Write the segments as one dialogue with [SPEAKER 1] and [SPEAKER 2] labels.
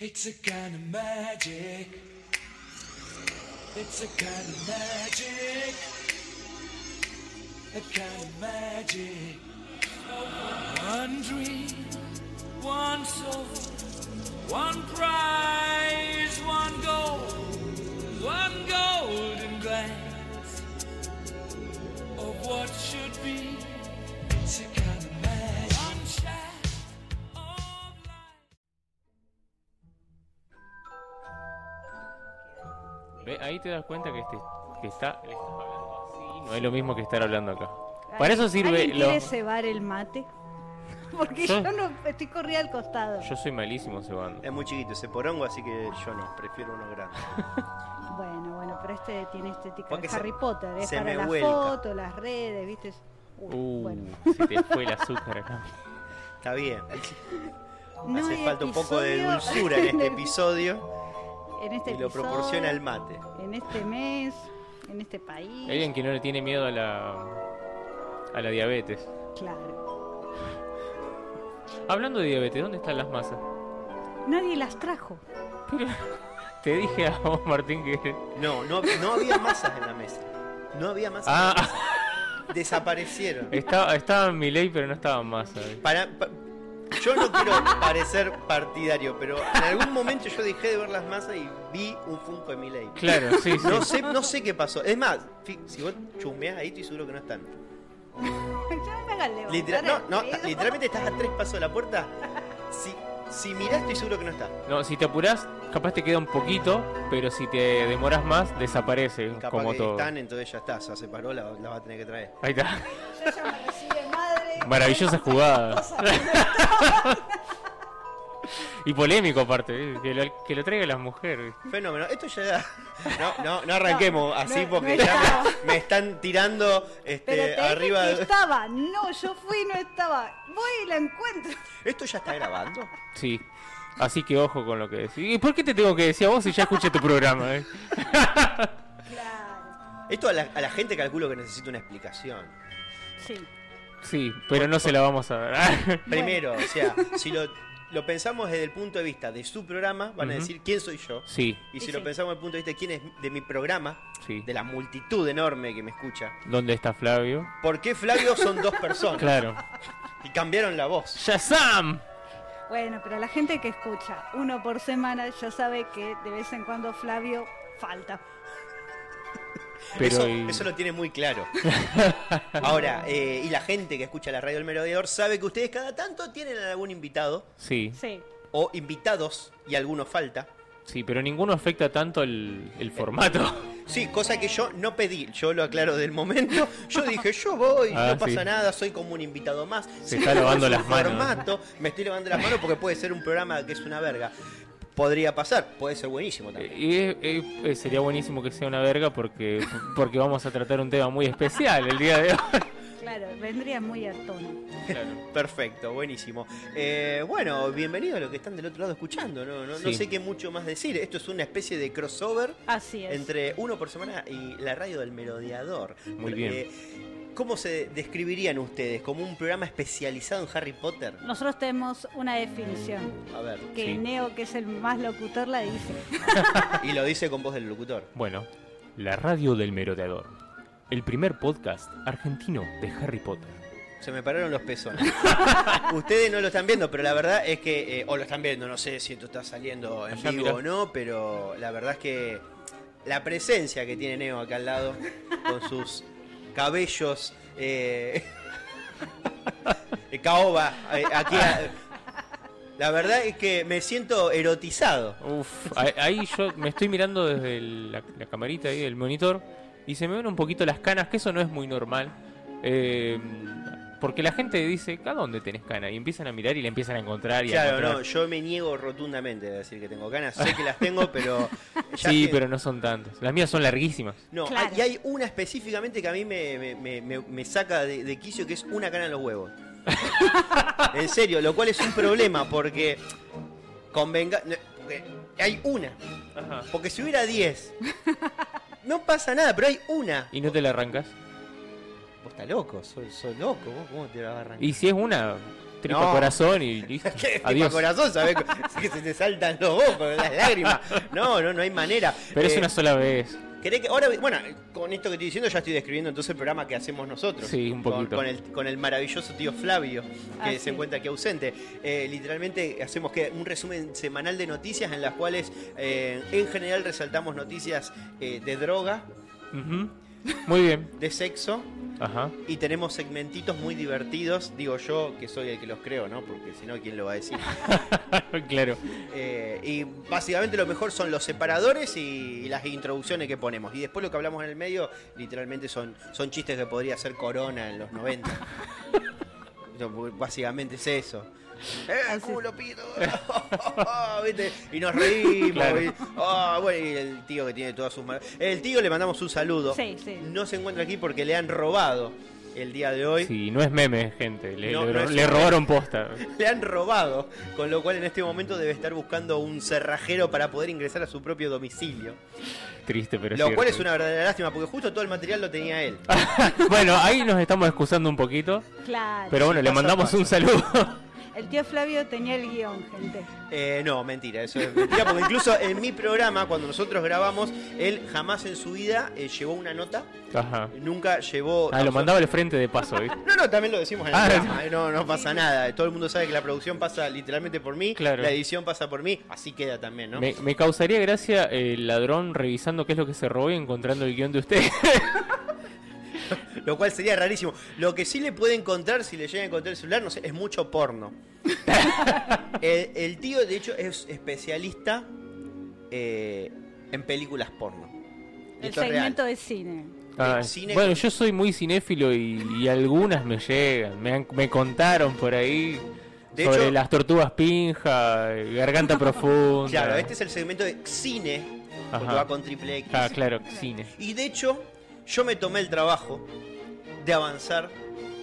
[SPEAKER 1] It's a kind of magic. It's a kind of magic. A kind of magic. One dream, one soul, one prize, one goal, one golden glance of what should be. It's a kind of magic. One shot of light.
[SPEAKER 2] Ve, ahí te das cuenta que, este, que está, le estás hablando así, no es lo mismo que estar hablando acá. Para eso sirve
[SPEAKER 3] ¿Alguien quiere
[SPEAKER 2] los...
[SPEAKER 3] cebar el mate? Porque
[SPEAKER 2] Yo-
[SPEAKER 3] yo, no estoy corrida al costado.
[SPEAKER 2] Yo soy malísimo cebando.
[SPEAKER 4] Es muy chiquito ese porongo, así que yo no, prefiero uno grande.
[SPEAKER 3] Bueno, bueno, pero este tiene estética de
[SPEAKER 4] Porque se-
[SPEAKER 3] Harry Potter, es
[SPEAKER 4] se
[SPEAKER 3] para
[SPEAKER 4] me
[SPEAKER 3] las
[SPEAKER 4] vuelca.
[SPEAKER 3] fotos, las redes, ¿viste? Uy,
[SPEAKER 2] Uh,
[SPEAKER 3] bueno.
[SPEAKER 2] se te fue el azúcar acá.
[SPEAKER 4] Está bien.
[SPEAKER 3] No
[SPEAKER 4] Hace
[SPEAKER 3] hay
[SPEAKER 4] falta un poco de
[SPEAKER 3] episodio
[SPEAKER 4] dulzura en este
[SPEAKER 3] el-
[SPEAKER 4] episodio
[SPEAKER 3] en este
[SPEAKER 4] y lo
[SPEAKER 3] episodio,
[SPEAKER 4] proporciona el mate.
[SPEAKER 3] En este mes, en este país.
[SPEAKER 2] Alguien que no le tiene miedo a la... a la diabetes.
[SPEAKER 3] Claro.
[SPEAKER 2] Hablando de diabetes, ¿dónde están las masas?
[SPEAKER 3] Nadie las trajo.
[SPEAKER 2] Te dije a vos, Martín, que...
[SPEAKER 4] No, no, no había masas en la mesa. No había masas. en la
[SPEAKER 2] Ah,
[SPEAKER 4] mesa. Desaparecieron.
[SPEAKER 2] estaba, estaba en mi ley, pero no estaba en masa. ¿viste?
[SPEAKER 4] Para, pa- yo no quiero parecer partidario, pero en algún momento yo dejé de ver las masas y vi un Funko de Miley.
[SPEAKER 2] Claro, sí, sí.
[SPEAKER 4] No sé, no sé qué pasó. Es más, fi- si vos chumeás ahí, estoy seguro que no están.
[SPEAKER 3] Ya me hagan levantar
[SPEAKER 4] Literal-
[SPEAKER 3] el
[SPEAKER 4] no, no,
[SPEAKER 3] dedo.
[SPEAKER 4] literalmente estás a tres pasos de la puerta. Si, si mirás, estoy seguro que no está.
[SPEAKER 2] No, si te apurás, capaz te queda un poquito, pero si te demoras más, desaparece,
[SPEAKER 4] Capaz
[SPEAKER 2] como
[SPEAKER 4] que
[SPEAKER 2] todo.
[SPEAKER 4] están, entonces ya está. O sea, se paró, la, la va a tener que traer.
[SPEAKER 2] Ahí está.
[SPEAKER 3] Yo ya me recibe madre.
[SPEAKER 2] Maravillosas jugadas. y polémico aparte, ¿eh? que lo, que lo traiga las mujeres.
[SPEAKER 4] Fenómeno. Esto ya da. No, no, no arranquemos así
[SPEAKER 3] no,
[SPEAKER 4] porque
[SPEAKER 3] no
[SPEAKER 4] ya
[SPEAKER 3] estaba.
[SPEAKER 4] me, me están tirando
[SPEAKER 3] Pero
[SPEAKER 4] este,
[SPEAKER 3] te dije
[SPEAKER 4] arriba.
[SPEAKER 3] que estaba. No, yo fui y no estaba. Voy y la encuentro.
[SPEAKER 4] ¿Esto ya está grabando?
[SPEAKER 2] Sí. Así que ojo con lo que decís. ¿Y por qué te tengo que decir a vos si ya escuché tu programa? eh?
[SPEAKER 3] Claro.
[SPEAKER 4] Esto a la, a la gente calculo que necesita una explicación.
[SPEAKER 3] Sí.
[SPEAKER 2] Sí, pero no se la vamos a dar.
[SPEAKER 4] Primero, o sea, si lo, lo pensamos desde el punto de vista de su programa, van a
[SPEAKER 2] Ujú.
[SPEAKER 4] decir quién soy yo.
[SPEAKER 2] sí,
[SPEAKER 4] Y si
[SPEAKER 3] Y
[SPEAKER 4] lo
[SPEAKER 3] sí.
[SPEAKER 4] pensamos desde el punto de vista de quién es de mi programa,
[SPEAKER 2] sí.
[SPEAKER 4] de la multitud enorme que me escucha,
[SPEAKER 2] ¿Dónde está Flavio?
[SPEAKER 4] ¿por qué Flavio son dos personas?
[SPEAKER 2] Claro.
[SPEAKER 4] Y cambiaron la voz.
[SPEAKER 2] ¡Shazam!
[SPEAKER 3] Bueno, pero la gente que escucha uno por semana ya sabe que de vez en cuando Flavio falta.
[SPEAKER 2] Pero
[SPEAKER 4] eso,
[SPEAKER 2] y-
[SPEAKER 4] eso lo tiene muy claro. Ahora, eh, y la gente que escucha la radio del merodeador sabe que ustedes cada tanto tienen algún invitado
[SPEAKER 2] Sí,
[SPEAKER 3] Sí.
[SPEAKER 4] o invitados y alguno falta.
[SPEAKER 2] sí, pero ninguno afecta tanto el, el formato.
[SPEAKER 4] Sí, cosa que yo no pedí, yo lo aclaro del momento. Yo dije, yo voy,
[SPEAKER 2] Ah,
[SPEAKER 4] no pasa
[SPEAKER 2] sí.
[SPEAKER 4] nada, soy como un invitado más.
[SPEAKER 2] Se está lavando
[SPEAKER 4] es un
[SPEAKER 2] las manos.
[SPEAKER 4] formato, me estoy lavando las manos porque puede ser un programa que es una verga. Podría pasar, puede ser buenísimo también.
[SPEAKER 2] Y eh, eh, eh, sería buenísimo que sea una verga porque, porque vamos a tratar un tema muy especial el día de hoy.
[SPEAKER 3] Claro, vendría muy a tono.
[SPEAKER 4] Perfecto, buenísimo. Eh, bueno, bienvenido a los que están del otro lado escuchando. No, no, no
[SPEAKER 2] Sí.
[SPEAKER 4] sé qué mucho más decir. Esto es una especie de crossover
[SPEAKER 3] Así es.
[SPEAKER 4] entre uno por semana y la radio del merodeador.
[SPEAKER 2] Muy bien.
[SPEAKER 4] Eh, ¿Cómo se describirían ustedes? ¿Como un programa especializado en Harry Potter?
[SPEAKER 3] Nosotros tenemos una definición
[SPEAKER 4] A ver.
[SPEAKER 3] que
[SPEAKER 2] Sí.
[SPEAKER 3] Neo, que es el más locutor, la dice.
[SPEAKER 4] Y lo dice con voz del locutor.
[SPEAKER 2] Bueno, la radio del merodeador. El primer podcast argentino de Harry Potter.
[SPEAKER 4] Se me pararon los pezones. Ustedes no lo están viendo, pero la verdad es que. eh, o lo están viendo, no sé si esto está saliendo en
[SPEAKER 2] Allá,
[SPEAKER 4] vivo
[SPEAKER 2] mirá.
[SPEAKER 4] o no, pero la verdad es que la presencia que tiene Neo acá al lado, con sus cabellos. Eh, de caoba, eh, aquí. a- la verdad es que me siento erotizado.
[SPEAKER 2] Uf, a- ahí yo me estoy mirando desde el- la, la camarita ahí del monitor y se me ven un poquito las canas, que eso no es muy normal. Eh, porque la gente dice, ¿a dónde tenés cana? Y empiezan a mirar y le empiezan a encontrar y a
[SPEAKER 4] Claro,
[SPEAKER 2] encontrar.
[SPEAKER 4] no, yo me niego rotundamente a decir que tengo ganas. Sé que las tengo, pero. ya
[SPEAKER 2] Sí,
[SPEAKER 4] que-
[SPEAKER 2] pero no son tantas. Las mías son larguísimas.
[SPEAKER 4] No,
[SPEAKER 3] Claro.
[SPEAKER 4] hay- y hay una específicamente que a mí me, me- me- me- me saca de, de quicio, que es una cana en los huevos. en serio, lo cual es un problema, porque convenga... no, porque hay una, porque si hubiera 10, no pasa nada, pero hay una.
[SPEAKER 2] ¿Y no te la arrancas?
[SPEAKER 4] Vos estás loco, sos, sos loco, vos cómo te la vas a arrancar?
[SPEAKER 2] Y si es una, tripa
[SPEAKER 4] No.
[SPEAKER 2] corazón y listo.
[SPEAKER 4] ¿Qué? Adiós.
[SPEAKER 2] Adiós.
[SPEAKER 4] este corazón, ¿sabes? que se te saltan los ojos, las lágrimas. No, no, no hay manera.
[SPEAKER 2] Pero es
[SPEAKER 4] Eh,
[SPEAKER 2] una sola vez.
[SPEAKER 4] ¿Querés que ahora, bueno, con esto que estoy diciendo ya estoy describiendo entonces el programa que hacemos nosotros.
[SPEAKER 2] Sí, un
[SPEAKER 4] Con-
[SPEAKER 2] poquito.
[SPEAKER 4] Con, el, con el maravilloso tío Flavio, que
[SPEAKER 3] Así.
[SPEAKER 4] se encuentra aquí ausente. Eh, literalmente hacemos que un resumen semanal de noticias en las cuales eh, en general resaltamos noticias eh, de droga,
[SPEAKER 2] Ujú. Muy bien.
[SPEAKER 4] de sexo,
[SPEAKER 2] Ajá.
[SPEAKER 4] y tenemos segmentitos muy divertidos, digo yo, que soy el que los creo, ¿no? Porque si no, ¿quién lo va a decir?
[SPEAKER 2] claro.
[SPEAKER 4] Eh, y básicamente lo mejor son los separadores y, y las introducciones que ponemos. Y después lo que hablamos en el medio, literalmente son, son chistes que podría hacer Corona en los 90. Yo, porque básicamente es eso.
[SPEAKER 3] Ah,
[SPEAKER 4] ¡Eh, ¿cómo lo pido? ¿Viste? Y nos reímos.
[SPEAKER 2] Claro.
[SPEAKER 4] y- ah, bueno, y el tío que tiene todas sus manos. El tío le mandamos un saludo.
[SPEAKER 3] Sí, sí.
[SPEAKER 4] No se encuentra aquí porque le han robado el día de hoy.
[SPEAKER 2] Sí, no es meme, gente. Le,
[SPEAKER 4] No,
[SPEAKER 2] le-
[SPEAKER 4] no es
[SPEAKER 2] le
[SPEAKER 4] un
[SPEAKER 2] robaron posta.
[SPEAKER 4] Le han robado, con lo cual en este momento debe estar buscando un cerrajero para poder ingresar a su propio domicilio.
[SPEAKER 2] Triste, pero
[SPEAKER 4] lo cual es
[SPEAKER 2] cierto. Ah.
[SPEAKER 4] una verdadera lástima, porque justo todo el material lo tenía él.
[SPEAKER 2] bueno, ahí nos estamos excusando un poquito.
[SPEAKER 3] Claro.
[SPEAKER 2] Pero bueno, le
[SPEAKER 4] Pasa,
[SPEAKER 2] mandamos
[SPEAKER 4] pasa.
[SPEAKER 2] un saludo.
[SPEAKER 3] El tío Flavio tenía el guión, gente.
[SPEAKER 4] Eh, no, mentira, eso es mentira, porque incluso en mi programa, cuando nosotros grabamos, él jamás en su vida eh, llevó una nota,
[SPEAKER 2] Ajá.
[SPEAKER 4] nunca llevó...
[SPEAKER 2] Ah, lo mandaba al frente de paso, ¿viste?
[SPEAKER 4] No, no, también lo decimos en el
[SPEAKER 2] Ah,
[SPEAKER 4] programa, eh, no, no pasa nada. Todo el mundo sabe que la producción pasa literalmente por mí,
[SPEAKER 2] Claro.
[SPEAKER 4] la edición pasa por mí, así queda también, ¿no?
[SPEAKER 2] Me, me causaría gracia el ladrón revisando qué es lo que se robó y encontrando el guión de usted.
[SPEAKER 4] Lo cual sería rarísimo. Lo que sí le puede encontrar, si le llega a encontrar el celular, no sé, es mucho porno. el, el tío, de hecho, es especialista eh, en películas porno. Y
[SPEAKER 3] El
[SPEAKER 4] esto es real.
[SPEAKER 3] segmento de cine.
[SPEAKER 2] Ah,
[SPEAKER 4] cine-
[SPEAKER 2] bueno, yo soy muy cinéfilo y, y algunas me llegan. Me, han- me contaron por ahí
[SPEAKER 4] De
[SPEAKER 2] sobre
[SPEAKER 4] hecho-
[SPEAKER 2] las tortugas pinja, eh, garganta profunda.
[SPEAKER 4] Claro, este es el segmento de cine, porque
[SPEAKER 2] Ajá.
[SPEAKER 4] va con triple X.
[SPEAKER 2] Ah, claro, cine.
[SPEAKER 4] Y de hecho, yo me tomé el trabajo de avanzar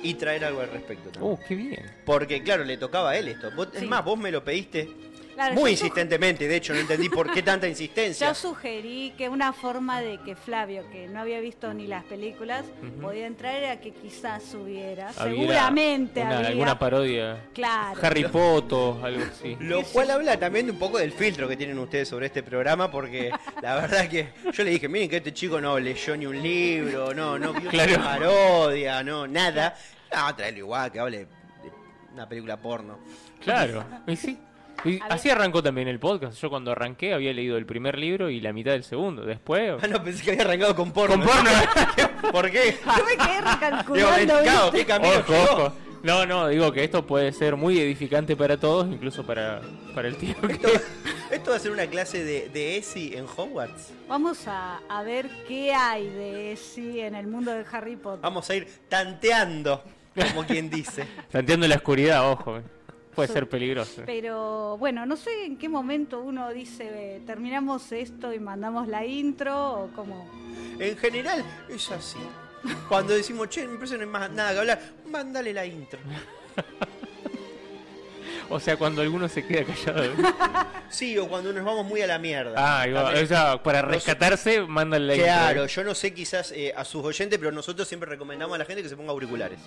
[SPEAKER 4] y traer algo al respecto. también.
[SPEAKER 2] Oh, qué bien.
[SPEAKER 4] Porque, claro, le tocaba a él esto. Vos- Es
[SPEAKER 3] Sí.
[SPEAKER 4] más, vos me lo pediste
[SPEAKER 3] Claro,
[SPEAKER 4] muy
[SPEAKER 3] yo suge-
[SPEAKER 4] insistentemente. De hecho, no entendí por qué tanta insistencia.
[SPEAKER 3] Yo sugerí que una forma de que Flavio, que no había visto ni las películas,
[SPEAKER 2] Ujú.
[SPEAKER 3] podía entrar era que quizás subiera,
[SPEAKER 2] Había
[SPEAKER 3] seguramente
[SPEAKER 2] una-
[SPEAKER 3] había.
[SPEAKER 2] alguna parodia.
[SPEAKER 3] Claro.
[SPEAKER 2] Harry Potter, algo así.
[SPEAKER 4] Lo cual habla también de un poco del filtro que tienen ustedes sobre este programa, porque la verdad que yo le dije, miren que este chico no leyó ni un libro, no, no vio
[SPEAKER 2] Claro.
[SPEAKER 4] una parodia, no, nada. Ah, traelo igual, que hable de una película porno.
[SPEAKER 2] Claro, y sí. Y
[SPEAKER 3] A ver.
[SPEAKER 2] así arrancó también el podcast. Yo cuando arranqué había leído el primer libro y la mitad del segundo. Después.
[SPEAKER 4] Ah, no, pensé que había arrancado con porno.
[SPEAKER 2] Con porno.
[SPEAKER 4] ¿Por qué?
[SPEAKER 3] Yo me quedé
[SPEAKER 4] Digo,
[SPEAKER 3] recalculando.
[SPEAKER 4] claro,
[SPEAKER 3] ¿viste?
[SPEAKER 4] ¿qué camino
[SPEAKER 2] Ojo,
[SPEAKER 4] llegó?
[SPEAKER 2] ojo. No, no, digo que esto puede ser muy edificante para todos, incluso para, para el tío.
[SPEAKER 4] Esto,
[SPEAKER 2] que-
[SPEAKER 4] esto va a ser una clase de, de ESI en Hogwarts.
[SPEAKER 3] Vamos a, a ver qué hay de Essie en el mundo de Harry Potter.
[SPEAKER 4] Vamos a ir tanteando, como quien dice.
[SPEAKER 2] Tanteando en la oscuridad, ojo. eh. Puede ser peligroso.
[SPEAKER 3] Pero bueno, no sé en qué momento uno dice, eh, terminamos esto y mandamos la intro o como...
[SPEAKER 4] En general es así. Cuando decimos, che, me parece que no hay más nada que hablar, mándale la intro.
[SPEAKER 2] O sea, cuando alguno se queda callado.
[SPEAKER 4] Sí, o cuando nos vamos muy a la mierda.
[SPEAKER 2] Ah, ahí va.
[SPEAKER 4] También.
[SPEAKER 2] O sea, para rescatarse, mandan la
[SPEAKER 4] Claro, yo no sé quizás eh, a sus oyentes, pero nosotros siempre recomendamos a la gente que se ponga auriculares.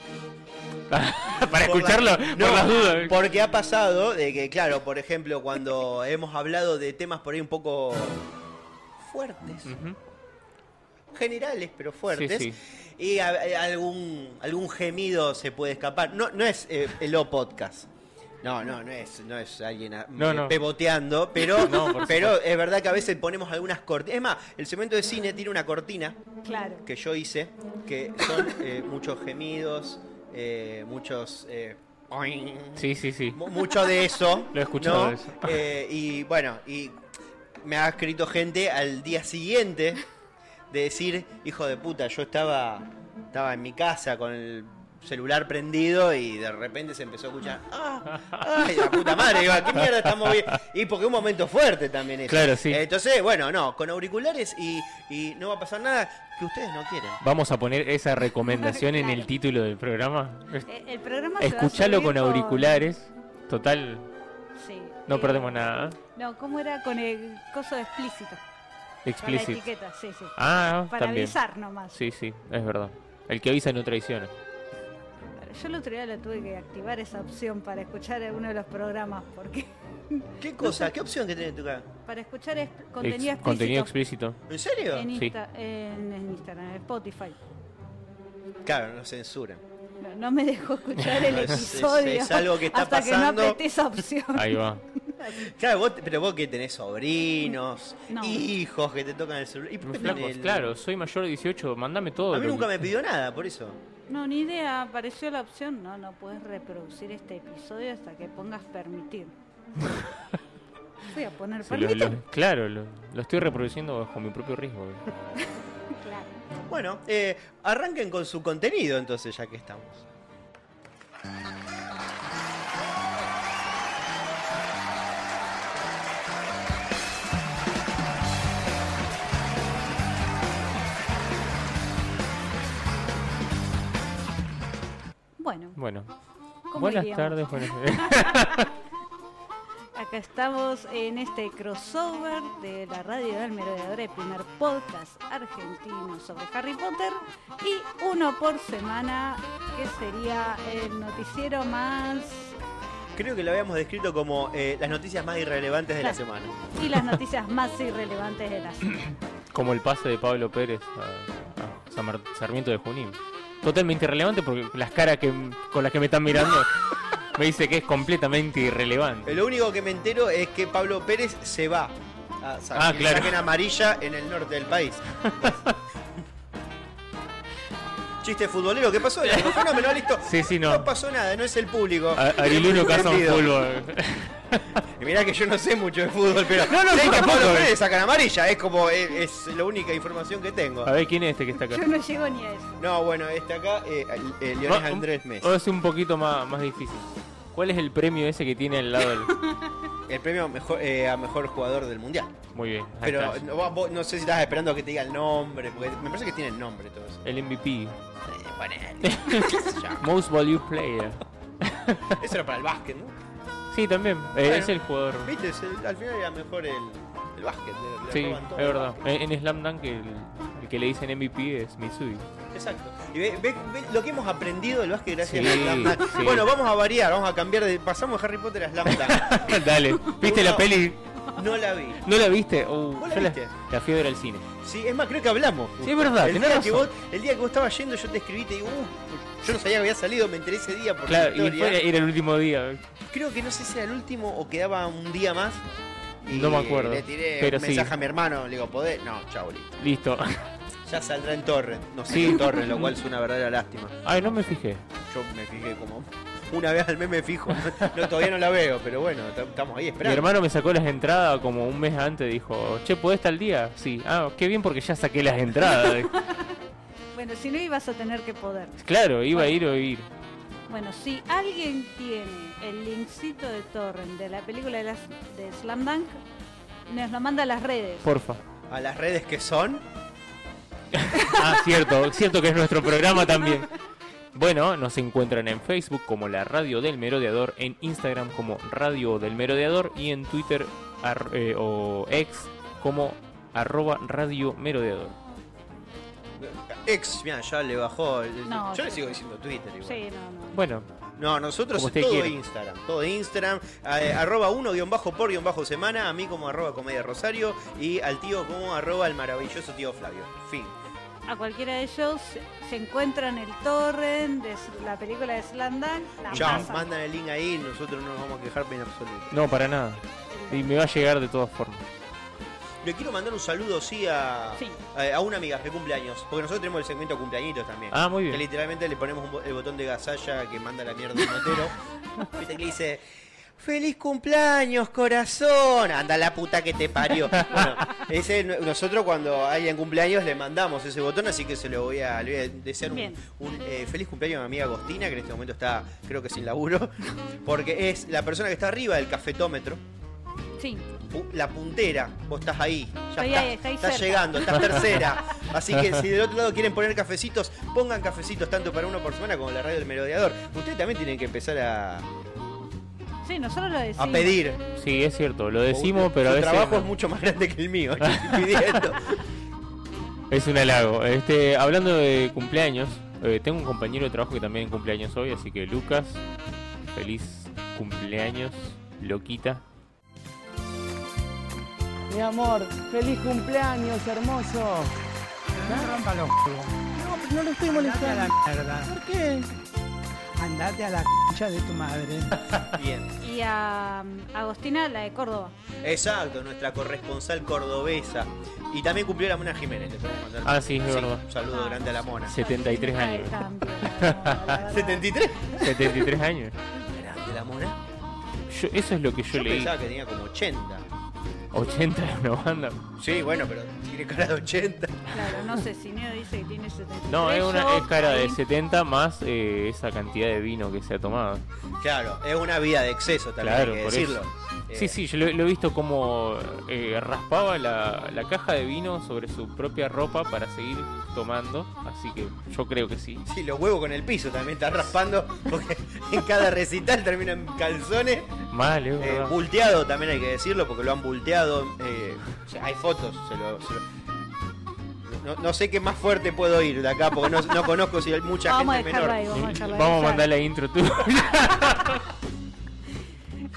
[SPEAKER 2] para
[SPEAKER 4] Por
[SPEAKER 2] escucharlo,
[SPEAKER 4] la-
[SPEAKER 2] por
[SPEAKER 4] No,
[SPEAKER 2] las dudas.
[SPEAKER 4] Porque ha pasado de que, claro, por ejemplo, cuando hemos hablado de temas por ahí un poco fuertes,
[SPEAKER 2] Ujú.
[SPEAKER 4] generales pero fuertes,
[SPEAKER 2] Sí,
[SPEAKER 4] y a- a- algún, algún gemido se puede escapar. No, no es eh, el O podcast. No, no, no es, no es alguien a-
[SPEAKER 2] No,
[SPEAKER 4] eh,
[SPEAKER 2] no.
[SPEAKER 4] peboteando, pero,
[SPEAKER 2] No, por
[SPEAKER 4] pero es verdad que a veces ponemos algunas cortinas. Es más, el segmento de cine tiene una cortina
[SPEAKER 3] Claro.
[SPEAKER 4] que yo hice, que son eh, muchos gemidos, eh, muchos... eh, oing,
[SPEAKER 2] Sí, sí, sí.
[SPEAKER 4] mu- mucho de eso.
[SPEAKER 2] Lo he escuchado de eso.
[SPEAKER 4] Eh, y bueno, y me ha escrito gente al día siguiente de decir, hijo de puta, yo estaba, estaba en mi casa con el celular prendido y de repente se empezó a escuchar, ah, ay, la puta madre, digo, qué mierda estamos viendo. Y porque un momento fuerte también es.
[SPEAKER 2] Claro, sí.
[SPEAKER 4] Entonces, bueno, no, con auriculares y, y no va a pasar nada que ustedes no quieran.
[SPEAKER 2] Vamos a poner esa recomendación en el
[SPEAKER 3] Claro.
[SPEAKER 2] título del programa. Es-
[SPEAKER 3] Eh, El programa se va a
[SPEAKER 2] Escuchalo
[SPEAKER 3] subir
[SPEAKER 2] con auriculares. Total,
[SPEAKER 3] Sí.
[SPEAKER 2] no
[SPEAKER 3] Eh,
[SPEAKER 2] perdemos nada.
[SPEAKER 3] No, ¿cómo era con el coso de explícito? Con la
[SPEAKER 2] Explícito.
[SPEAKER 3] etiqueta, sí, sí.
[SPEAKER 2] Ah,
[SPEAKER 3] Para
[SPEAKER 2] también.
[SPEAKER 3] avisar nomás.
[SPEAKER 2] Sí, sí, es verdad. El que avisa no traiciona.
[SPEAKER 3] Pero Yo el otro día la tuve que activar esa opción para escuchar uno de los programas, porque
[SPEAKER 4] ¿Qué cosa? ¿Qué opción que tenés en tu cara?
[SPEAKER 3] para escuchar exp-
[SPEAKER 2] Ex-
[SPEAKER 3] contenido explícito
[SPEAKER 2] contenido explícito.
[SPEAKER 4] ¿En serio?
[SPEAKER 3] en,
[SPEAKER 2] Sí.
[SPEAKER 3] Insta- en- en Instagram, en Spotify.
[SPEAKER 4] Claro, no censuran.
[SPEAKER 3] No, no me dejó escuchar el
[SPEAKER 4] Es- es-
[SPEAKER 3] episodio
[SPEAKER 4] es algo que está
[SPEAKER 3] hasta que
[SPEAKER 4] pasando.
[SPEAKER 3] no apreté esa opción.
[SPEAKER 2] Ahí va.
[SPEAKER 4] Claro, vos, te- pero vos que tenés sobrinos,
[SPEAKER 3] No.
[SPEAKER 4] hijos que te tocan el celular. ¿Y por qué
[SPEAKER 2] Flacos,
[SPEAKER 4] tenés el-
[SPEAKER 2] claro, soy mayor de 18, mandame todo.
[SPEAKER 4] A mí
[SPEAKER 2] lo
[SPEAKER 4] nunca
[SPEAKER 2] que-
[SPEAKER 4] me pidió nada, por eso.
[SPEAKER 3] No, ni idea, apareció la opción. No, no puedes reproducir este episodio hasta que pongas permitir. Voy a poner
[SPEAKER 2] Sí, lo-
[SPEAKER 3] permitir.
[SPEAKER 2] lo- claro, lo, lo estoy reproduciendo bajo mi propio riesgo.
[SPEAKER 3] Claro.
[SPEAKER 4] Bueno, eh, arranquen con su contenido entonces, ya que estamos.
[SPEAKER 3] Bueno,
[SPEAKER 2] Bueno,
[SPEAKER 3] ¿cómo
[SPEAKER 2] buenas
[SPEAKER 3] iríamos?
[SPEAKER 2] tardes, buenas
[SPEAKER 3] Acá estamos en este crossover de la radio del Merodeador, el primer podcast argentino sobre Harry Potter y uno por semana que sería el noticiero más
[SPEAKER 4] Creo que lo habíamos descrito como eh, las noticias más irrelevantes de la
[SPEAKER 3] Claro.
[SPEAKER 4] semana.
[SPEAKER 3] y las noticias más irrelevantes de la semana.
[SPEAKER 2] Como el pase de Pablo Pérez a, a San Mar- Sarmiento de Junín. Totalmente irrelevante porque las caras que, con las que me están mirando me dice que es completamente irrelevante.
[SPEAKER 4] Eh, Lo único que me entero es que Pablo Pérez se va. A sa-
[SPEAKER 2] Ah,
[SPEAKER 4] que
[SPEAKER 2] claro.
[SPEAKER 4] Saquen amarilla en el norte del país. Chiste futbolero, ¿qué pasó? El fenómeno, listo.
[SPEAKER 2] Sí, sí, no.
[SPEAKER 4] No pasó nada, no es el público.
[SPEAKER 2] A- Ariluno caza un
[SPEAKER 4] Entendido.
[SPEAKER 2] fútbol.
[SPEAKER 4] Y Mirá que yo no sé mucho de fútbol, pero
[SPEAKER 2] No, no,
[SPEAKER 4] sé
[SPEAKER 2] yo
[SPEAKER 4] que a Pablo
[SPEAKER 2] tampoco.
[SPEAKER 4] Pérez sacan amarilla, es como es, es la única información que tengo.
[SPEAKER 2] A ver, ¿quién es este que está acá?
[SPEAKER 3] Yo no llego ni a eso.
[SPEAKER 4] No, bueno, este acá, eh, eh, Leonel
[SPEAKER 2] Va- um,
[SPEAKER 4] Andrés Messi.
[SPEAKER 2] o es un poquito más, más difícil. ¿Cuál es el premio ese que tiene al lado del.?
[SPEAKER 4] El premio mejor, eh, a mejor jugador del mundial.
[SPEAKER 2] Muy bien. ahí
[SPEAKER 4] Pero
[SPEAKER 2] está.
[SPEAKER 4] no, vos- vos no sé si estabas esperando a que te diga el nombre, porque me parece que tiene el nombre todo eso.
[SPEAKER 2] El MVP.
[SPEAKER 4] Eh, ponele. Qué sé yo.
[SPEAKER 2] Most Value Player.
[SPEAKER 4] Eso era para el básquet, ¿no?
[SPEAKER 2] Sí, también. Eh,
[SPEAKER 4] Bueno.
[SPEAKER 2] Es el jugador.
[SPEAKER 4] Viste, es el- al final era mejor el, el básquet. le- le
[SPEAKER 2] Sí,
[SPEAKER 4] roban
[SPEAKER 2] es
[SPEAKER 4] todo.
[SPEAKER 2] verdad. En, en Slam Dunk el, el que le dicen MVP es Mitsui.
[SPEAKER 4] Exacto. Y ve, ve- ve lo que hemos aprendido del básquet gracias
[SPEAKER 2] Sí,
[SPEAKER 4] a Slam Dunk.
[SPEAKER 2] sí.
[SPEAKER 4] Bueno, vamos a variar, vamos a cambiar de. Pasamos de Harry Potter a Slam Dunk.
[SPEAKER 2] Dale. ¿Viste la
[SPEAKER 4] Uno-
[SPEAKER 2] peli?
[SPEAKER 4] No la vi.
[SPEAKER 2] ¿No la viste? Uh,
[SPEAKER 4] ¿Vos la
[SPEAKER 2] yo
[SPEAKER 4] viste?
[SPEAKER 2] La fui a ver al cine.
[SPEAKER 4] Sí, es más, creo que hablamos.
[SPEAKER 2] Sí, es verdad,
[SPEAKER 4] El
[SPEAKER 2] tenés
[SPEAKER 4] día, que
[SPEAKER 2] razón.
[SPEAKER 4] vos, el día que vos estabas yendo, yo te escribí y te digo, uh, yo no sabía que había salido, me enteré ese día por tu
[SPEAKER 2] Claro, y
[SPEAKER 4] historia.
[SPEAKER 2] fue, era el último día.
[SPEAKER 4] Creo que no sé si era el último o quedaba un día más. Y
[SPEAKER 2] No me acuerdo,
[SPEAKER 4] Le tiré
[SPEAKER 2] pero
[SPEAKER 4] un
[SPEAKER 2] sí.
[SPEAKER 4] mensaje a mi hermano, le digo, ¿podés? No, chau, listo.
[SPEAKER 2] Listo.
[SPEAKER 4] Ya saldrá en torre. No sé
[SPEAKER 2] Sí.
[SPEAKER 4] en torre, lo cual es una verdadera lástima.
[SPEAKER 2] Ay, no me fijé.
[SPEAKER 4] Yo me fijé como una vez al mes me fijo. No, no, todavía no la veo, pero bueno, t- estamos ahí
[SPEAKER 2] Mi
[SPEAKER 4] esperando.
[SPEAKER 2] hermano me sacó las entradas como un mes antes. Dijo, che, ¿podés estar al día? Sí. Ah, qué bien porque ya saqué las entradas.
[SPEAKER 3] Bueno, si no ibas a tener que poder.
[SPEAKER 2] claro, iba a ir o ir.
[SPEAKER 3] Bueno, si alguien tiene el linkcito de Torrent de la película de, las, de Slam Dunk, nos lo manda a las redes.
[SPEAKER 2] Porfa.
[SPEAKER 4] A las redes que son.
[SPEAKER 2] Ah, cierto, cierto que es nuestro programa también. Bueno, nos encuentran en Facebook como la Radio del Merodeador, en Instagram como Radio del Merodeador y en Twitter ar- eh, o ex como arroba Radio Merodeador.
[SPEAKER 4] Ex, mira, ya le bajó. el-
[SPEAKER 3] No,
[SPEAKER 4] yo le
[SPEAKER 3] sí.
[SPEAKER 4] sigo diciendo Twitter igual.
[SPEAKER 3] Sí, no, no.
[SPEAKER 2] Bueno,
[SPEAKER 4] No, nosotros
[SPEAKER 2] Como
[SPEAKER 4] es
[SPEAKER 2] usted
[SPEAKER 4] todo
[SPEAKER 2] quiera.
[SPEAKER 4] Instagram, todo Instagram, eh, arroba uno guión bajo por guión bajo semana, a mí como arroba comedia rosario y al tío como arroba el maravilloso tío Flavio. Fin.
[SPEAKER 3] A cualquiera de ellos se- se encuentran el torrent de s- la película de Slam Dunk, la
[SPEAKER 4] Chao,
[SPEAKER 3] pasan.
[SPEAKER 4] mandan el link ahí, nosotros no nos vamos a quejar en absoluto.
[SPEAKER 2] no, para nada. Y me va a llegar de todas formas.
[SPEAKER 4] Le quiero mandar un saludo sí a,
[SPEAKER 3] Sí.
[SPEAKER 4] a, a una amiga que cumple años, porque nosotros tenemos el segmento cumpleañitos también.
[SPEAKER 2] Ah, muy bien.
[SPEAKER 4] Que literalmente le ponemos un bo- el botón de gasalla que manda la mierda al motero. Viste que le dice, feliz cumpleaños, corazón. Anda la puta que te parió. Bueno, ese, no- nosotros cuando alguien cumpleaños le mandamos ese botón, así que se lo voy a, le voy a desear un,
[SPEAKER 3] Bien.
[SPEAKER 4] un, eh, feliz cumpleaños a mi amiga Agostina, que en este momento está, creo que sin laburo, porque es la persona que está arriba del cafetómetro.
[SPEAKER 3] Sí,
[SPEAKER 4] Pu- la puntera, vos estás ahí, ya
[SPEAKER 3] Estoy
[SPEAKER 4] estás,
[SPEAKER 3] ahí, estoy
[SPEAKER 4] estás
[SPEAKER 3] cerca.
[SPEAKER 4] llegando, estás tercera. Así que si del otro lado quieren poner cafecitos, pongan cafecitos tanto para uno por semana como la radio del merodeador. Ustedes también tienen que empezar a,
[SPEAKER 3] sí, nosotros lo
[SPEAKER 4] a
[SPEAKER 3] decimos.
[SPEAKER 4] pedir.
[SPEAKER 2] Sí, es cierto, lo decimos,
[SPEAKER 4] Su
[SPEAKER 2] pero a veces
[SPEAKER 4] trabajo
[SPEAKER 2] no.
[SPEAKER 4] es mucho más grande que el mío. yo estoy pidiendo.
[SPEAKER 2] es un halago. Este, hablando de cumpleaños, Eh, tengo un compañero de trabajo que también cumple años hoy, así que Lucas, feliz cumpleaños, loquita.
[SPEAKER 5] Mi amor, feliz cumpleaños, hermoso.
[SPEAKER 6] No me rompa los huevos.
[SPEAKER 5] No, no lo estoy
[SPEAKER 6] Andate a la
[SPEAKER 5] molestando.
[SPEAKER 6] mierda.
[SPEAKER 5] ¿Por qué?
[SPEAKER 6] Andate a la concha de tu madre.
[SPEAKER 4] Bien.
[SPEAKER 3] Y a mm, Agostina, la de Córdoba.
[SPEAKER 4] Exacto, nuestra corresponsal cordobesa. Y también cumplió la Mona Jiménez. le podemos mandar-
[SPEAKER 2] Ah, sí, es verdad.
[SPEAKER 4] Un saludo grande a la Mona. Ah,
[SPEAKER 2] 73
[SPEAKER 3] Ay,
[SPEAKER 2] años.
[SPEAKER 3] cambio, no, la verdad.
[SPEAKER 4] 73.
[SPEAKER 2] 73 años.
[SPEAKER 4] Grande la Mona.
[SPEAKER 2] Yo- eso es lo que yo,
[SPEAKER 4] Yo
[SPEAKER 2] leí.
[SPEAKER 4] pensaba que tenía como 80.
[SPEAKER 2] 80 era una banda.
[SPEAKER 4] Sí, bueno, pero tiene cara de 80.
[SPEAKER 3] Claro, no sé, si Neo dice que tiene 73.
[SPEAKER 2] No, es una
[SPEAKER 3] yo
[SPEAKER 2] es cara de
[SPEAKER 3] ahí-
[SPEAKER 2] 70 más eh, esa cantidad de vino que se ha tomado.
[SPEAKER 4] Claro, es una vida de exceso también,
[SPEAKER 2] Claro,
[SPEAKER 4] hay que
[SPEAKER 2] por
[SPEAKER 4] decirlo. Eh,
[SPEAKER 2] Sí, sí, yo lo, lo he visto como eh, raspaba la, la caja de vino sobre su propia ropa para seguir tomando. Así que yo creo que sí.
[SPEAKER 4] Sí, los huevos con el piso también está raspando, porque en cada recital terminan calzones.
[SPEAKER 2] Mal, es
[SPEAKER 4] Eh,
[SPEAKER 2] verdad.
[SPEAKER 4] bulteado también hay que decirlo, porque lo han bulteado. eh, o sea, hay fotos, se lo- se lo- No, no sé qué más fuerte puedo ir de acá, porque no, no conozco si hay mucha
[SPEAKER 3] Vamos a
[SPEAKER 4] gente
[SPEAKER 3] dejarlo
[SPEAKER 4] menor.
[SPEAKER 3] ahí, vamos a dejarlo ahí.
[SPEAKER 2] Eh, Vamos a
[SPEAKER 3] Claro.
[SPEAKER 2] mandar la intro tú.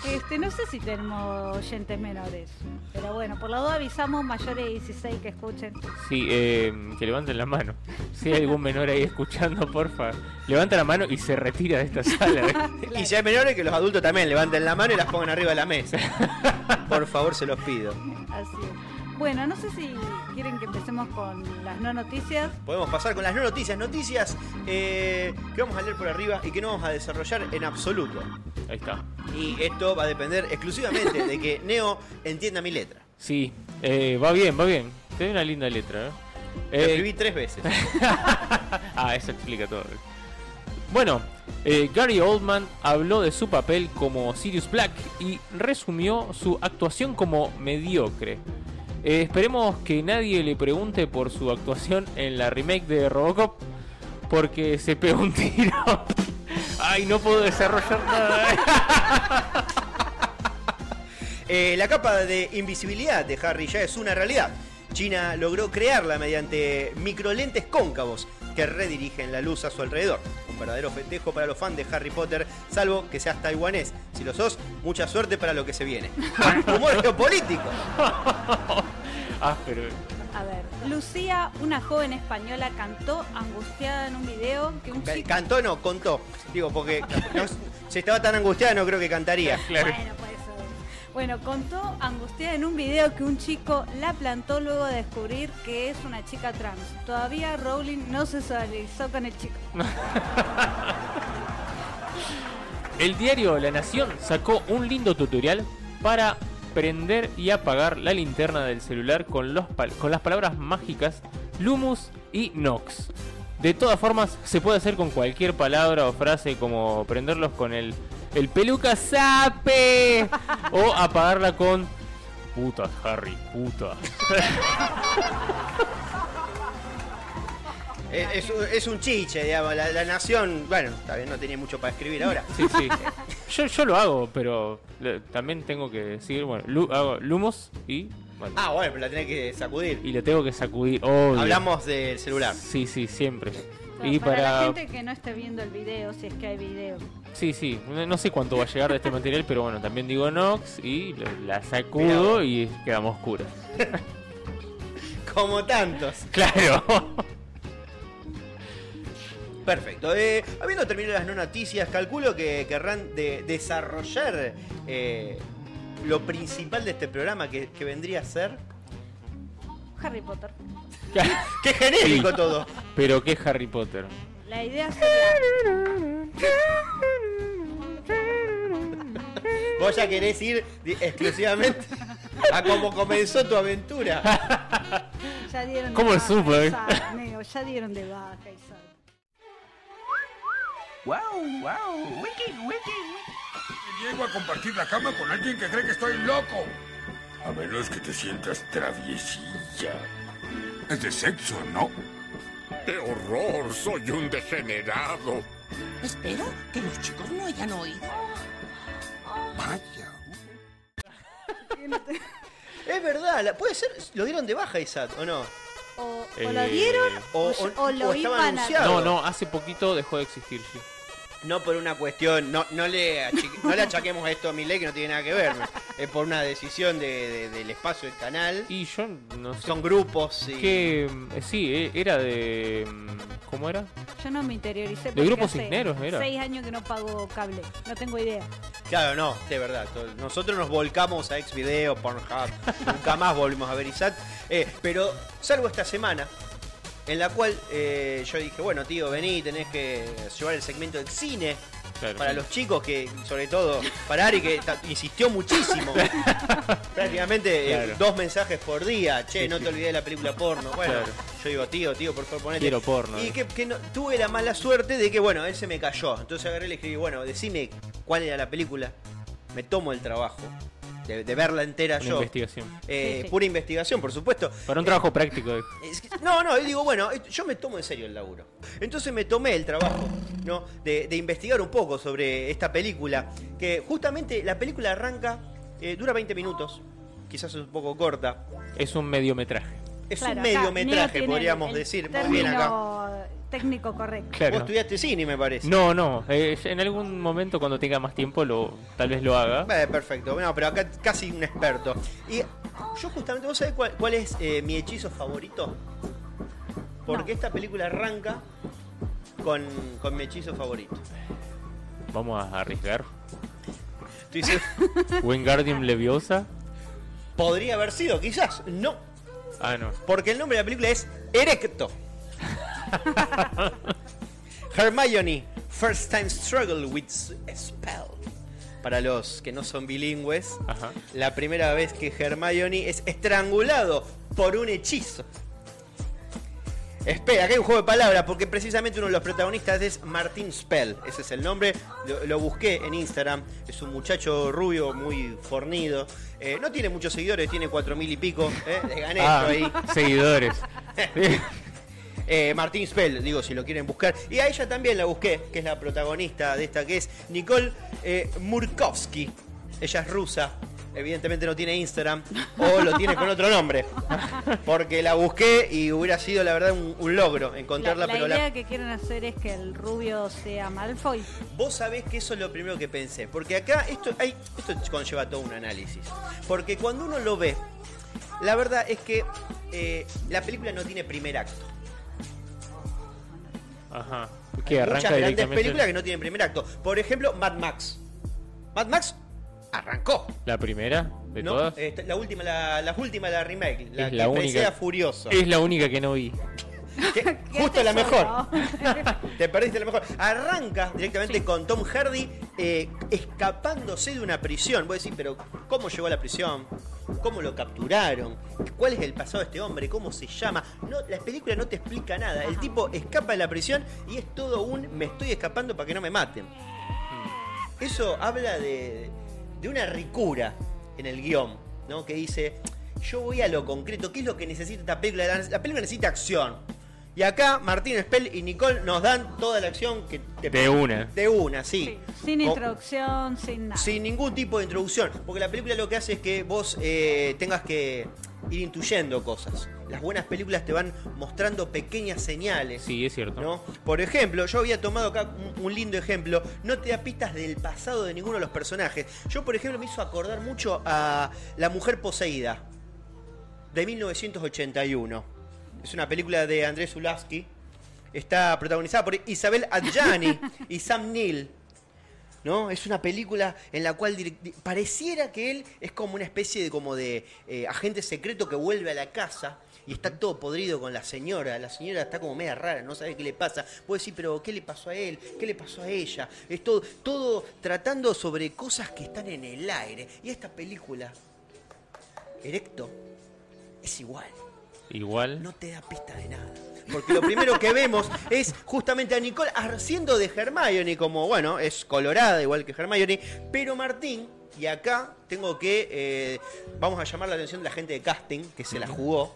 [SPEAKER 3] Este, no sé si tenemos oyentes menores, pero bueno, por la duda avisamos mayores de 16 que escuchen.
[SPEAKER 2] Sí, eh, que levanten la mano. Si hay algún menor ahí escuchando, porfa, levanta la mano y se retira de esta sala.
[SPEAKER 4] Y si hay menores, que los adultos también levanten la mano y las pongan arriba de la mesa. Por favor, se los pido.
[SPEAKER 3] Así es. Bueno, no sé si quieren que empecemos con las no noticias.
[SPEAKER 4] Podemos pasar con las no noticias, noticias eh, que vamos a leer por arriba y que no vamos a desarrollar en absoluto.
[SPEAKER 2] Ahí está.
[SPEAKER 4] Y esto va a depender exclusivamente de que Neo entienda mi letra.
[SPEAKER 2] Sí, eh, va bien, va bien. Te una linda letra, ¿eh?
[SPEAKER 4] Lo
[SPEAKER 2] Eh,
[SPEAKER 4] escribí tres veces.
[SPEAKER 2] Ah, eso explica todo. Bueno, eh, Gary Oldman habló de su papel como Sirius Black y resumió su actuación como mediocre. Eh, esperemos que nadie le pregunte por su actuación en la remake de Robocop porque se pegó un tiro. Ay, no puedo desarrollar nada.
[SPEAKER 4] Eh, la capa de invisibilidad de Harry ya es una realidad. China logró crearla mediante microlentes cóncavos que redirigen la luz a su alrededor. Un verdadero festejo para los fans de Harry Potter, salvo que seas taiwanés. Si lo sos, mucha suerte para lo que se viene. Humor geopolítico.
[SPEAKER 2] Ah, pero
[SPEAKER 3] A ver, Lucía, una joven española, cantó angustiada en un video que un
[SPEAKER 4] C-
[SPEAKER 3] chico...
[SPEAKER 4] Cantó no, contó. Digo, porque no- si estaba tan angustiada no creo que cantaría.
[SPEAKER 2] claro.
[SPEAKER 3] Bueno, puede ser. Bueno, contó angustiada en un video que un chico la plantó luego de descubrir que es una chica trans. Todavía Rowling no se solidarizó con el chico.
[SPEAKER 2] El diario La Nación sacó un lindo tutorial para prender y apagar la linterna del celular con, los pal- con las palabras mágicas Lumus y Nox. De todas formas, se puede hacer con cualquier palabra o frase como prenderlos con el, el peluca sape o apagarla con putas, Harry, puta.
[SPEAKER 4] Eh, Es, un- es un chiche, digamos. La, la nación, bueno, está bien, no tenía mucho para escribir ahora.
[SPEAKER 2] Sí, sí. Yo, yo lo hago, pero le- también tengo que decir, bueno, lu- hago Lumos y... bueno,
[SPEAKER 4] Ah, bueno, pero la tenés que sacudir.
[SPEAKER 2] y le tengo que sacudir. obvio.
[SPEAKER 4] Hablamos del celular.
[SPEAKER 2] Sí, sí, siempre.
[SPEAKER 3] Claro,
[SPEAKER 2] Y
[SPEAKER 3] para,
[SPEAKER 2] para.
[SPEAKER 3] la gente que no esté viendo el video, si es que hay video.
[SPEAKER 2] Sí, sí. No, no sé cuánto va a llegar de este material, pero bueno, también digo Nox y lo- la
[SPEAKER 4] Mirá
[SPEAKER 2] sacudo
[SPEAKER 4] vos.
[SPEAKER 2] y quedamos oscuros.
[SPEAKER 4] Como tantos.
[SPEAKER 2] Claro.
[SPEAKER 4] Perfecto. Eh, habiendo terminado las no noticias, calculo que querrán de- desarrollar eh, lo principal de este programa que, que vendría a ser.
[SPEAKER 3] Harry Potter.
[SPEAKER 4] ¡Qué genérico todo!
[SPEAKER 2] pero qué Harry Potter.
[SPEAKER 3] La idea sería...
[SPEAKER 4] Vos ya querés ir di- exclusivamente a cómo comenzó tu aventura.
[SPEAKER 3] Ya dieron
[SPEAKER 2] ¿Cómo
[SPEAKER 3] de
[SPEAKER 2] el supo,
[SPEAKER 3] baja
[SPEAKER 2] eh?
[SPEAKER 3] esa, Neo, ya dieron de baja esa.
[SPEAKER 7] Wow, wow, wiki, wiki, wiki.
[SPEAKER 8] Llego a compartir la cama con alguien que cree que estoy loco.
[SPEAKER 7] A menos que te sientas traviesilla.
[SPEAKER 8] Es de sexo, ¿no?
[SPEAKER 7] ¡Qué horror! Soy un degenerado.
[SPEAKER 9] Espero que los chicos no hayan oído.
[SPEAKER 8] Vaya.
[SPEAKER 4] Es verdad, la- puede ser. ¿Lo dieron de baja, Isat, o no?
[SPEAKER 3] O, o
[SPEAKER 2] Eh,
[SPEAKER 3] lo dieron
[SPEAKER 4] o-
[SPEAKER 3] o,
[SPEAKER 4] o-
[SPEAKER 3] o lo
[SPEAKER 4] o estaba
[SPEAKER 3] iban a
[SPEAKER 4] anunciado.
[SPEAKER 2] No, no, hace poquito dejó de existir, sí.
[SPEAKER 4] No por una cuestión, no, no, le, achique- no le achaquemos esto a mi ley que no tiene nada que ver. Es por una decisión de- de- del espacio del canal.
[SPEAKER 2] Y yo no sé.
[SPEAKER 4] Son grupos y.
[SPEAKER 2] Que eh, sí, eh, era de. mm, ¿Cómo era?
[SPEAKER 3] Yo no me interioricé.
[SPEAKER 2] De
[SPEAKER 3] porque
[SPEAKER 2] Grupo
[SPEAKER 3] hace
[SPEAKER 2] Cisneros, era.
[SPEAKER 3] Seis años que no pago cable. No tengo idea.
[SPEAKER 4] Claro, no, de verdad. to- Nosotros nos volcamos a Xvideo, Pornhub, nunca más volvimos a ver Isat. Eh, pero salvo esta semana, en la cual eh, yo dije, bueno, tío, vení, tenés que llevar el segmento del cine
[SPEAKER 2] Claro.
[SPEAKER 4] para los chicos que, sobre todo, para Ari, que ta- insistió muchísimo. Prácticamente eh,
[SPEAKER 2] Claro.
[SPEAKER 4] dos mensajes por día. Che, no te olvides de la película porno. Bueno,
[SPEAKER 2] Claro.
[SPEAKER 4] yo digo, tío, tío, por favor, ponete.
[SPEAKER 2] Quiero porno,
[SPEAKER 4] Y
[SPEAKER 2] eh.
[SPEAKER 4] que, que no- tuve la mala suerte de que, bueno, él se me cayó. Entonces agarré y le escribí, bueno, decime cuál era la película. Me tomo el trabajo de, de verla entera
[SPEAKER 2] Una
[SPEAKER 4] yo.
[SPEAKER 2] investigación.
[SPEAKER 4] Eh,
[SPEAKER 3] Sí, sí.
[SPEAKER 4] Pura investigación, por supuesto.
[SPEAKER 2] Para un trabajo práctico. eh.
[SPEAKER 4] Es que- No, no, yo digo, bueno, eh, yo me tomo en serio el laburo. Entonces me tomé el trabajo, ¿no? De, de investigar un poco sobre esta película. Que justamente la película arranca, eh, dura 20 minutos, quizás es un poco corta.
[SPEAKER 2] Es un mediometraje.
[SPEAKER 4] Es
[SPEAKER 3] Claro,
[SPEAKER 4] un
[SPEAKER 3] acá Neo
[SPEAKER 4] mediometraje,
[SPEAKER 3] tiene
[SPEAKER 4] podríamos
[SPEAKER 3] el
[SPEAKER 4] decir, más
[SPEAKER 3] término
[SPEAKER 4] bien acá.
[SPEAKER 3] técnico correcto.
[SPEAKER 4] Vos
[SPEAKER 2] Claro.
[SPEAKER 4] estudiaste cine, me parece.
[SPEAKER 2] No, no. eh, en algún momento, cuando tenga más tiempo, lo tal vez lo haga.
[SPEAKER 4] Eh, perfecto, no, pero acá casi un experto. Y yo justamente, ¿vos sabés cuál, cuál es eh, mi hechizo favorito? Porque
[SPEAKER 3] No.
[SPEAKER 4] esta película arranca con, con mi hechizo favorito.
[SPEAKER 2] Vamos a arriesgar.
[SPEAKER 4] Estoy seguro-
[SPEAKER 2] Wingardium Leviosa.
[SPEAKER 4] Podría haber sido, quizás. No,
[SPEAKER 2] Ah, no.
[SPEAKER 4] porque el nombre de la película es Erecto. Hermione, First Time Struggle with Spell. Para los que no son bilingües,
[SPEAKER 2] Ajá.
[SPEAKER 4] la primera vez que Hermione es estrangulado por un hechizo. Espera, que hay un juego de palabras, porque precisamente uno de los protagonistas es Martin Spell. Ese es el nombre. Lo, lo busqué en Instagram. Es un muchacho rubio, muy fornido. Eh, no tiene muchos seguidores, tiene cuatro mil y pico. ¿eh? Les gané
[SPEAKER 2] Ah,
[SPEAKER 4] yo ahí.
[SPEAKER 2] seguidores.
[SPEAKER 4] Eh, Martín Spell, digo, si lo quieren buscar. Y a ella también la busqué, que es la protagonista de esta, que es Nicole eh, Murkowski. Ella es rusa. Evidentemente no tiene Instagram o lo tiene con otro nombre. Porque la busqué y hubiera sido, la verdad, un, un logro
[SPEAKER 3] La,
[SPEAKER 4] encontrarla.
[SPEAKER 3] la
[SPEAKER 4] pero
[SPEAKER 3] idea
[SPEAKER 4] la...
[SPEAKER 3] que quieren hacer es que el rubio sea Malfoy.
[SPEAKER 4] vos sabés que eso es lo primero que pensé. Porque acá esto, hay, esto conlleva todo un análisis. Porque cuando uno lo ve, la verdad es que eh, la película no tiene primer acto.
[SPEAKER 2] Ajá.
[SPEAKER 4] Hay
[SPEAKER 2] Que arranca
[SPEAKER 4] muchas grandes
[SPEAKER 2] directamente.
[SPEAKER 4] películas que no tienen primer acto. Por ejemplo, Mad Max. Mad Max arrancó.
[SPEAKER 2] La primera de
[SPEAKER 4] ¿no?
[SPEAKER 2] todas.
[SPEAKER 4] Eh, la última, la, la última, la remake, la
[SPEAKER 2] Es
[SPEAKER 4] que
[SPEAKER 2] la única.
[SPEAKER 4] parecía Furioso.
[SPEAKER 2] Es la única que no vi.
[SPEAKER 4] Que-
[SPEAKER 3] ¿Qué
[SPEAKER 4] justo
[SPEAKER 3] es
[SPEAKER 4] la
[SPEAKER 3] eso?
[SPEAKER 4] mejor. Te perdiste la mejor. Arranca directamente con Tom Hardy eh, escapándose de una prisión. Vos decís, pero ¿cómo llegó a la prisión? ¿Cómo lo capturaron? ¿Cuál es el pasado de este hombre? ¿Cómo se llama? No, la película no te explica nada. El tipo escapa de la prisión y es todo un me estoy escapando para que no me maten. Eso habla de, de una ricura en el guión, ¿no? Que dice, yo voy a lo concreto, ¿qué es lo que necesita esta película? La, la película necesita acción. Y acá Martín Spell y Nicole nos dan toda la acción que te-
[SPEAKER 2] De una.
[SPEAKER 4] De una, sí. Oh.
[SPEAKER 3] Sí. Sin
[SPEAKER 4] O-
[SPEAKER 3] introducción, sin nada.
[SPEAKER 4] sin ningún tipo de introducción. Porque la película lo que hace es que vos eh, tengas que ir intuyendo cosas. Las buenas películas te van mostrando pequeñas señales.
[SPEAKER 2] Sí, es cierto.
[SPEAKER 4] ¿no? Por ejemplo, yo había tomado acá un, un lindo ejemplo. No te da pistas del pasado de ninguno de los personajes. Yo, por ejemplo, me hizo acordar mucho a La Mujer Poseída de 1981. Es una película de Andrés Ulaski. Está protagonizada por Isabel Adjani y Sam Neill. ¿No? Es una película en la cual direc- di- pareciera que él es como una especie de como de eh, agente secreto que vuelve a la casa y está todo podrido con la señora. La señora está como media rara, no sabe qué le pasa. Vos decís, pero ¿qué le pasó a él? ¿Qué le pasó a ella? Es todo, todo tratando sobre cosas que están en el aire. Y esta película, Erecto, es igual
[SPEAKER 2] Igual.
[SPEAKER 4] no te da pista de nada. Porque lo primero que vemos es justamente a Nicole haciendo de Hermione, como bueno, es colorada igual que Hermione, pero Martín, y acá tengo que, eh, vamos a llamar la atención de la gente de casting, que se la jugó.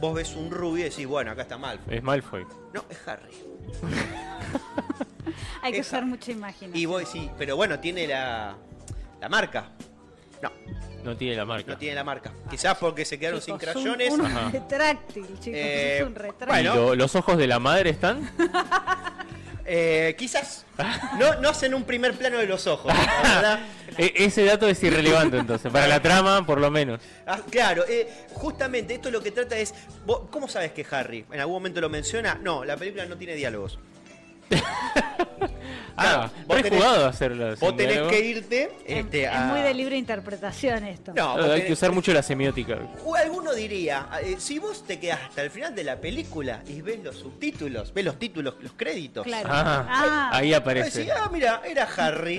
[SPEAKER 4] Vos ves un rubio y decís, bueno, acá está mal.
[SPEAKER 2] Es Malfoy.
[SPEAKER 4] No, es Harry.
[SPEAKER 3] Hay que
[SPEAKER 4] esa-
[SPEAKER 3] usar mucha imaginación.
[SPEAKER 4] Y vos decís, pero bueno, tiene la, la marca. No,
[SPEAKER 2] No tiene la marca.
[SPEAKER 4] No tiene la marca. Quizás porque se quedaron sin
[SPEAKER 3] Chicos,
[SPEAKER 4] crayones.
[SPEAKER 3] Un, un
[SPEAKER 2] Ajá.
[SPEAKER 3] retráctil, chicos.
[SPEAKER 4] Eh,
[SPEAKER 3] es un retráctil.
[SPEAKER 2] ¿Y
[SPEAKER 4] bueno.
[SPEAKER 2] lo- ¿Los ojos de la madre están?
[SPEAKER 4] Eh, quizás. No, no hacen un primer plano de los ojos, la verdad.
[SPEAKER 2] E- ese dato es irrelevante entonces, para la trama por lo menos.
[SPEAKER 4] Ah, claro, eh, justamente esto lo que trata es. vos- ¿Cómo sabes que Harry en algún momento lo menciona? No, la película no tiene diálogos.
[SPEAKER 2] Ah,
[SPEAKER 4] Claro, vos
[SPEAKER 2] re
[SPEAKER 4] tenés-
[SPEAKER 2] jugado hacerlo. sin
[SPEAKER 4] Vos tenés
[SPEAKER 2] diálogo.
[SPEAKER 4] que irte.
[SPEAKER 3] Es-
[SPEAKER 4] Este,
[SPEAKER 3] es
[SPEAKER 4] a-
[SPEAKER 3] muy de libre interpretación esto.
[SPEAKER 4] No, vos
[SPEAKER 2] Claro, hay
[SPEAKER 4] tenés-
[SPEAKER 2] que usar mucho la semiótica.
[SPEAKER 4] O Alguno diría, eh, si vos te quedás hasta el final de la película y ves los subtítulos, ves los títulos, los créditos,
[SPEAKER 3] Claro.
[SPEAKER 2] Ah,
[SPEAKER 3] Ah.
[SPEAKER 2] ahí
[SPEAKER 4] Vos
[SPEAKER 2] aparece.
[SPEAKER 4] decís, ah, mira, era Harry.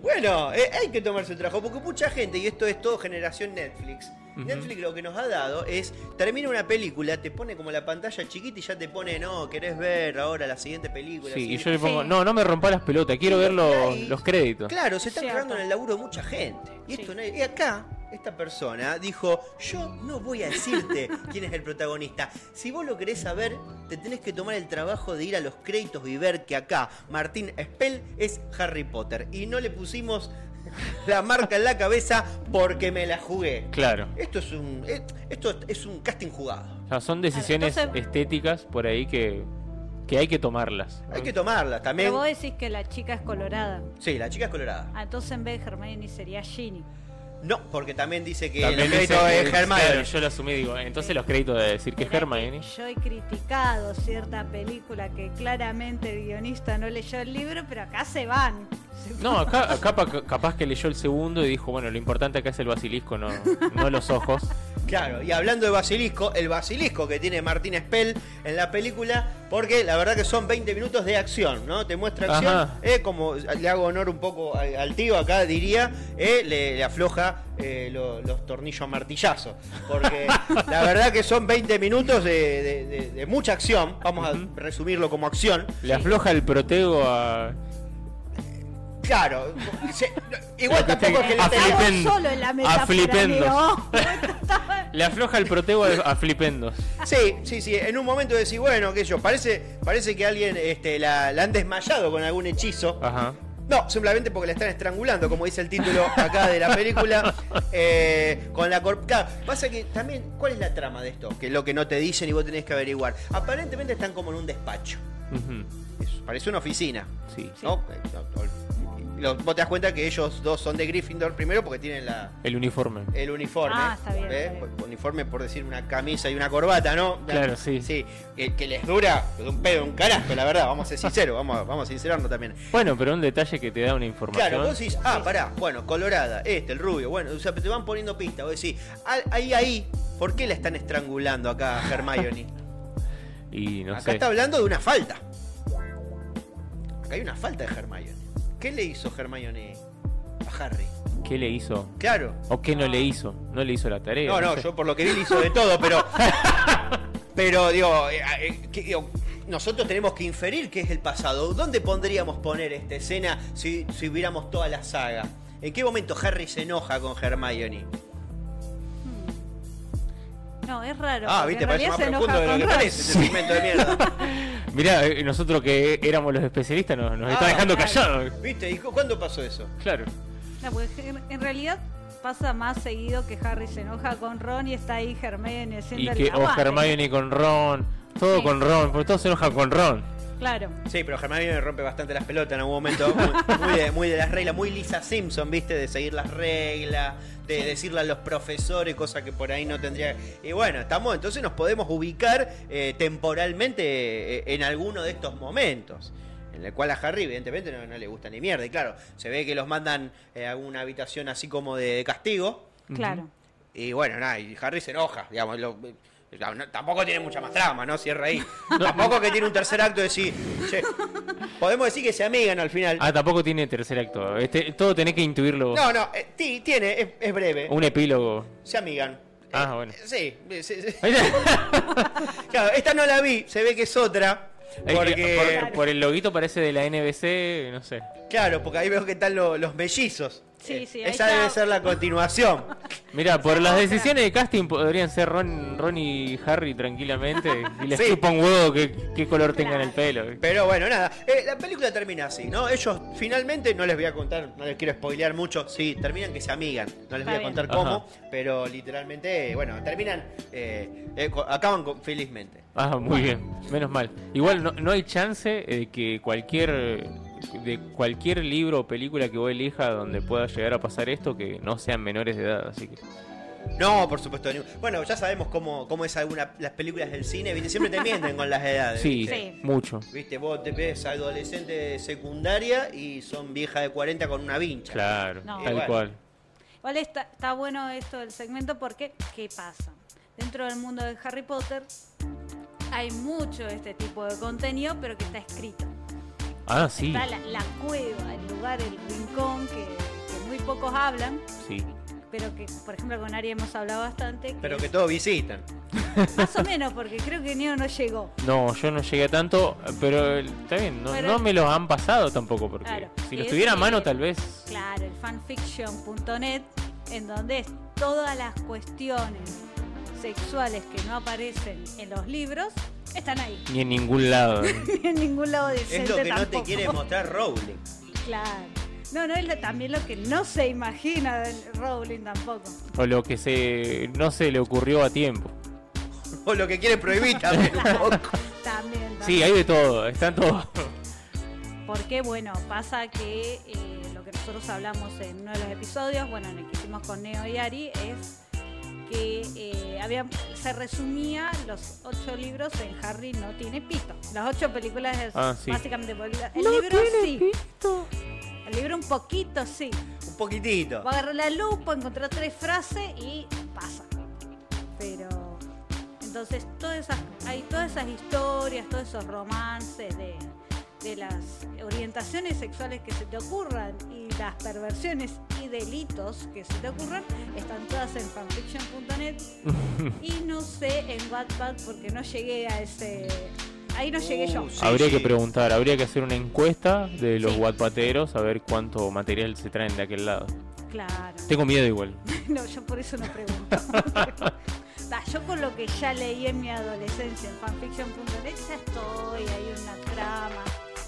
[SPEAKER 4] bueno, eh, hay que tomarse el trabajo, porque mucha gente, y esto es todo generación Netflix, Netflix lo que nos ha dado es, termina una película, te pone como la pantalla chiquita y ya te pone, no, querés ver ahora la siguiente película. la
[SPEAKER 2] Sí, y
[SPEAKER 4] siguiente".
[SPEAKER 2] yo le pongo,
[SPEAKER 3] Sí.
[SPEAKER 2] no, no me rompa las pelotas, quiero ver los,
[SPEAKER 4] Ahí.
[SPEAKER 2] los créditos.
[SPEAKER 4] Claro, se está
[SPEAKER 3] Cierto.
[SPEAKER 4] cagando en el laburo de mucha gente. Y,
[SPEAKER 3] Sí.
[SPEAKER 4] esto no es- y acá, esta persona dijo, yo no voy a decirte quién es el protagonista. Si vos lo querés saber, te tenés que tomar el trabajo de ir a los créditos y ver que acá Martín Spell es Harry Potter. Y no le pusimos la marca en la cabeza porque me la jugué.
[SPEAKER 2] Claro.
[SPEAKER 4] Esto es un, eh, esto es un casting jugado.
[SPEAKER 2] O sea, son decisiones
[SPEAKER 3] entonces-
[SPEAKER 2] estéticas por ahí que, que hay que tomarlas. ¿no?
[SPEAKER 4] Hay que tomarla también.
[SPEAKER 3] Pero vos decís que la chica es colorada.
[SPEAKER 4] Sí, la chica es colorada.
[SPEAKER 3] Ah, entonces en vez de Hermione sería Ginny.
[SPEAKER 4] No, porque también dice que
[SPEAKER 2] También
[SPEAKER 4] el crédito
[SPEAKER 2] dice que-
[SPEAKER 4] es Hermione.
[SPEAKER 2] claro, yo lo asumí, digo, entonces los créditos de decir que es
[SPEAKER 3] Mirá
[SPEAKER 2] Hermione.
[SPEAKER 3] que Yo he criticado cierta película que claramente el guionista no leyó el libro, pero acá se van. Se
[SPEAKER 2] No, acá, acá pa- capaz que leyó el segundo y dijo, bueno, lo importante acá es el basilisco, no, no los ojos.
[SPEAKER 4] Claro, y hablando de basilisco, el basilisco que tiene Martín Spell en la película, porque la verdad que son 20 minutos de acción, ¿no? Te muestra acción,
[SPEAKER 2] Ajá.
[SPEAKER 4] eh, como le hago honor un poco al, al tío acá, diría, eh, le, le afloja eh, lo- los tornillos a martillazo, porque la verdad que son 20 minutos de, de- de- de mucha acción, vamos a resumirlo como acción.
[SPEAKER 2] Le afloja el protego a...
[SPEAKER 4] Claro, se- igual
[SPEAKER 2] Pero que
[SPEAKER 4] tampoco es
[SPEAKER 2] te-
[SPEAKER 4] que le
[SPEAKER 2] a
[SPEAKER 4] tenga-
[SPEAKER 3] Estaba
[SPEAKER 2] Flipendo.
[SPEAKER 3] solo en la metáfora,
[SPEAKER 2] Flipendo.
[SPEAKER 3] amigo.
[SPEAKER 2] Le afloja el protego a, a Flipendos.
[SPEAKER 4] Sí, sí, sí. En un momento decís, bueno, qué sé yo, parece, parece que alguien este, la, la han desmayado con algún hechizo.
[SPEAKER 2] Ajá.
[SPEAKER 4] No, simplemente porque la están estrangulando, como dice el título acá de la película. eh, con la cor- claro, Pasa que también, ¿cuál es la trama de esto? Que es lo que no te dicen y vos tenés que averiguar. Aparentemente están como en un despacho.
[SPEAKER 2] Ujú.
[SPEAKER 4] Es- parece una oficina.
[SPEAKER 2] Sí.
[SPEAKER 4] ¿no? Eh, no, no. Y lo- Vos te das cuenta que ellos dos son de Gryffindor primero porque tienen la,
[SPEAKER 2] El uniforme.
[SPEAKER 4] el uniforme.
[SPEAKER 3] Ah, está bien,
[SPEAKER 4] ¿eh?
[SPEAKER 3] está bien.
[SPEAKER 4] Por- Uniforme por decir una camisa y una corbata, ¿no?
[SPEAKER 2] Claro, sí.
[SPEAKER 4] Sí, que, que les dura de un pedo, un carajo, la verdad, vamos a ser sinceros, vamos, a- vamos a sincerarnos también.
[SPEAKER 2] Bueno, pero un detalle que te da una información.
[SPEAKER 4] Claro, vos decís, ah, pará, bueno, colorada, este, el rubio, bueno, o sea, te van poniendo pista, vos decís, ah, ahí, ahí, ¿por qué la están estrangulando acá a Hermione?
[SPEAKER 2] Y no
[SPEAKER 4] acá
[SPEAKER 2] sé.
[SPEAKER 4] está hablando de una falta. Acá hay una falta de Hermione. ¿Qué le hizo Hermione a Harry?
[SPEAKER 2] ¿Qué le hizo?
[SPEAKER 4] Claro,
[SPEAKER 2] ¿O qué no le hizo? No le hizo la tarea.
[SPEAKER 4] No, no,
[SPEAKER 2] sé.
[SPEAKER 4] yo por lo que vi le hizo de todo, pero. pero digo, eh, eh, que- digo, nosotros tenemos que inferir qué es el pasado. ¿Dónde pondríamos poner esta escena si, si viéramos toda la saga? ¿En qué momento Harry se enoja con Hermione?
[SPEAKER 3] No, es raro.
[SPEAKER 4] ah,
[SPEAKER 3] porque
[SPEAKER 4] viste,
[SPEAKER 3] en realidad
[SPEAKER 4] parece más
[SPEAKER 3] se enoja
[SPEAKER 4] profundo de lo
[SPEAKER 3] con
[SPEAKER 4] que
[SPEAKER 3] Ron.
[SPEAKER 4] parece este segmento de mierda.
[SPEAKER 2] Mirá, eh, nosotros que éramos los especialistas nos, nos está
[SPEAKER 4] Ah,
[SPEAKER 2] dejando
[SPEAKER 3] claro.
[SPEAKER 2] callados.
[SPEAKER 4] ¿Viste? ¿Y cu- cuándo pasó eso?
[SPEAKER 2] Claro.
[SPEAKER 3] No, porque en- en realidad pasa más seguido que Harry se enoja con Ron y está ahí Hermione
[SPEAKER 2] Y
[SPEAKER 3] haciendo
[SPEAKER 2] que
[SPEAKER 3] el
[SPEAKER 2] o Hermione con Ron, todo
[SPEAKER 3] Sí.
[SPEAKER 2] con Ron, porque todos se enojan con Ron.
[SPEAKER 3] Claro.
[SPEAKER 4] Sí, pero Hermione rompe bastante las pelotas en algún momento. Muy, muy de, muy de las reglas, muy Lisa Simpson, ¿viste? De seguir las reglas, de decirle a los profesores, cosa que por ahí no tendría. Y bueno, estamos, entonces nos podemos ubicar eh, temporalmente eh, en alguno de estos momentos. En el cual a Harry, evidentemente, no, no le gusta ni mierda. Y claro, se ve que los mandan eh, a una habitación así como de, castigo.
[SPEAKER 3] Claro.
[SPEAKER 4] Y bueno, nada, y Harry se enoja, digamos. lo- digamos, no- tampoco tiene mucha más trama, ¿no? Cierra ahí. tampoco que tiene un tercer acto de sí. che, podemos decir que se amigan al final.
[SPEAKER 2] Ah, tampoco tiene tercer acto. Este, todo tenés que intuirlo vos.
[SPEAKER 4] No, no, eh, ti- tiene, es, es breve.
[SPEAKER 2] Un epílogo.
[SPEAKER 4] Se amigan.
[SPEAKER 2] Ah,
[SPEAKER 4] Eh,
[SPEAKER 2] bueno.
[SPEAKER 4] Sí, eh, sí, sí. Claro, esta no la vi, se ve que es otra.
[SPEAKER 2] Eh,
[SPEAKER 4] Porque,
[SPEAKER 2] por, por el loguito parece de la NBC, no sé.
[SPEAKER 4] claro, porque ahí veo que están lo- los mellizos. Eh,
[SPEAKER 3] Sí, sí, ahí
[SPEAKER 4] Esa debe
[SPEAKER 3] está.
[SPEAKER 4] ser la continuación.
[SPEAKER 2] Mira, por las decisiones de casting podrían ser Ron, Ron y Harry tranquilamente y les
[SPEAKER 4] Sí.
[SPEAKER 2] chupa un huevo qué, qué color tengan el pelo.
[SPEAKER 4] Pero bueno, nada. Eh, la película termina así, ¿no? Ellos finalmente, no les voy a contar, no les quiero spoilear mucho. Sí, terminan que se amigan. No les
[SPEAKER 3] Está
[SPEAKER 4] voy a
[SPEAKER 3] bien.
[SPEAKER 4] contar
[SPEAKER 2] Ajá.
[SPEAKER 4] cómo, pero literalmente, eh, bueno, terminan, eh, eh, co- acaban con- felizmente.
[SPEAKER 2] Ah, muy bien, menos mal. Igual no, no hay chance eh, que cualquier eh, de cualquier libro o película que vos elija donde pueda llegar a pasar esto que no sean menores de edad, así que
[SPEAKER 4] No, por supuesto. ni- Bueno, ya sabemos cómo, cómo es alguna, las películas del cine, ¿viste? Siempre te mienten con las edades.
[SPEAKER 2] sí,
[SPEAKER 4] ¿viste?
[SPEAKER 3] Ah, Sí.
[SPEAKER 2] mucho.
[SPEAKER 4] Viste, vos te ves adolescente de secundaria y son vieja de 40 con una vincha.
[SPEAKER 2] Claro,
[SPEAKER 3] No.
[SPEAKER 2] tal
[SPEAKER 4] Igual.
[SPEAKER 2] cual.
[SPEAKER 3] Igual está, está bueno esto del segmento porque, ¿qué pasa? Dentro del mundo de Harry Potter hay mucho de este tipo de contenido, pero que está escrito.
[SPEAKER 2] Ah, sí,
[SPEAKER 3] Está la, la cueva, el lugar, el rincón, que, que muy pocos hablan,
[SPEAKER 2] sí.
[SPEAKER 3] pero que, por ejemplo, con Ari hemos hablado bastante. que
[SPEAKER 4] Pero que todos visitan.
[SPEAKER 3] Más o menos, porque creo que Neo no llegó.
[SPEAKER 2] No, yo no llegué a tanto, pero eh, está bien, no,
[SPEAKER 3] Pero-
[SPEAKER 2] no me los han pasado tampoco, porque
[SPEAKER 3] Claro,
[SPEAKER 2] si los
[SPEAKER 3] es
[SPEAKER 2] tuviera a mano
[SPEAKER 3] que-
[SPEAKER 2] tal vez...
[SPEAKER 3] Claro, el fanfiction.net, en donde es todas las cuestiones sexuales que no aparecen en los libros, están ahí.
[SPEAKER 2] Ni en ningún lado. eh.
[SPEAKER 3] Ni en ningún lado decente
[SPEAKER 4] Es lo que no
[SPEAKER 3] tampoco.
[SPEAKER 4] te quiere mostrar Rowling.
[SPEAKER 3] Claro. No, no, es lo- también lo que no se imagina del Rowling tampoco.
[SPEAKER 2] o lo que se no se le ocurrió a tiempo.
[SPEAKER 4] O lo que quiere prohibir también un poco.
[SPEAKER 3] También,
[SPEAKER 2] Sí,
[SPEAKER 3] también.
[SPEAKER 2] hay de todo, están todos.
[SPEAKER 3] Porque, bueno, pasa que eh, lo que nosotros hablamos en uno de los episodios, bueno, en el que hicimos con Neo y Ari, es que eh, había, se resumía los ocho libros en Harry no tiene pito. Las ocho películas es
[SPEAKER 2] Ah, sí.
[SPEAKER 3] básicamente... por- El libro sí. El libro un poquito sí.
[SPEAKER 4] Un poquitito.
[SPEAKER 3] Va a agarrar la lupa, encontrar tres frases y pasa. Pero entonces todas esas, hay todas esas historias, todos esos romances de, de las orientaciones sexuales que se te ocurran y las perversiones y delitos que se te ocurran, están todas en fanfiction.net y no sé en Wattpad porque no llegué a ese... Ahí no llegué yo.
[SPEAKER 4] Uh, sí,
[SPEAKER 2] habría
[SPEAKER 4] sí.
[SPEAKER 2] que preguntar, habría que hacer una encuesta de los
[SPEAKER 3] Sí.
[SPEAKER 2] guatpateros a ver cuánto material se traen de aquel lado.
[SPEAKER 3] Claro.
[SPEAKER 2] Tengo miedo igual.
[SPEAKER 3] No, yo por eso no pregunto. Va, yo con lo que ya leí en mi adolescencia en fanfiction.net ya estoy, hay una trama,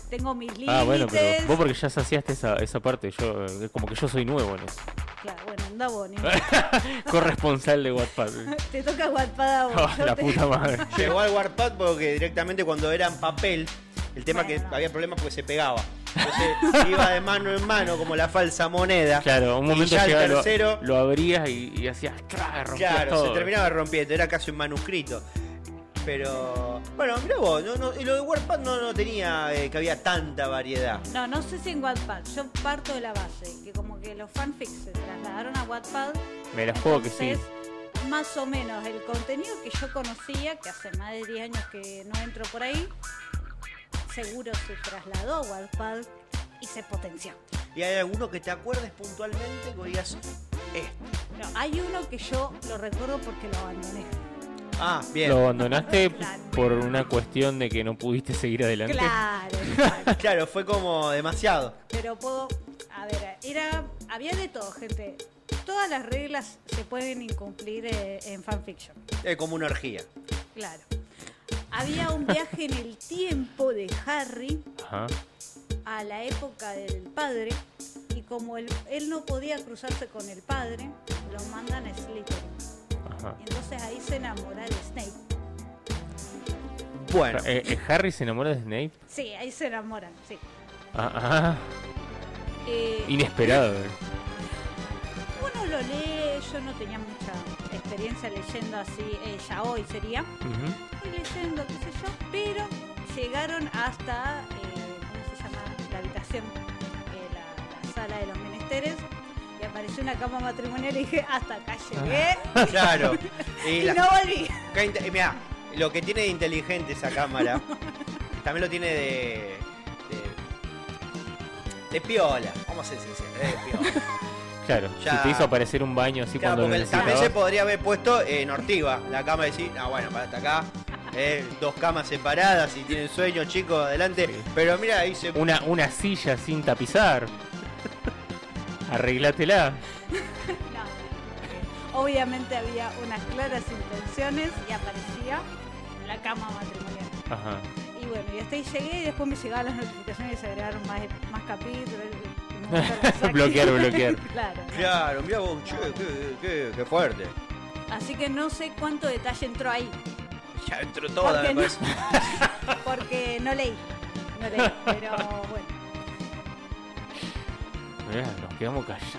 [SPEAKER 3] tengo mis límites.
[SPEAKER 2] Ah, bueno, pero vos porque ya saciaste esa, esa parte, yo eh, como que yo soy nuevo en eso.
[SPEAKER 3] Claro, bueno, anda vos, ni-
[SPEAKER 2] Corresponsal de Wattpad.
[SPEAKER 3] te toca guapada a vos.
[SPEAKER 2] Ah,
[SPEAKER 3] yo
[SPEAKER 2] la
[SPEAKER 3] te-
[SPEAKER 2] puta madre.
[SPEAKER 4] Llegó al Warpad porque directamente cuando era en papel, el tema
[SPEAKER 3] Bueno.
[SPEAKER 4] que había problemas porque se pegaba. Entonces iba de mano en mano como la falsa moneda.
[SPEAKER 2] Claro, un
[SPEAKER 4] Y
[SPEAKER 2] momento
[SPEAKER 4] ya el
[SPEAKER 2] llegaba, lo-
[SPEAKER 4] tercero-
[SPEAKER 2] lo, abrías y, y hacías tra, rompías
[SPEAKER 4] Claro,
[SPEAKER 2] todo.
[SPEAKER 4] se terminaba rompiendo, era casi un manuscrito. Pero bueno, mirá vos, no, no, y lo de Warpad no, no tenía eh, que había tanta variedad.
[SPEAKER 3] No, no sé si en Wattpad, yo parto de la base, que como que los fanfics se trasladaron a Wattpad.
[SPEAKER 2] Me las juego que sí.
[SPEAKER 3] entonces, Más o menos el contenido que yo conocía, que hace más de 10 años que no entro por ahí, seguro se trasladó a Wattpad y se potenció.
[SPEAKER 4] ¿Y hay alguno que te acuerdes puntualmente que digas este?
[SPEAKER 3] No, hay uno que yo lo recuerdo porque lo abandoné.
[SPEAKER 4] Ah, bien.
[SPEAKER 2] Lo abandonaste
[SPEAKER 3] Claro.
[SPEAKER 2] por una cuestión de que no pudiste seguir adelante.
[SPEAKER 3] Claro, claro.
[SPEAKER 4] Claro, fue como demasiado.
[SPEAKER 3] Pero puedo. A ver, era. Había de todo, gente. Todas las reglas se pueden incumplir eh, en fanfiction.
[SPEAKER 4] Es como una orgía.
[SPEAKER 3] Claro. Había un viaje en el tiempo de Harry
[SPEAKER 2] Ajá.
[SPEAKER 3] a la época del padre. Y como él, él no podía cruzarse con el padre, lo mandan a Slytherin.
[SPEAKER 2] Ajá.
[SPEAKER 3] Y entonces ahí se enamora de Snape.
[SPEAKER 4] Bueno,
[SPEAKER 2] Eh, eh, Harry se enamora de Snape.
[SPEAKER 3] Sí, ahí se enamoran, sí.
[SPEAKER 2] Ah, ah,
[SPEAKER 3] Eh,
[SPEAKER 2] inesperado.
[SPEAKER 3] Uno lo lee, yo no tenía mucha experiencia leyendo así, eh, ya hoy sería.
[SPEAKER 2] Ujú.
[SPEAKER 3] Fui leyendo, qué sé yo, pero llegaron hasta, eh, ¿cómo se llama? La habitación, eh, la, la sala de los menesteres, y apareció una cama matrimonial y dije, hasta acá llegué,
[SPEAKER 2] Ah,
[SPEAKER 4] claro.
[SPEAKER 3] y,
[SPEAKER 4] Y la-
[SPEAKER 3] no volví.
[SPEAKER 4] qué inte- y mirá, lo que tiene de inteligente esa cámara, también lo tiene de. de- de piola. Vamos a decir, de piola.
[SPEAKER 2] Claro,
[SPEAKER 4] Ya.
[SPEAKER 2] si te hizo aparecer un baño así
[SPEAKER 4] Claro,
[SPEAKER 2] cuando
[SPEAKER 4] porque
[SPEAKER 2] lo
[SPEAKER 4] el- también se
[SPEAKER 2] necesitabas.
[SPEAKER 4] podría haber puesto eh, en Ortiva la cama y decir, ah, bueno, para hasta acá. eh, dos camas separadas, si tienen sueño, chicos, adelante. Pero mira, ahí se.
[SPEAKER 2] Una, una silla sin tapizar. Arreglátela.
[SPEAKER 3] No. Obviamente había unas claras intenciones y aparecía la cama matrimonial.
[SPEAKER 2] Ajá.
[SPEAKER 3] Y bueno, y hasta ahí llegué y después me llegaban las notificaciones y se agregaron más, más capítulos. y me gustaron
[SPEAKER 2] Bloquear,
[SPEAKER 3] los aquí.
[SPEAKER 2] bloquear.
[SPEAKER 3] claro. ¿no?
[SPEAKER 4] Claro, mirá vos, che, qué, qué- qué fuerte.
[SPEAKER 3] Así que no sé cuánto detalle entró ahí.
[SPEAKER 4] Ya entró toda,
[SPEAKER 3] Porque
[SPEAKER 4] me
[SPEAKER 3] no-
[SPEAKER 4] parece.
[SPEAKER 3] Porque no leí. No leí, pero bueno.
[SPEAKER 2] Mirá, nos quedamos callados.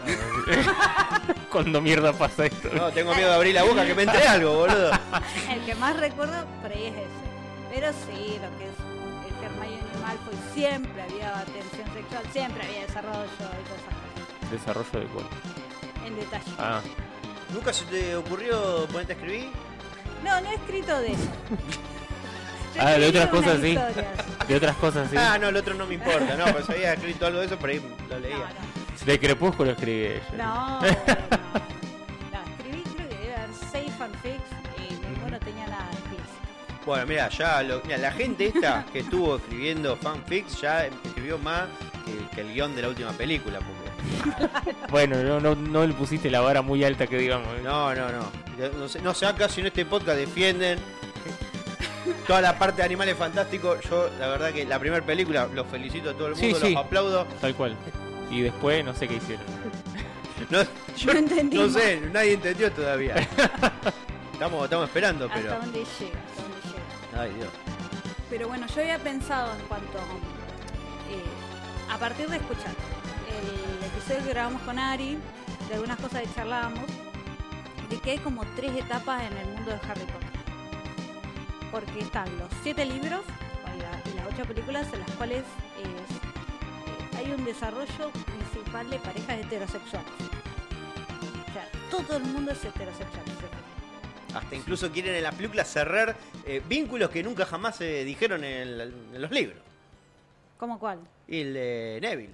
[SPEAKER 2] Cuando mierda pasa esto.
[SPEAKER 4] No, tengo miedo de abrir la boca que me entre algo, boludo.
[SPEAKER 3] El que más recuerdo por ahí es ese. Pero sí, lo que es el Hermione y Malfoy siempre había tensión sexual, siempre había desarrollo y todas esas cosas.
[SPEAKER 2] Desarrollo de cuerpo.
[SPEAKER 3] En detalle.
[SPEAKER 2] Ah,
[SPEAKER 4] ¿Nunca se te ocurrió ponerte a escribir?
[SPEAKER 3] No, no he escrito de eso. Yo
[SPEAKER 2] Ah, de
[SPEAKER 3] escribí
[SPEAKER 2] otras
[SPEAKER 3] unas
[SPEAKER 2] cosas, sí.
[SPEAKER 3] historias.
[SPEAKER 2] de otras cosas, sí.
[SPEAKER 4] Ah, no, el otro no me importa, no, pero si había escrito algo de eso, por ahí lo
[SPEAKER 3] No,
[SPEAKER 4] leía.
[SPEAKER 2] De Crepúsculo escribí ella.
[SPEAKER 3] no. No, no. No, escribí creo que debe haber seis fanfics y ninguno tenía nada de
[SPEAKER 4] Bueno, mira, ya lo- mirá, la gente esta que estuvo escribiendo fanfics ya escribió más que, que el guión de la última película. Porque...
[SPEAKER 2] Bueno, no, no, no le pusiste la vara muy alta que digamos. ¿eh?
[SPEAKER 4] No, no, no. No sé, no sé acá si en este podcast defienden toda la parte de Animales Fantásticos. Yo, la verdad que la primera película, los felicito a todo el
[SPEAKER 2] Sí,
[SPEAKER 4] mundo,
[SPEAKER 2] sí.
[SPEAKER 4] los aplaudo.
[SPEAKER 2] Tal cual. Y después no sé qué hicieron.
[SPEAKER 4] No, yo
[SPEAKER 3] No entendí
[SPEAKER 4] No
[SPEAKER 3] más.
[SPEAKER 4] sé, nadie entendió todavía. Estamos, estamos esperando,
[SPEAKER 3] Hasta
[SPEAKER 4] pero...
[SPEAKER 3] dónde llega, hasta dónde llega.
[SPEAKER 4] Ay, Dios.
[SPEAKER 3] Pero bueno, yo había pensado en cuanto. eh, a partir de escuchar el episodio que grabamos con Ari, de algunas cosas que charlábamos, de que hay como tres etapas en el mundo de Harry Potter. Porque están los siete libros y, la- y las ocho películas, en las cuales es- eh, hay un desarrollo principal de parejas heterosexuales. O sea, todo el mundo es heterosexual.
[SPEAKER 4] Hasta incluso quieren en las películas cerrar eh, vínculos que nunca jamás se dijeron en, el- en los libros.
[SPEAKER 3] ¿Cómo cuál?
[SPEAKER 4] Y el de Neville.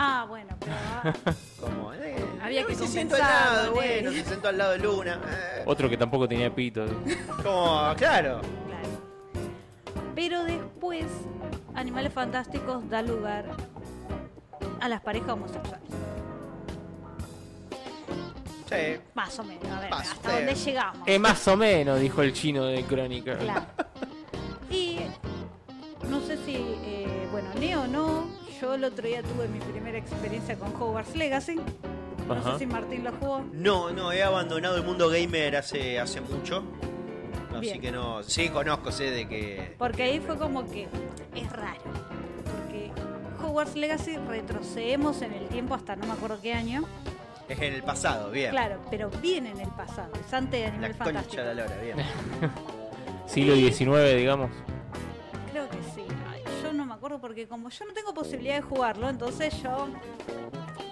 [SPEAKER 3] Ah, bueno, pero ah,
[SPEAKER 4] Como, eh,
[SPEAKER 3] Había que
[SPEAKER 4] se sentó al
[SPEAKER 3] compensarlo,
[SPEAKER 4] lado,
[SPEAKER 3] Neville.
[SPEAKER 4] bueno, se sentó al lado de Luna. eh.
[SPEAKER 2] Otro que tampoco tenía pito.
[SPEAKER 4] como, claro.
[SPEAKER 3] Claro. Pero después, Animales Fantásticos da lugar a las parejas homosexuales.
[SPEAKER 4] Sí.
[SPEAKER 3] Más o menos, a ver,
[SPEAKER 4] Más
[SPEAKER 3] hasta
[SPEAKER 4] o
[SPEAKER 3] dónde
[SPEAKER 4] menos. Em.
[SPEAKER 3] llegamos.
[SPEAKER 2] Es más o menos, dijo el chino de Crónica.
[SPEAKER 3] Claro. Y no sé si, eh, bueno, Neo no. Yo el otro día tuve mi primera experiencia con Hogwarts Legacy. No
[SPEAKER 2] Ajá.
[SPEAKER 3] sé si Martín lo jugó.
[SPEAKER 4] No, no, he abandonado el mundo gamer hace, hace mucho. Así
[SPEAKER 3] Bien.
[SPEAKER 4] que no. Sí, conozco, sé de que.
[SPEAKER 3] Porque ahí fue como que es raro. Porque Hogwarts Legacy retrocedemos en el tiempo hasta no me acuerdo qué año.
[SPEAKER 4] Es en el pasado, bien.
[SPEAKER 3] Claro, pero viene en el pasado. Es antes de
[SPEAKER 4] La
[SPEAKER 3] Animal Fantástico.
[SPEAKER 4] concha de la lora, bien.
[SPEAKER 2] Siglo XIX, digamos.
[SPEAKER 3] Creo que sí. Ay, yo no me acuerdo porque como yo no tengo posibilidad de jugarlo, entonces yo...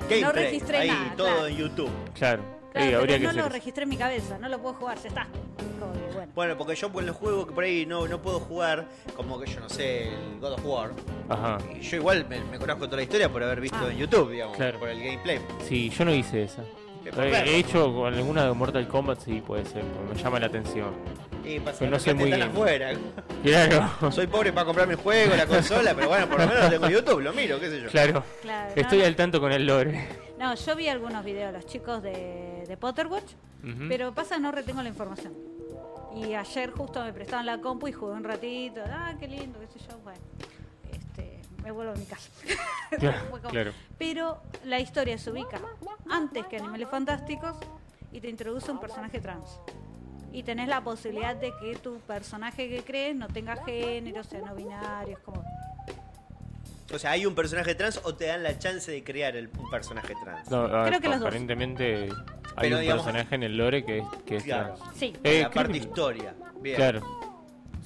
[SPEAKER 2] Eh,
[SPEAKER 4] Gameplay,
[SPEAKER 3] registré
[SPEAKER 4] ahí,
[SPEAKER 3] nada,
[SPEAKER 4] todo
[SPEAKER 3] claro.
[SPEAKER 4] en YouTube.
[SPEAKER 2] Claro.
[SPEAKER 3] Claro,
[SPEAKER 2] Sí,
[SPEAKER 3] pero
[SPEAKER 2] habría que
[SPEAKER 3] no
[SPEAKER 2] hacer
[SPEAKER 3] lo
[SPEAKER 2] eso.
[SPEAKER 3] registré en mi cabeza, no lo puedo jugar, ya está. Como que, bueno.
[SPEAKER 4] Bueno, porque yo en los juegos que por ahí no, no puedo jugar, como que yo no sé, el God of War.
[SPEAKER 2] Ajá.
[SPEAKER 4] Y yo igual me, me conozco toda la historia por haber visto
[SPEAKER 3] Ah.
[SPEAKER 4] en YouTube, digamos,
[SPEAKER 2] Claro. Eh,
[SPEAKER 4] por el gameplay.
[SPEAKER 2] Sí, yo no hice esa.
[SPEAKER 4] Que por verlo.
[SPEAKER 2] He hecho con alguna de Mortal Kombat, sí, puede ser. porque Me llama la atención.
[SPEAKER 4] Y pasa
[SPEAKER 2] Pero no
[SPEAKER 4] que
[SPEAKER 2] soy
[SPEAKER 4] te
[SPEAKER 2] muy
[SPEAKER 4] están
[SPEAKER 2] gamer.
[SPEAKER 4] afuera.
[SPEAKER 2] Claro,
[SPEAKER 4] Soy pobre para comprarme el juego, la consola, pero bueno, por lo menos tengo YouTube, lo miro, qué sé yo.
[SPEAKER 2] claro.
[SPEAKER 3] Claro, no,
[SPEAKER 2] Estoy
[SPEAKER 3] no.
[SPEAKER 2] al tanto con el lore.
[SPEAKER 3] No, yo vi algunos videos de los chicos de, de Potterwatch,
[SPEAKER 2] Ujú.
[SPEAKER 3] pero pasa no retengo la información. Y ayer justo me prestaron la compu y jugué un ratito. Ah, qué lindo, qué sé yo. Bueno, este, me vuelvo a mi casa. Fue como-
[SPEAKER 2] claro.
[SPEAKER 3] Pero la historia se ubica antes que Animales Fantásticos y te introduce un personaje trans. Y tenés la posibilidad de que tu personaje que crees no tenga género, sea no binario, es como...
[SPEAKER 4] O sea, hay un personaje trans o te dan la chance de crear el, un personaje trans.
[SPEAKER 2] No, a ver,
[SPEAKER 3] Creo que los dos.
[SPEAKER 2] aparentemente hay
[SPEAKER 4] Pero
[SPEAKER 2] un
[SPEAKER 4] digamos-
[SPEAKER 2] personaje en el lore que es, que es
[SPEAKER 4] Claro.
[SPEAKER 2] trans.
[SPEAKER 3] Sí,
[SPEAKER 2] Eh,
[SPEAKER 4] la
[SPEAKER 2] creo
[SPEAKER 4] parte
[SPEAKER 2] que-
[SPEAKER 4] historia. Bien.
[SPEAKER 2] Claro.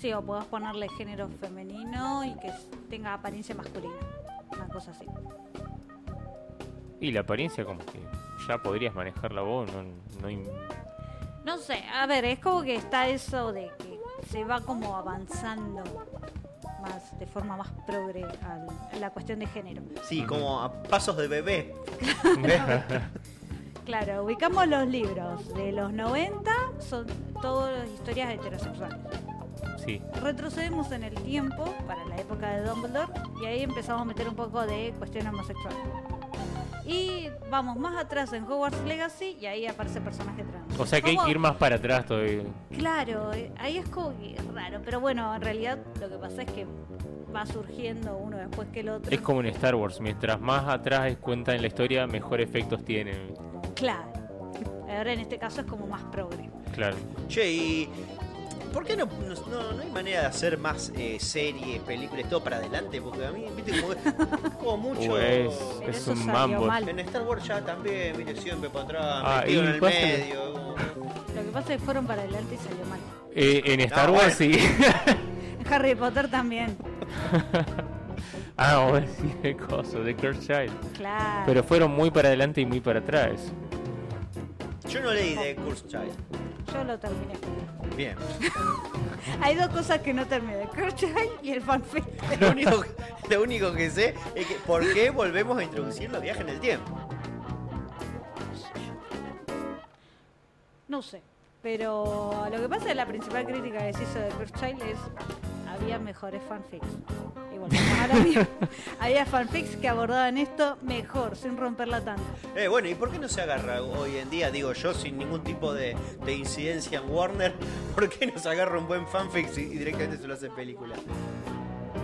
[SPEAKER 3] sí, o podés ponerle género femenino y que tenga apariencia masculina. Una cosa así.
[SPEAKER 2] Y la apariencia como que ya podrías manejarla vos, no, no hay-
[SPEAKER 3] No sé, a ver, es como que está eso de que se va como avanzando más de forma más progre al- a la cuestión de género.
[SPEAKER 4] Sí, como a pasos de bebé.
[SPEAKER 3] Claro, ubicamos los libros de los 90, son todas historias heterosexuales.
[SPEAKER 2] Sí,
[SPEAKER 3] Retrocedemos en el tiempo para la época de Dumbledore y ahí empezamos a meter un poco de cuestión homosexual. Y Y vamos más atrás en Hogwarts Legacy y ahí aparece personaje trans.
[SPEAKER 2] O sea que hay
[SPEAKER 3] Como-
[SPEAKER 2] que ir más para atrás todavía.
[SPEAKER 3] Claro, eh, ahí es como que es raro, pero bueno, en realidad lo que pasa es que va surgiendo uno después que el otro.
[SPEAKER 2] Es como en Star Wars, mientras más atrás cuentan la historia, mejor efectos tienen.
[SPEAKER 3] Claro. Ahora en este caso es como más progre.
[SPEAKER 2] Claro.
[SPEAKER 4] Che, y. ¿Por qué no, no, no- no hay manera de hacer más eh, series, películas, todo para adelante? Porque a mí, viste, como, que- como mucho.
[SPEAKER 2] Uh, es,
[SPEAKER 3] Pero
[SPEAKER 2] es
[SPEAKER 3] eso
[SPEAKER 2] un
[SPEAKER 3] salió
[SPEAKER 2] mambo.
[SPEAKER 3] mal.
[SPEAKER 4] En Star Wars ya también, viste, siempre para atrás,
[SPEAKER 2] Ah,
[SPEAKER 4] metido
[SPEAKER 2] y
[SPEAKER 4] en el
[SPEAKER 2] pasa-
[SPEAKER 4] medio. como-
[SPEAKER 3] Lo que pasa es que fueron para adelante y salió mal.
[SPEAKER 2] Eh, en Star
[SPEAKER 4] No,
[SPEAKER 2] Wars sí.
[SPEAKER 3] En Harry Potter también.
[SPEAKER 2] ah, vos decís de coso, de Cursed Child.
[SPEAKER 3] Claro.
[SPEAKER 2] Pero fueron muy para adelante y muy para atrás.
[SPEAKER 4] Yo no leí de Curse Child.
[SPEAKER 3] Yo lo terminé.
[SPEAKER 4] Bien.
[SPEAKER 3] Hay dos cosas que no terminé: Kirchhoff y el fanfic.
[SPEAKER 4] Lo único, lo único que sé es que por qué volvemos a introducir los viajes en el tiempo.
[SPEAKER 3] No sé. Pero lo que pasa es que la principal crítica que se hizo de Kirchhoff es había mejores fanfics. Y volvemos a lo mismo. había fanfics que abordaban esto mejor, sin romperla tanto.
[SPEAKER 4] Eh, bueno, ¿y por qué no se agarra hoy en día, digo yo, sin ningún tipo de, de incidencia en Warner? ¿Por qué no se agarra un buen fanfic y y directamente se lo hace en película?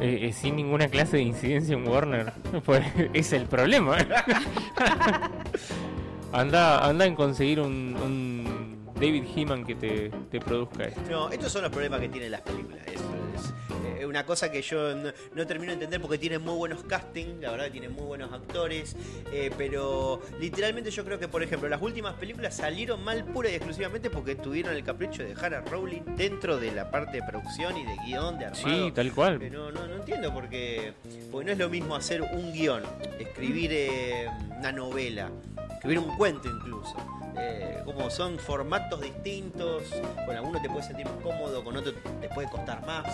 [SPEAKER 2] Eh, eh, sin ninguna clase de incidencia en Warner. Pues, es el problema. anda, anda en conseguir un, un David Heeman que te, te produzca esto.
[SPEAKER 4] No, estos son los problemas que tienen las películas. Eso es eh, una cosa que yo no, no termino de entender porque tienen muy buenos castings, la verdad, que tienen muy buenos actores. eh, pero literalmente yo creo que, por ejemplo, las últimas películas salieron mal pura y exclusivamente porque tuvieron el capricho de dejar a Rowling dentro de la parte de producción y de guión, de armado.
[SPEAKER 2] Sí, tal cual.
[SPEAKER 4] Eh, No, no, no entiendo porque, porque no es lo mismo hacer un guión, escribir eh, una novela, escribir un cuento incluso. Eh, como son formatos distintos, con alguno te puedes sentir más cómodo, con otro te puede costar más.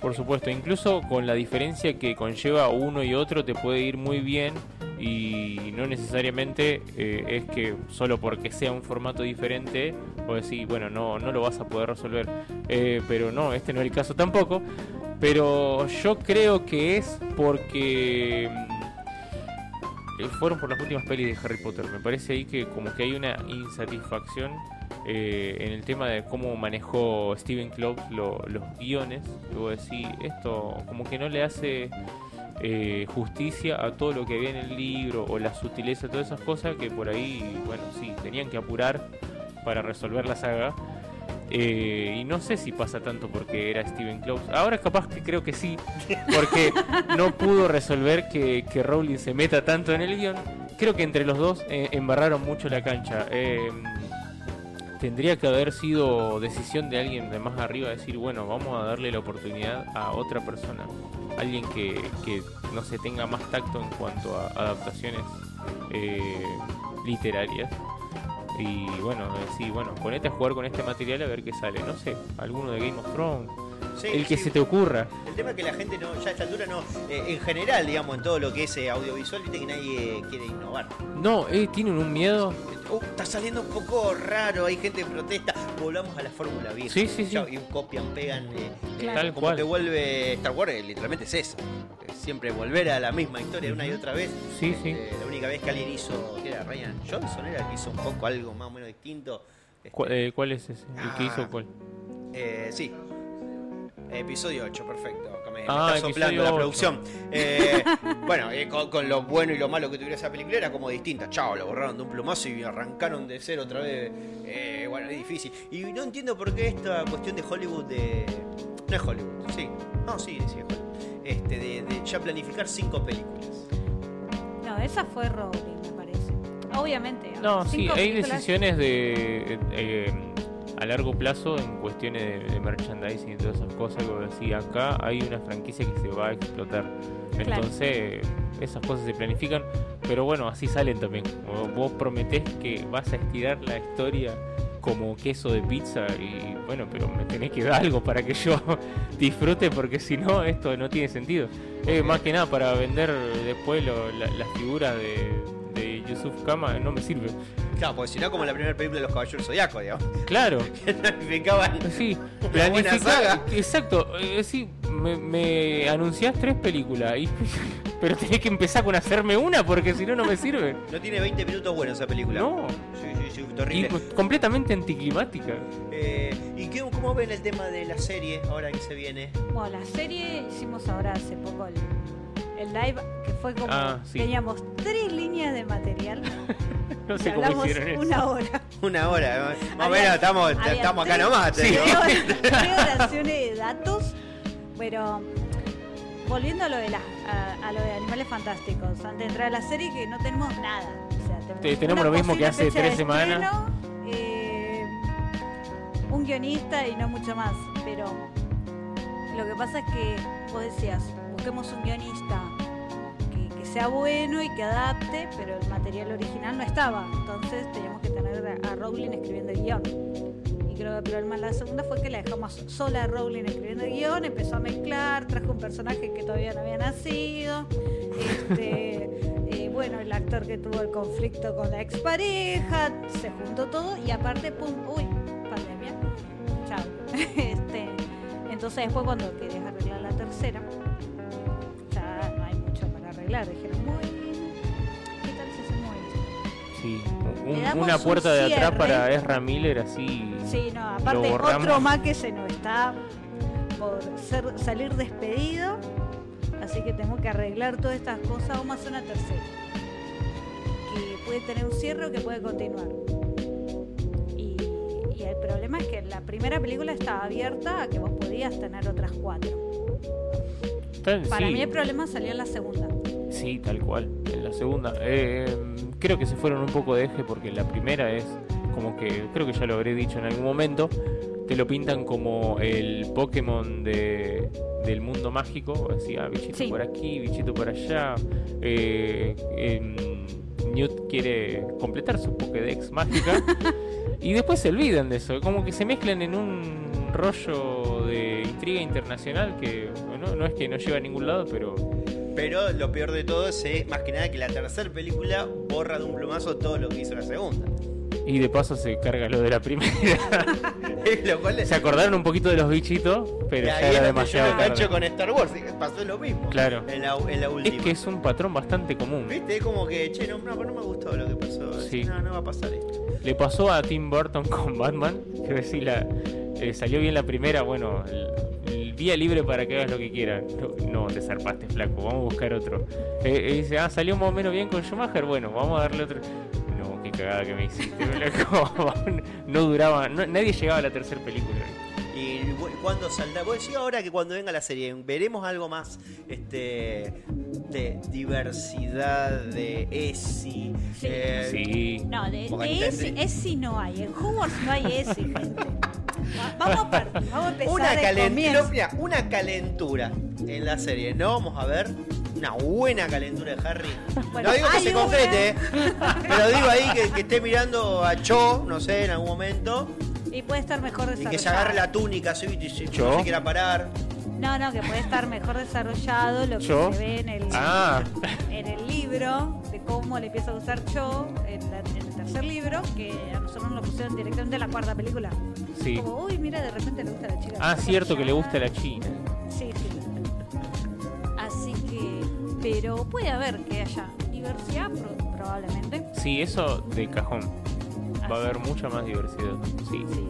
[SPEAKER 2] Por supuesto, incluso con la diferencia que conlleva uno y otro te puede ir muy bien y no necesariamente eh, es que solo porque sea un formato diferente vos decís, bueno, no, no lo vas a poder resolver. Eh, pero no, este no es el caso tampoco. Pero yo creo que es porque mm, eh, fueron por las últimas pelis de Harry Potter. Me parece ahí que como que hay una insatisfacción eh, en el tema de cómo manejó Steven Klopp lo- los guiones. Luego decir, esto como que no le hace eh, justicia a todo lo que había en el libro o la sutileza, todas esas cosas que por ahí, bueno, sí, tenían que apurar para resolver la saga. Eh, y no sé si pasa tanto porque era Steven Klopp. Ahora capaz que creo que sí, porque no pudo resolver que, que Rowling se meta tanto en el guión. Creo que entre los dos eh, embarraron mucho la cancha. Eh, tendría que haber sido decisión de alguien de más arriba decir, bueno, vamos a darle la oportunidad a otra persona. Alguien que, que no se tenga más tacto en cuanto a adaptaciones eh, literarias. Y bueno, decir, bueno, ponete a jugar con este material a ver qué sale. No sé, alguno de Game of Thrones.
[SPEAKER 4] Sí,
[SPEAKER 2] el que
[SPEAKER 4] sí.
[SPEAKER 2] se te ocurra.
[SPEAKER 4] El tema es que la gente no, ya a esta altura no, eh, en general, digamos, en todo lo que es eh, audiovisual, viste que nadie eh, quiere innovar.
[SPEAKER 2] No, eh, tienen un miedo.
[SPEAKER 4] Uh, está saliendo un poco raro, hay gente que protesta. Volvamos a la fórmula vieja.
[SPEAKER 2] Sí, sí, sí.
[SPEAKER 4] Ya, Y copian, pegan. eh,
[SPEAKER 3] Claro.
[SPEAKER 2] Tal
[SPEAKER 4] como
[SPEAKER 2] cual.
[SPEAKER 4] te vuelve Star Wars, eh, literalmente es eso. Eh, Siempre volver a la misma historia una y otra vez.
[SPEAKER 2] Sí, sí.
[SPEAKER 4] Eh, la única vez que alguien hizo, que era Ryan Johnson, era el que hizo un poco algo más o menos distinto. Este,
[SPEAKER 2] ¿Cuál, eh, cuál es ese? ¿El que
[SPEAKER 4] Ah.
[SPEAKER 2] hizo cuál?
[SPEAKER 4] eh, sí. Episodio 8, perfecto. que Me, me
[SPEAKER 2] Ah,
[SPEAKER 4] está soplando
[SPEAKER 2] episodio
[SPEAKER 4] la
[SPEAKER 2] ocho.
[SPEAKER 4] producción. Eh, bueno, eh, con, con lo bueno y lo malo que tuviera esa película era como distinta. Chao, lo borraron de un plumazo y arrancaron de cero otra vez. Eh, bueno, es difícil. Y no entiendo por qué esta cuestión de Hollywood de. No es Hollywood, sí. No, sí, sí es Hollywood. Este, de, de ya planificar cinco películas.
[SPEAKER 3] No, esa fue Rowling, me parece. Obviamente.
[SPEAKER 2] No, sí,
[SPEAKER 3] cinco
[SPEAKER 2] hay
[SPEAKER 3] películas-
[SPEAKER 2] decisiones de eh, eh, a largo plazo en cuestiones de, de merchandising y todas esas cosas. Como decía, acá hay una franquicia que se va a explotar.
[SPEAKER 3] Claro.
[SPEAKER 2] Entonces, esas cosas se planifican, pero bueno, así salen también. O Vos prometés que vas a estirar la historia como queso de pizza y bueno, pero me tenés que dar algo para que yo disfrute porque si no, esto no tiene sentido. Eh, más que nada para vender después lo- la- las figuras de, de Yusuf Kama no me sirve.
[SPEAKER 4] Claro, porque si no, como la primera película de los Caballeros Zodíacos, digamos.
[SPEAKER 2] Claro,
[SPEAKER 4] Que planificaban.
[SPEAKER 2] sí.
[SPEAKER 4] Una buena
[SPEAKER 2] planifica-
[SPEAKER 4] saga.
[SPEAKER 2] Exacto, eh, sí, me, me anunciás tres películas y Pero tenés que empezar con hacerme una porque si no, no me sirve.
[SPEAKER 4] No tiene 20 minutos buenos esa película.
[SPEAKER 2] No.
[SPEAKER 4] Sí, sí, sí,
[SPEAKER 2] Y
[SPEAKER 4] terrible.
[SPEAKER 2] co- completamente anticlimática.
[SPEAKER 4] Eh, ¿Y qué, cómo ven el tema de la serie ahora que se viene?
[SPEAKER 3] Bueno, la serie hicimos ahora hace poco el, el live, que fue como
[SPEAKER 2] Ah, sí.
[SPEAKER 3] teníamos tres líneas de material
[SPEAKER 2] No
[SPEAKER 3] y
[SPEAKER 2] sé cómo
[SPEAKER 3] hablamos
[SPEAKER 2] hicieron eso.
[SPEAKER 3] una hora.
[SPEAKER 4] Una hora. ¿no? Más o
[SPEAKER 3] Había-
[SPEAKER 4] menos estamos,
[SPEAKER 3] había
[SPEAKER 4] estamos acá
[SPEAKER 3] tres-
[SPEAKER 4] nomás. te
[SPEAKER 3] tres
[SPEAKER 4] digo.
[SPEAKER 3] horas- tres oraciones de datos, pero volviendo a lo de la, a, a lo de animales fantásticos, antes de entrar a la serie que no tenemos nada. O sea,
[SPEAKER 2] Te- tenemos
[SPEAKER 3] una
[SPEAKER 2] lo mismo que
[SPEAKER 3] posible
[SPEAKER 2] hace
[SPEAKER 3] fecha
[SPEAKER 2] tres
[SPEAKER 3] de
[SPEAKER 2] semanas.
[SPEAKER 3] estreno, eh, un guionista y no mucho más, pero lo que pasa es que vos decías, busquemos un guionista que, que sea bueno y que adapte, pero el material original no estaba. Entonces teníamos que tener a, a Rowling escribiendo el guión. Y creo que el problema de la segunda fue que la dejamos sola a Rowling escribiendo el guión, empezó a mezclar, trajo un personaje que todavía no había nacido. Este, eh, bueno, el actor que tuvo el conflicto con la expareja, se juntó todo y aparte, pum, uy, pandemia. Chao. Este, entonces después cuando querés arreglar la tercera, ya no hay mucho para arreglar. Dijeron, muy bien. ¿Qué tal si hacemos esto?
[SPEAKER 2] Sí.
[SPEAKER 3] Le
[SPEAKER 2] Un-
[SPEAKER 3] damos
[SPEAKER 2] una
[SPEAKER 3] un
[SPEAKER 2] puerta de atrás
[SPEAKER 3] cierre.
[SPEAKER 2] para Ezra Miller así.
[SPEAKER 3] Sí, no, aparte
[SPEAKER 2] Lo borramos.
[SPEAKER 3] otro más que se nos está por ser, salir despedido. Así que tenemos que arreglar todas estas cosas. Vamos a hacer una tercera. Que puede tener un cierre o que puede continuar. Y, y el problema es que la primera película estaba abierta a que vos podías tener otras cuatro.
[SPEAKER 2] Está-
[SPEAKER 3] Para
[SPEAKER 2] sí,
[SPEAKER 3] mí el problema salió en la segunda.
[SPEAKER 2] sí, tal cual. En la segunda. Eh, em, creo que se fueron un poco de eje porque la primera es como que. Creo que ya lo habré dicho en algún momento. Te lo pintan como el Pokémon de, del mundo mágico. Así, ah, bichito
[SPEAKER 3] Sí.
[SPEAKER 2] por aquí, bichito por allá. Eh, em, Newt quiere completar su Pokédex mágica. Y después se olvidan de eso, como que se mezclan en un rollo de intriga internacional que no, no es que no lleva a ningún lado, pero
[SPEAKER 4] Pero lo peor de todo es eh, más que nada que la tercera película borra de un plumazo todo lo que hizo la segunda.
[SPEAKER 2] y de paso se carga lo de la primera.
[SPEAKER 4] lo cual es.
[SPEAKER 2] se acordaron un poquito de los bichitos, pero
[SPEAKER 4] y
[SPEAKER 2] ya
[SPEAKER 4] ahí es
[SPEAKER 2] era
[SPEAKER 4] donde yo
[SPEAKER 2] demasiado
[SPEAKER 4] me engancho
[SPEAKER 2] tarde.
[SPEAKER 4] con Star Wars. y Pasó lo mismo.
[SPEAKER 2] Claro.
[SPEAKER 4] En la, en la última.
[SPEAKER 2] Es que es un patrón bastante común.
[SPEAKER 4] ¿Viste? Es como que, che, no, no, pero no me gustó lo que pasó.
[SPEAKER 2] Sí.
[SPEAKER 4] No, no va a pasar esto.
[SPEAKER 2] Le pasó a Tim Burton con Batman, que decir, la, eh, salió bien la primera, bueno, el, el día libre para que hagas lo que quieras. No, no, te zarpaste, flaco, vamos a buscar otro. Eh, eh, dice, ah, salió más o menos bien con Schumacher, bueno, vamos a darle otro. No, qué cagada que me hiciste, flaco. no duraba, no- nadie llegaba a la tercera película.
[SPEAKER 4] Y bu- cuándo saldrá. Vos decís ahora que cuando venga la serie, veremos algo más este de diversidad, de ESI.
[SPEAKER 3] Sí.
[SPEAKER 4] eh,
[SPEAKER 2] Sí,
[SPEAKER 3] No, de,
[SPEAKER 4] Vos
[SPEAKER 3] de
[SPEAKER 4] entendés.
[SPEAKER 3] ese, ese no hay. En Hogwarts no hay ese, gente. Va- Vamos a partir, vamos a empezar
[SPEAKER 4] Una
[SPEAKER 3] de
[SPEAKER 4] calentura,
[SPEAKER 3] comienzo.
[SPEAKER 4] una calentura en la serie. No vamos a ver una buena calentura de Harry.
[SPEAKER 3] Bueno,
[SPEAKER 4] no digo que
[SPEAKER 3] hay
[SPEAKER 4] se
[SPEAKER 3] una.
[SPEAKER 4] concrete, eh, pero digo ahí que, que esté mirando a Cho, no sé, en algún momento,
[SPEAKER 3] Y puede estar mejor
[SPEAKER 4] y
[SPEAKER 3] desarrollado.
[SPEAKER 4] que se agarre la túnica, así, y se-
[SPEAKER 2] Cho.
[SPEAKER 4] no se quiera parar.
[SPEAKER 3] No, no, que puede estar mejor desarrollado lo que
[SPEAKER 2] Cho.
[SPEAKER 3] se ve en el,
[SPEAKER 2] Ah,
[SPEAKER 3] en el libro, de cómo le empieza a gustar Cho en, la- en el tercer libro, que a nosotros nos lo pusieron directamente en la cuarta película.
[SPEAKER 2] sí.
[SPEAKER 3] Como, uy, mira, de repente le gusta la chica.
[SPEAKER 2] Ah, cierto que le gusta la China.
[SPEAKER 3] Sí, sí. Así que, pero puede haber que haya diversidad pro- probablemente.
[SPEAKER 2] Sí, eso de cajón. Va a haber mucha más diversidad. Sí.
[SPEAKER 3] Ah, Sí.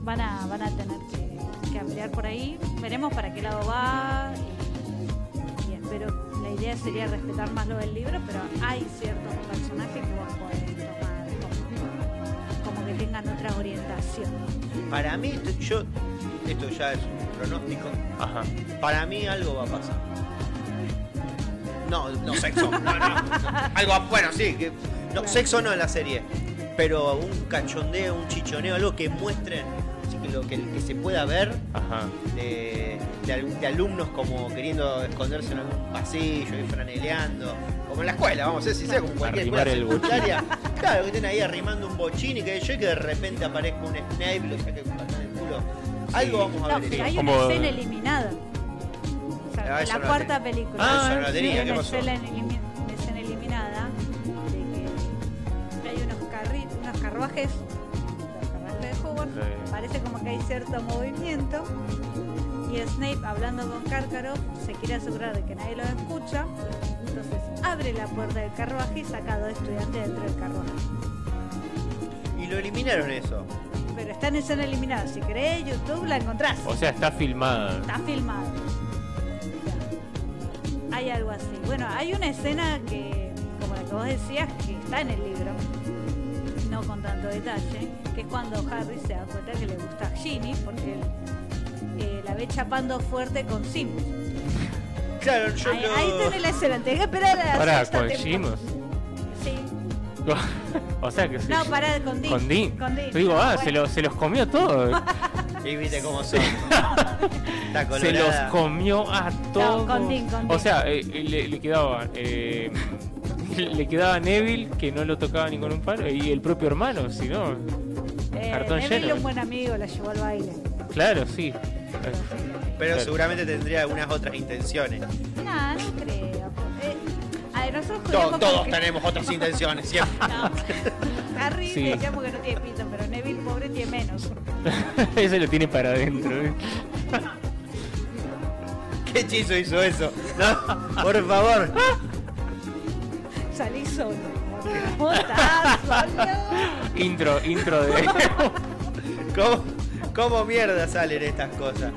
[SPEAKER 3] Van a, van a tener que, que ampliar por ahí. Veremos para qué lado va. Y, y espero, la idea sería respetar más lo del libro, pero hay ciertos personajes que vos podés tomar como, como que tengan otra orientación.
[SPEAKER 4] Para mí, t- yo, esto ya es un pronóstico,
[SPEAKER 2] Ajá.
[SPEAKER 4] para mí algo va a pasar. No, no sexo, no, no, no. Algo, bueno, sí, que, no, sexo no en la serie, pero un cachondeo, un chichoneo, algo que muestren, así que lo que, que se pueda ver
[SPEAKER 2] Ajá.
[SPEAKER 4] de, de al- de alumnos como queriendo esconderse en algún pasillo y franeleando, como en la escuela, vamos a decir, sea como cualquier
[SPEAKER 2] Arrimar
[SPEAKER 4] escuela
[SPEAKER 2] el bochín.
[SPEAKER 4] secundaria. Claro, que estén ahí arrimando un bochín y que yo y que de repente aparezca un Snape y lo saque con patada en el culo. Algo vamos a
[SPEAKER 3] No,
[SPEAKER 4] ver.
[SPEAKER 3] pero
[SPEAKER 4] en
[SPEAKER 3] hay
[SPEAKER 4] eso.
[SPEAKER 3] una
[SPEAKER 2] Como-
[SPEAKER 3] escena eliminada. O sea,
[SPEAKER 4] Ah,
[SPEAKER 3] de
[SPEAKER 4] eso
[SPEAKER 3] la
[SPEAKER 4] no la
[SPEAKER 3] cuarta
[SPEAKER 4] tenía.
[SPEAKER 3] película.
[SPEAKER 4] Ah, eso no la
[SPEAKER 3] Sí,
[SPEAKER 4] tenía,
[SPEAKER 3] hay
[SPEAKER 4] ¿qué
[SPEAKER 3] una
[SPEAKER 4] pasó?
[SPEAKER 3] escena, elimi- una escena eliminada de que hay unos, carri- unos carruajes, los carruajes de Hogwarts,
[SPEAKER 2] Sí.
[SPEAKER 3] parece como que hay cierto movimiento y Snape hablando con Cárcaro se quiere asegurar de que nadie lo escucha, Entonces abre la puerta del carruaje y saca a dos estudiantes dentro del carruaje.
[SPEAKER 4] Y lo eliminaron eso.
[SPEAKER 3] Pero está en escena eliminada. Si querés, YouTube la encontrás.
[SPEAKER 2] O sea, está filmada.
[SPEAKER 3] Está filmado. Hay algo así. Bueno, hay una escena que, como la que vos decías, que está en el libro, no con tanto detalle, que es cuando Harry se da cuenta que le gusta a Ginny, porque él, eh, la ve chapando fuerte con Sim.
[SPEAKER 4] Claro, yo
[SPEAKER 3] Ahí,
[SPEAKER 4] lo-
[SPEAKER 3] ahí tenés la escena, tenés que esperar a la
[SPEAKER 2] Pará,
[SPEAKER 3] sexta
[SPEAKER 2] ¿con
[SPEAKER 3] temporada. Sí.
[SPEAKER 2] o sea que sí.
[SPEAKER 3] No, pará, con Dean.
[SPEAKER 2] Con Dean. Digo, ah, se, lo- se los comió todo.
[SPEAKER 4] Y viste cómo son. Está
[SPEAKER 2] se los
[SPEAKER 4] colorada.
[SPEAKER 2] comió a todos.
[SPEAKER 3] con Dean, con
[SPEAKER 2] O
[SPEAKER 3] Dean.
[SPEAKER 2] sea, eh, le, le quedaba. eh, le quedaba Neville, que no lo tocaba ni con un palo, y el propio hermano, si no.
[SPEAKER 3] Eh,
[SPEAKER 2] cartón
[SPEAKER 3] Neville
[SPEAKER 2] lleno.
[SPEAKER 3] un buen amigo, la llevó al baile.
[SPEAKER 2] Claro, sí.
[SPEAKER 4] Pero
[SPEAKER 2] Claro.
[SPEAKER 4] seguramente tendría algunas otras intenciones.
[SPEAKER 3] Nah, no creo. Eh, a ver, nosotros
[SPEAKER 4] To-
[SPEAKER 3] jodíamos con
[SPEAKER 4] todos
[SPEAKER 3] que-
[SPEAKER 4] tenemos otras intenciones, siempre.
[SPEAKER 3] No. Harry
[SPEAKER 2] Sí.
[SPEAKER 3] decíamos que no tiene pito, pero Neville pobre tiene menos.
[SPEAKER 2] Ese lo tiene para adentro. eh.
[SPEAKER 4] ¿Qué hechizo hizo eso? No, por favor.
[SPEAKER 3] Salí solo. Estás solo.
[SPEAKER 2] Intro, intro de.
[SPEAKER 4] ¿Cómo, cómo mierda salen estas cosas?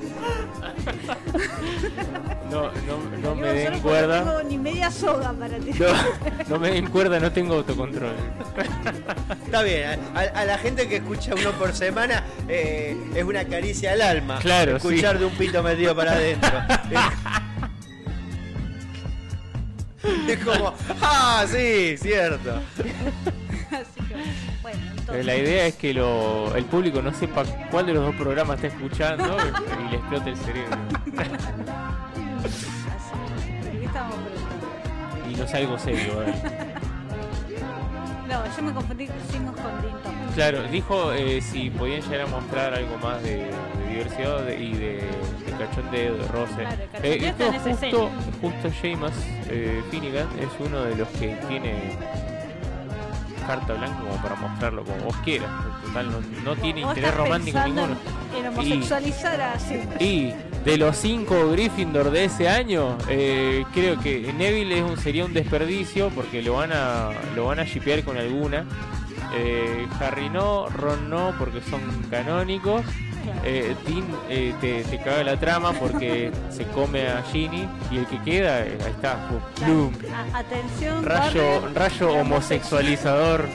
[SPEAKER 2] No, no, no me
[SPEAKER 3] Digo, yo
[SPEAKER 2] den
[SPEAKER 3] no
[SPEAKER 2] cuerda.
[SPEAKER 3] tengo ni media soga para ti.
[SPEAKER 2] No, no me den cuerda, no tengo autocontrol.
[SPEAKER 4] Está bien, a, a la gente que escucha uno por semana eh, es una caricia al alma.
[SPEAKER 2] Claro,
[SPEAKER 4] Escuchar
[SPEAKER 2] sí.
[SPEAKER 4] de un pito metido para adentro. es como, ah, sí, cierto.
[SPEAKER 3] Así que, bueno,
[SPEAKER 2] Pero
[SPEAKER 3] entonces.
[SPEAKER 2] Eh, la idea es que lo, el público no sepa cuál de los dos programas está escuchando y le explote el cerebro.
[SPEAKER 3] así. ¿De qué estamos preguntando?
[SPEAKER 2] Y no es algo serio. eh.
[SPEAKER 3] No, yo me confundí que hicimos con Dean Thomas.
[SPEAKER 2] Claro, dijo eh, si podían llegar a mostrar algo más de, de diversidad de- y de, de cachondeo, de roce. Eh,
[SPEAKER 3] Claro, el cachondeo está en esa
[SPEAKER 2] justo, justo James eh, Finnegan es uno de los que tiene carta blanca como para mostrarlo como vos quieras. En total, no, no tiene
[SPEAKER 3] Vos
[SPEAKER 2] interés
[SPEAKER 3] estás
[SPEAKER 2] romántico
[SPEAKER 3] pensando
[SPEAKER 2] ninguno.
[SPEAKER 3] en- En homosexualizar a Sirius.
[SPEAKER 2] Y de los cinco Gryffindor de ese año, eh, creo que Neville es un, sería un desperdicio porque lo van a lo van a shipear con alguna. Eh, Harry no, Ron no porque son canónicos. Eh, Dean eh, te, te caga la trama porque se come a Ginny y el que queda, eh, ahí está, fu- plum.
[SPEAKER 3] A- Atención,
[SPEAKER 2] Rayo,
[SPEAKER 3] guarden.
[SPEAKER 2] rayo homosexualizador.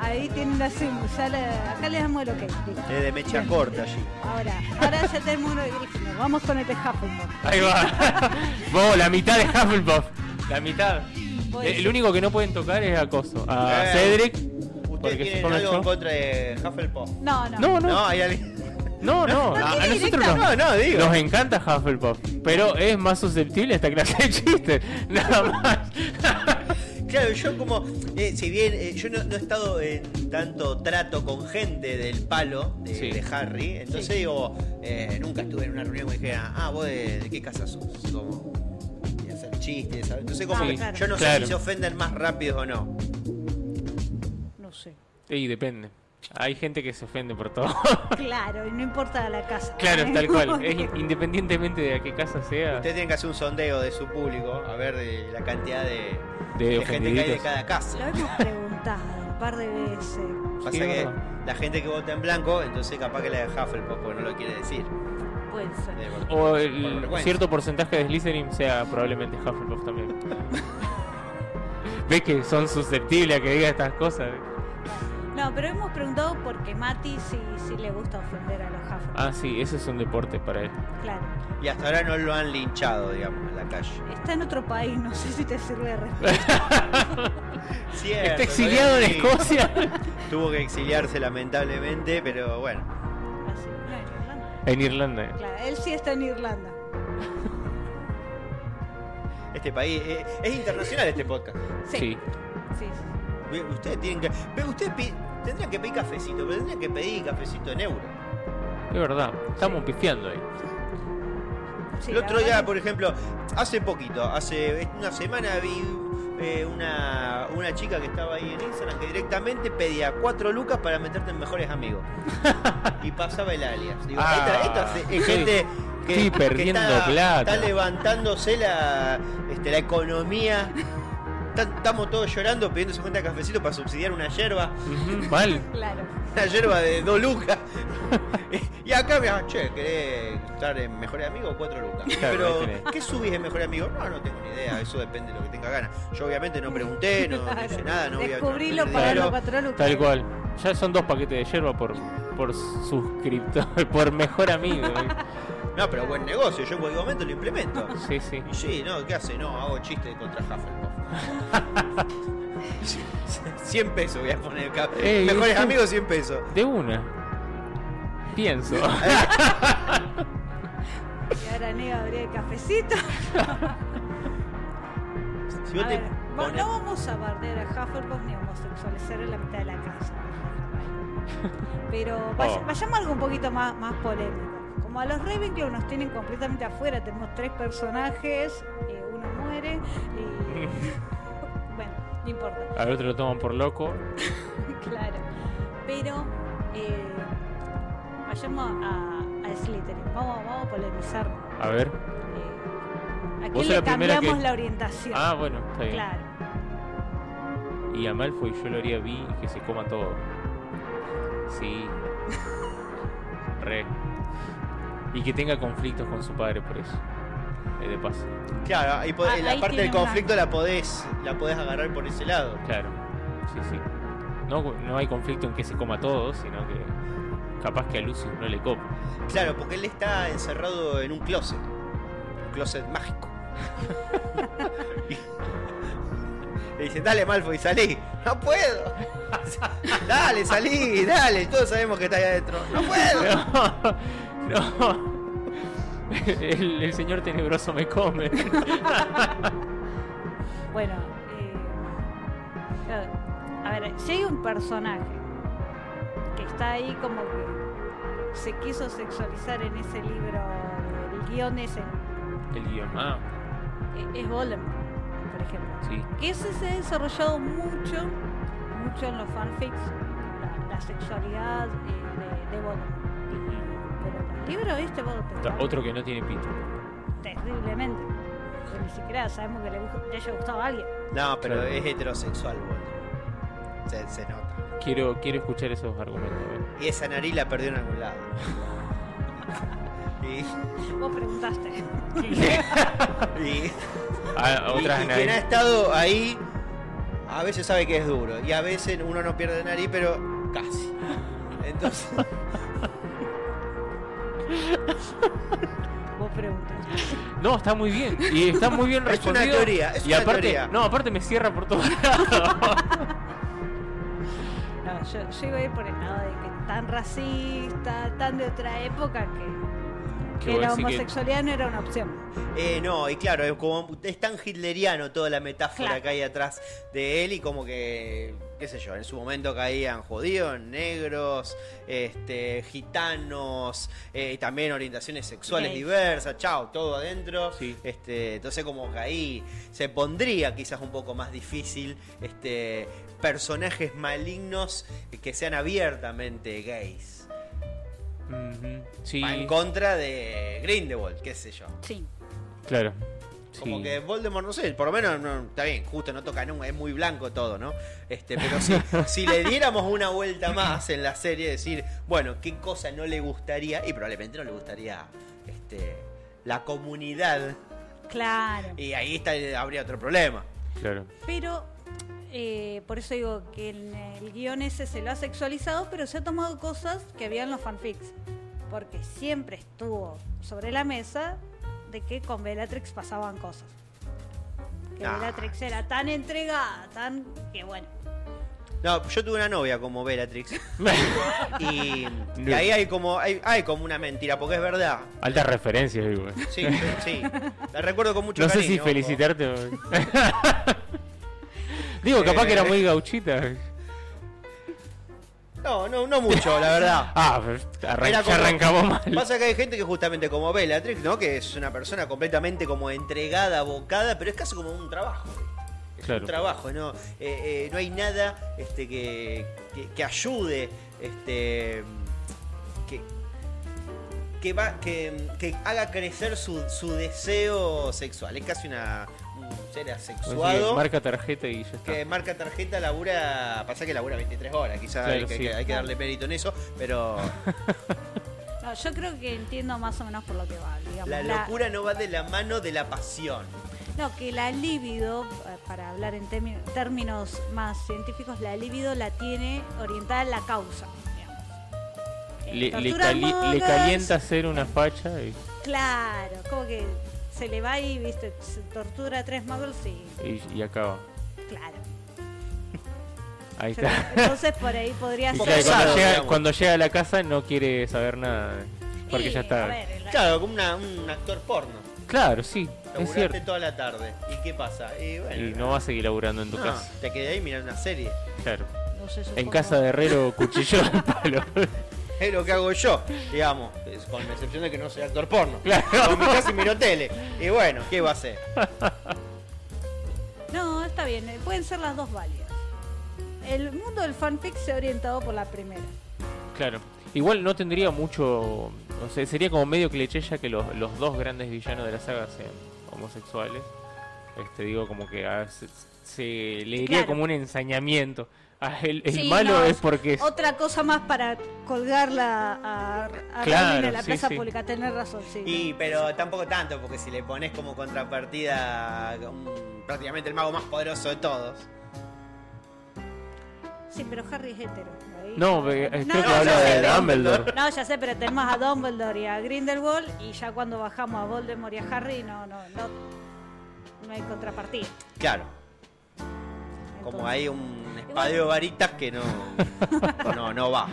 [SPEAKER 3] Ahí tienen la sim, ya la- acá le damos lo que
[SPEAKER 4] Es de mecha corta allí.
[SPEAKER 3] Ahora, ahora ya tenemos uno de Gryffindor. Vamos con el de Hufflepuff.
[SPEAKER 2] Ahí va. Vos, la mitad de Hufflepuff. La mitad.
[SPEAKER 3] Voy.
[SPEAKER 2] Eh, El único que no pueden tocar es a Coso. A
[SPEAKER 4] Eh,
[SPEAKER 2] Cedric.
[SPEAKER 4] ¿Ustedes
[SPEAKER 2] porque se
[SPEAKER 4] tienen
[SPEAKER 2] pone
[SPEAKER 4] algo
[SPEAKER 2] yo.
[SPEAKER 4] en contra de Hufflepuff?
[SPEAKER 3] No, no.
[SPEAKER 2] No,
[SPEAKER 4] No,
[SPEAKER 2] no.
[SPEAKER 4] hay alguien.
[SPEAKER 2] No, no. A, a
[SPEAKER 3] tiene
[SPEAKER 2] nosotros
[SPEAKER 3] directa.
[SPEAKER 2] no.
[SPEAKER 4] No, no, digo.
[SPEAKER 2] Nos encanta Hufflepuff. Pero es más susceptible a esta clase de chistes. Nada más.
[SPEAKER 4] Claro, yo como, eh, si bien eh, yo no, no he estado en tanto trato con gente del palo de,
[SPEAKER 2] Sí.
[SPEAKER 4] de Harry, entonces digo, eh, nunca estuve en una reunión que dijera, ah, vos de, de qué casa sos, como, y hacer chistes, ¿sabes? entonces como,
[SPEAKER 3] Ah,
[SPEAKER 4] que
[SPEAKER 3] claro.
[SPEAKER 4] yo no sé
[SPEAKER 2] Claro.
[SPEAKER 4] si se ofenden más rápido o no.
[SPEAKER 3] No sé.
[SPEAKER 2] y depende. Hay gente que se ofende por todo.
[SPEAKER 3] Claro, y no importa la casa.
[SPEAKER 2] claro, tal cual. Es in- independientemente de a qué casa sea.
[SPEAKER 4] Ustedes tienen que hacer un sondeo de su público, a ver de la cantidad de,
[SPEAKER 2] De
[SPEAKER 4] de gente que hay de
[SPEAKER 2] ofendiditos.
[SPEAKER 4] cada
[SPEAKER 3] Lo
[SPEAKER 4] casa.
[SPEAKER 3] hemos preguntado un par de veces.
[SPEAKER 4] Pasa
[SPEAKER 2] Sí,
[SPEAKER 4] que
[SPEAKER 2] verdad.
[SPEAKER 4] la gente que vota en blanco, entonces capaz que la de Hufflepuff, porque no lo quiere decir.
[SPEAKER 3] Puede ser.
[SPEAKER 4] Eh, por-
[SPEAKER 2] O
[SPEAKER 4] por
[SPEAKER 2] el
[SPEAKER 4] vergüenza.
[SPEAKER 2] cierto porcentaje de Slytherin sea probablemente Hufflepuff también. ¿Ves que son susceptibles a que diga estas cosas?
[SPEAKER 3] No, pero hemos preguntado porque Mati sí, sí le gusta ofender a los Hufflepuff.
[SPEAKER 2] Ah, sí, ese es un deporte para él.
[SPEAKER 3] Claro.
[SPEAKER 4] Y hasta ahora no lo han linchado, digamos, en la calle.
[SPEAKER 3] Está en otro país, no sé si te sirve de respeto.
[SPEAKER 4] Cierto,
[SPEAKER 2] Está exiliado en
[SPEAKER 4] todavía sí.
[SPEAKER 2] Escocia.
[SPEAKER 4] Tuvo que exiliarse lamentablemente, pero bueno.
[SPEAKER 3] Así, Ah, no, en Irlanda.
[SPEAKER 2] En Irlanda.
[SPEAKER 3] Claro, él sí está en Irlanda.
[SPEAKER 4] Este país eh, es internacional este podcast.
[SPEAKER 3] Sí.
[SPEAKER 2] Sí.
[SPEAKER 3] sí, sí.
[SPEAKER 4] Ve, Ustedes tienen que. ve, Ustedes pi- tendrían que pedir cafecito, pero tendrían que pedir cafecito en euro.
[SPEAKER 2] es verdad. Estamos pifiando ahí.
[SPEAKER 3] Sí,
[SPEAKER 4] El
[SPEAKER 3] la
[SPEAKER 4] otro
[SPEAKER 3] verdad
[SPEAKER 4] día,
[SPEAKER 3] que-
[SPEAKER 4] por ejemplo, hace poquito, hace una semana vi eh, una, una chica que estaba ahí en Instagram que directamente pedía cuatro lucas para meterte en mejores amigos. y pasaba el alias. Digo,
[SPEAKER 2] Ah,
[SPEAKER 4] esta, esta es, es
[SPEAKER 2] sí.
[SPEAKER 4] gente que,
[SPEAKER 2] Sí,
[SPEAKER 4] que
[SPEAKER 2] perdiendo
[SPEAKER 4] está,
[SPEAKER 2] plata.
[SPEAKER 4] está levantándose la, este, la economía. Está- Estamos todos llorando pidiendo 50 cafecitos para subsidiar una yerba.
[SPEAKER 2] Ujú, Mal.
[SPEAKER 3] Claro.
[SPEAKER 4] Una yerba de 2 lucas. y acá me che, ¿querés estar en Mejores Amigos? 4 lucas.
[SPEAKER 2] Claro, ahí
[SPEAKER 4] Pero,
[SPEAKER 2] tenés.
[SPEAKER 4] ¿qué subís en Mejores Amigos? No, no tengo ni idea. Eso depende de lo que tenga ganas. Yo obviamente no pregunté, no, no hice nada. No voy a-
[SPEAKER 3] Descubrilo
[SPEAKER 4] no,
[SPEAKER 3] para
[SPEAKER 2] Claro.
[SPEAKER 3] los patrón
[SPEAKER 2] Tal cual. Ya son dos paquetes de yerba por, por suscriptor, por mejor amigo. eh.
[SPEAKER 4] No, pero buen negocio. Yo en cualquier momento lo implemento.
[SPEAKER 2] Sí, sí.
[SPEAKER 4] Y sí, no, ¿qué hace? No, hago chiste contra Hufflepuff. 100 pesos voy a poner acá.
[SPEAKER 2] Ey,
[SPEAKER 4] Mejores
[SPEAKER 2] sí.
[SPEAKER 4] amigos, 100 pesos.
[SPEAKER 2] De una. Pienso.
[SPEAKER 3] Y ahora Nega abría el cafecito.
[SPEAKER 4] Si vos
[SPEAKER 3] a
[SPEAKER 4] te
[SPEAKER 3] ver, vos-
[SPEAKER 4] pones-
[SPEAKER 3] no vamos a bardear a Hufflepuff ni a homosexualizar en la mitad de la calle. Pero vaya-
[SPEAKER 2] Oh.
[SPEAKER 3] vayamos a algo un poquito más, más polémico. Como a los Ravenclaw nos tienen completamente afuera, tenemos tres personajes, eh, uno muere y... bueno, no importa.
[SPEAKER 2] Al otro lo toman por loco.
[SPEAKER 3] Claro. Pero eh, vayamos a, a Slytherin. Vamos, vamos a polemizar.
[SPEAKER 2] A ver.
[SPEAKER 3] Eh, ¿A
[SPEAKER 2] Vos
[SPEAKER 3] quién
[SPEAKER 2] sos
[SPEAKER 3] le
[SPEAKER 2] la primera
[SPEAKER 3] cambiamos
[SPEAKER 2] que-
[SPEAKER 3] la orientación?
[SPEAKER 2] Ah, bueno, está bien.
[SPEAKER 3] claro.
[SPEAKER 2] Y a Malfoy yo lo haría vi que se coma todo. Sí. Re. Y que tenga conflictos con su padre por eso. Eh, de paso.
[SPEAKER 4] Claro, ahí po-
[SPEAKER 3] Ah,
[SPEAKER 4] la
[SPEAKER 3] ahí
[SPEAKER 4] parte del
[SPEAKER 3] tiene una-
[SPEAKER 4] conflicto la podés, la podés agarrar por ese lado.
[SPEAKER 2] Claro. Sí, sí. No, no hay conflicto en que se coma todo, sino que capaz que a Lucius no le copa.
[SPEAKER 4] Claro, porque él está encerrado en un closet. Un closet mágico. Le dice, dale Malfoy, salí. No puedo. Dale, salí, dale. Todos sabemos que está ahí adentro. No puedo.
[SPEAKER 2] No, no. El, el señor tenebroso me come.
[SPEAKER 3] Bueno, eh, claro. a ver, si hay un personaje que está ahí como que se quiso sexualizar en ese libro, el guión ese,
[SPEAKER 2] El guión. Ah,
[SPEAKER 3] eh, es Voldemort, por ejemplo.
[SPEAKER 2] sí.
[SPEAKER 3] que ese se ha desarrollado mucho, mucho en los fanfics, la, la sexualidad eh, de, de Voldemort.
[SPEAKER 2] Ujú.
[SPEAKER 3] Pero en el libro este Voldemort
[SPEAKER 2] Ta- Otro que no tiene pito.
[SPEAKER 3] terriblemente. que ni siquiera sabemos que le, gu- le haya gustado a alguien.
[SPEAKER 4] No, pero
[SPEAKER 2] Claro.
[SPEAKER 4] es heterosexual, boludo. Se, se nota.
[SPEAKER 2] Quiero, quiero escuchar esos argumentos. a ver.
[SPEAKER 4] Y esa nariz la perdió en algún lado. Y,
[SPEAKER 3] Vos preguntaste.
[SPEAKER 4] y-
[SPEAKER 2] Ah, otras
[SPEAKER 4] y- y quien ha
[SPEAKER 2] narices.
[SPEAKER 4] estado ahí, a veces sabe que es duro. Y a veces uno no pierde nariz, pero casi. Entonces,
[SPEAKER 3] Vos preguntaste.
[SPEAKER 2] No, está muy bien. Y está muy bien
[SPEAKER 4] Es una
[SPEAKER 2] respondido.
[SPEAKER 4] teoría, es
[SPEAKER 2] y
[SPEAKER 4] una
[SPEAKER 2] aparte,
[SPEAKER 4] teoría.
[SPEAKER 2] no, aparte me cierra por todos lados.
[SPEAKER 3] No, yo, yo iba a ir por el lado de que tan racista, tan de otra época que, que
[SPEAKER 2] vos
[SPEAKER 3] la
[SPEAKER 2] decís que-
[SPEAKER 3] homosexualidad no era una opción.
[SPEAKER 4] eh, no, y claro, es, como, es tan hitleriano toda la metáfora
[SPEAKER 3] Claro.
[SPEAKER 4] que hay atrás de él y como que, qué sé yo, en su momento caían judíos, negros, este, gitanos, eh, también orientaciones sexuales
[SPEAKER 3] Gays.
[SPEAKER 4] diversas, chao, todo adentro.
[SPEAKER 2] Sí.
[SPEAKER 4] Este, entonces como que ahí se pondría quizás un poco más difícil este, personajes malignos que sean abiertamente gays.
[SPEAKER 2] Ujú, Sí,
[SPEAKER 4] Va en contra de Grindelwald, qué sé yo.
[SPEAKER 3] Sí.
[SPEAKER 2] claro.
[SPEAKER 4] Como
[SPEAKER 2] Sí.
[SPEAKER 4] que Voldemort, no sé, por lo menos no, está bien, justo no toca nunca, es muy blanco todo, ¿no? Este, pero si, si le diéramos una vuelta más en la serie, decir, bueno, qué cosa no le gustaría, y probablemente no le gustaría este, la comunidad,
[SPEAKER 3] Claro.
[SPEAKER 4] y ahí está, habría otro problema.
[SPEAKER 2] Claro.
[SPEAKER 3] Pero eh, por eso digo que en el guión ese se lo ha sexualizado, pero se ha tomado cosas que había en los fanfics. Porque siempre estuvo sobre la mesa de que con Bellatrix pasaban cosas. Que
[SPEAKER 4] Ah.
[SPEAKER 3] Bellatrix era tan entregada, tan que bueno.
[SPEAKER 4] No, yo tuve una novia como Bellatrix, y, y ahí hay como, hay, hay como una mentira, porque es verdad.
[SPEAKER 2] Altas referencias, digo.
[SPEAKER 4] Sí, sí, la recuerdo con mucho
[SPEAKER 2] No sé
[SPEAKER 4] cariño.
[SPEAKER 2] si
[SPEAKER 4] ojo.
[SPEAKER 2] felicitarte. o- digo, capaz que era
[SPEAKER 4] Eh,
[SPEAKER 2] muy gauchita.
[SPEAKER 4] No, no, no mucho, la verdad.
[SPEAKER 2] Ah, pero arran-
[SPEAKER 4] Era
[SPEAKER 2] ya
[SPEAKER 4] como-
[SPEAKER 2] arrancamos mal.
[SPEAKER 4] Pasa que hay gente que justamente como Bellatrix, ¿no? Que es una persona completamente como entregada, abocada, pero es casi como un trabajo. Es
[SPEAKER 2] Claro.
[SPEAKER 4] un trabajo, ¿no? Eh, eh, no hay nada este, que, que, que ayude, este, que, que, va, que, que haga crecer su, su deseo sexual. Es casi una, un ser asexuado.
[SPEAKER 2] Pues Marca tarjeta y ya está.
[SPEAKER 4] Que marca tarjeta, labura. Pasa que labura 23 horas, quizás
[SPEAKER 2] Claro,
[SPEAKER 4] hay, que,
[SPEAKER 2] sí.
[SPEAKER 4] hay que- hay que darle mérito en eso, pero
[SPEAKER 3] No, yo creo que entiendo más o menos por lo que va, digamos.
[SPEAKER 4] la
[SPEAKER 3] La-
[SPEAKER 4] locura no va de la mano de la pasión.
[SPEAKER 3] No, que la libido, eh, para hablar en temi- términos más científicos, la libido la tiene orientada a la causa. digamos.
[SPEAKER 2] Le,
[SPEAKER 3] Eh,
[SPEAKER 2] le
[SPEAKER 3] torturan
[SPEAKER 2] cali- le
[SPEAKER 3] mocas,
[SPEAKER 2] calienta hacer una facha y,
[SPEAKER 3] Claro, como que se le va y, viste, se tortura a tres muggles y.
[SPEAKER 2] y- y acaba.
[SPEAKER 3] Claro.
[SPEAKER 2] Ahí
[SPEAKER 3] Yo-
[SPEAKER 2] está.
[SPEAKER 3] Entonces por ahí podría
[SPEAKER 2] Y
[SPEAKER 3] ser.
[SPEAKER 2] claro, cuando,
[SPEAKER 4] Forzado,
[SPEAKER 2] llega,
[SPEAKER 4] digamos.
[SPEAKER 2] cuando llega a la casa no quiere saber nada. Porque
[SPEAKER 3] Y,
[SPEAKER 2] ya
[SPEAKER 3] a
[SPEAKER 2] está.
[SPEAKER 3] ver, el-
[SPEAKER 4] Claro, como una- un actor porno.
[SPEAKER 2] Claro, sí, es
[SPEAKER 4] Laburaste
[SPEAKER 2] cierto.
[SPEAKER 4] toda la tarde. ¿Y qué pasa? Y bueno,
[SPEAKER 2] Y no va a seguir laburando en tu
[SPEAKER 4] no,
[SPEAKER 2] casa.
[SPEAKER 4] te quedé ahí mirando una serie.
[SPEAKER 2] Claro.
[SPEAKER 3] no sé,
[SPEAKER 2] En
[SPEAKER 3] supongo-
[SPEAKER 2] casa de Herrero cuchillo de palo.
[SPEAKER 4] Es lo que hago yo, digamos. Es Con la excepción de que no soy actor porno.
[SPEAKER 2] Claro.
[SPEAKER 4] Con mi casa y miro tele. Y bueno, ¿qué va a hacer?
[SPEAKER 3] No, está bien, eh, pueden ser las dos válidas. El mundo del fanfic se ha orientado por la primera.
[SPEAKER 2] Claro. Igual no tendría mucho. No sé, sería como medio cliché ya que los, los dos grandes villanos de la saga sean homosexuales. Este, digo, como que a- se, se le diría
[SPEAKER 3] Claro.
[SPEAKER 2] como un ensañamiento. Ah, el el
[SPEAKER 3] Sí,
[SPEAKER 2] malo
[SPEAKER 3] no,
[SPEAKER 2] es porque. es-
[SPEAKER 3] Otra cosa más para colgarla a, a
[SPEAKER 2] Claro,
[SPEAKER 3] Ramin en la
[SPEAKER 2] sí,
[SPEAKER 3] plaza
[SPEAKER 2] sí.
[SPEAKER 3] pública, tenés razón, sí.
[SPEAKER 4] Y pero tampoco tanto, porque si le pones como contrapartida mm, prácticamente el mago más poderoso de todos.
[SPEAKER 3] Sí, pero Harry es hetero. ahí-
[SPEAKER 2] No, eh, creo que
[SPEAKER 3] no,
[SPEAKER 2] habla
[SPEAKER 3] ya
[SPEAKER 2] de
[SPEAKER 3] sé.
[SPEAKER 2] Dumbledore.
[SPEAKER 3] No, ya sé, pero tenemos a Dumbledore y a Grindelwald y ya cuando bajamos a Voldemort y a Harry no, no, no, no hay contrapartida.
[SPEAKER 4] Claro, como
[SPEAKER 3] Entonces-
[SPEAKER 4] hay un espadeo de varitas que no, no, no va.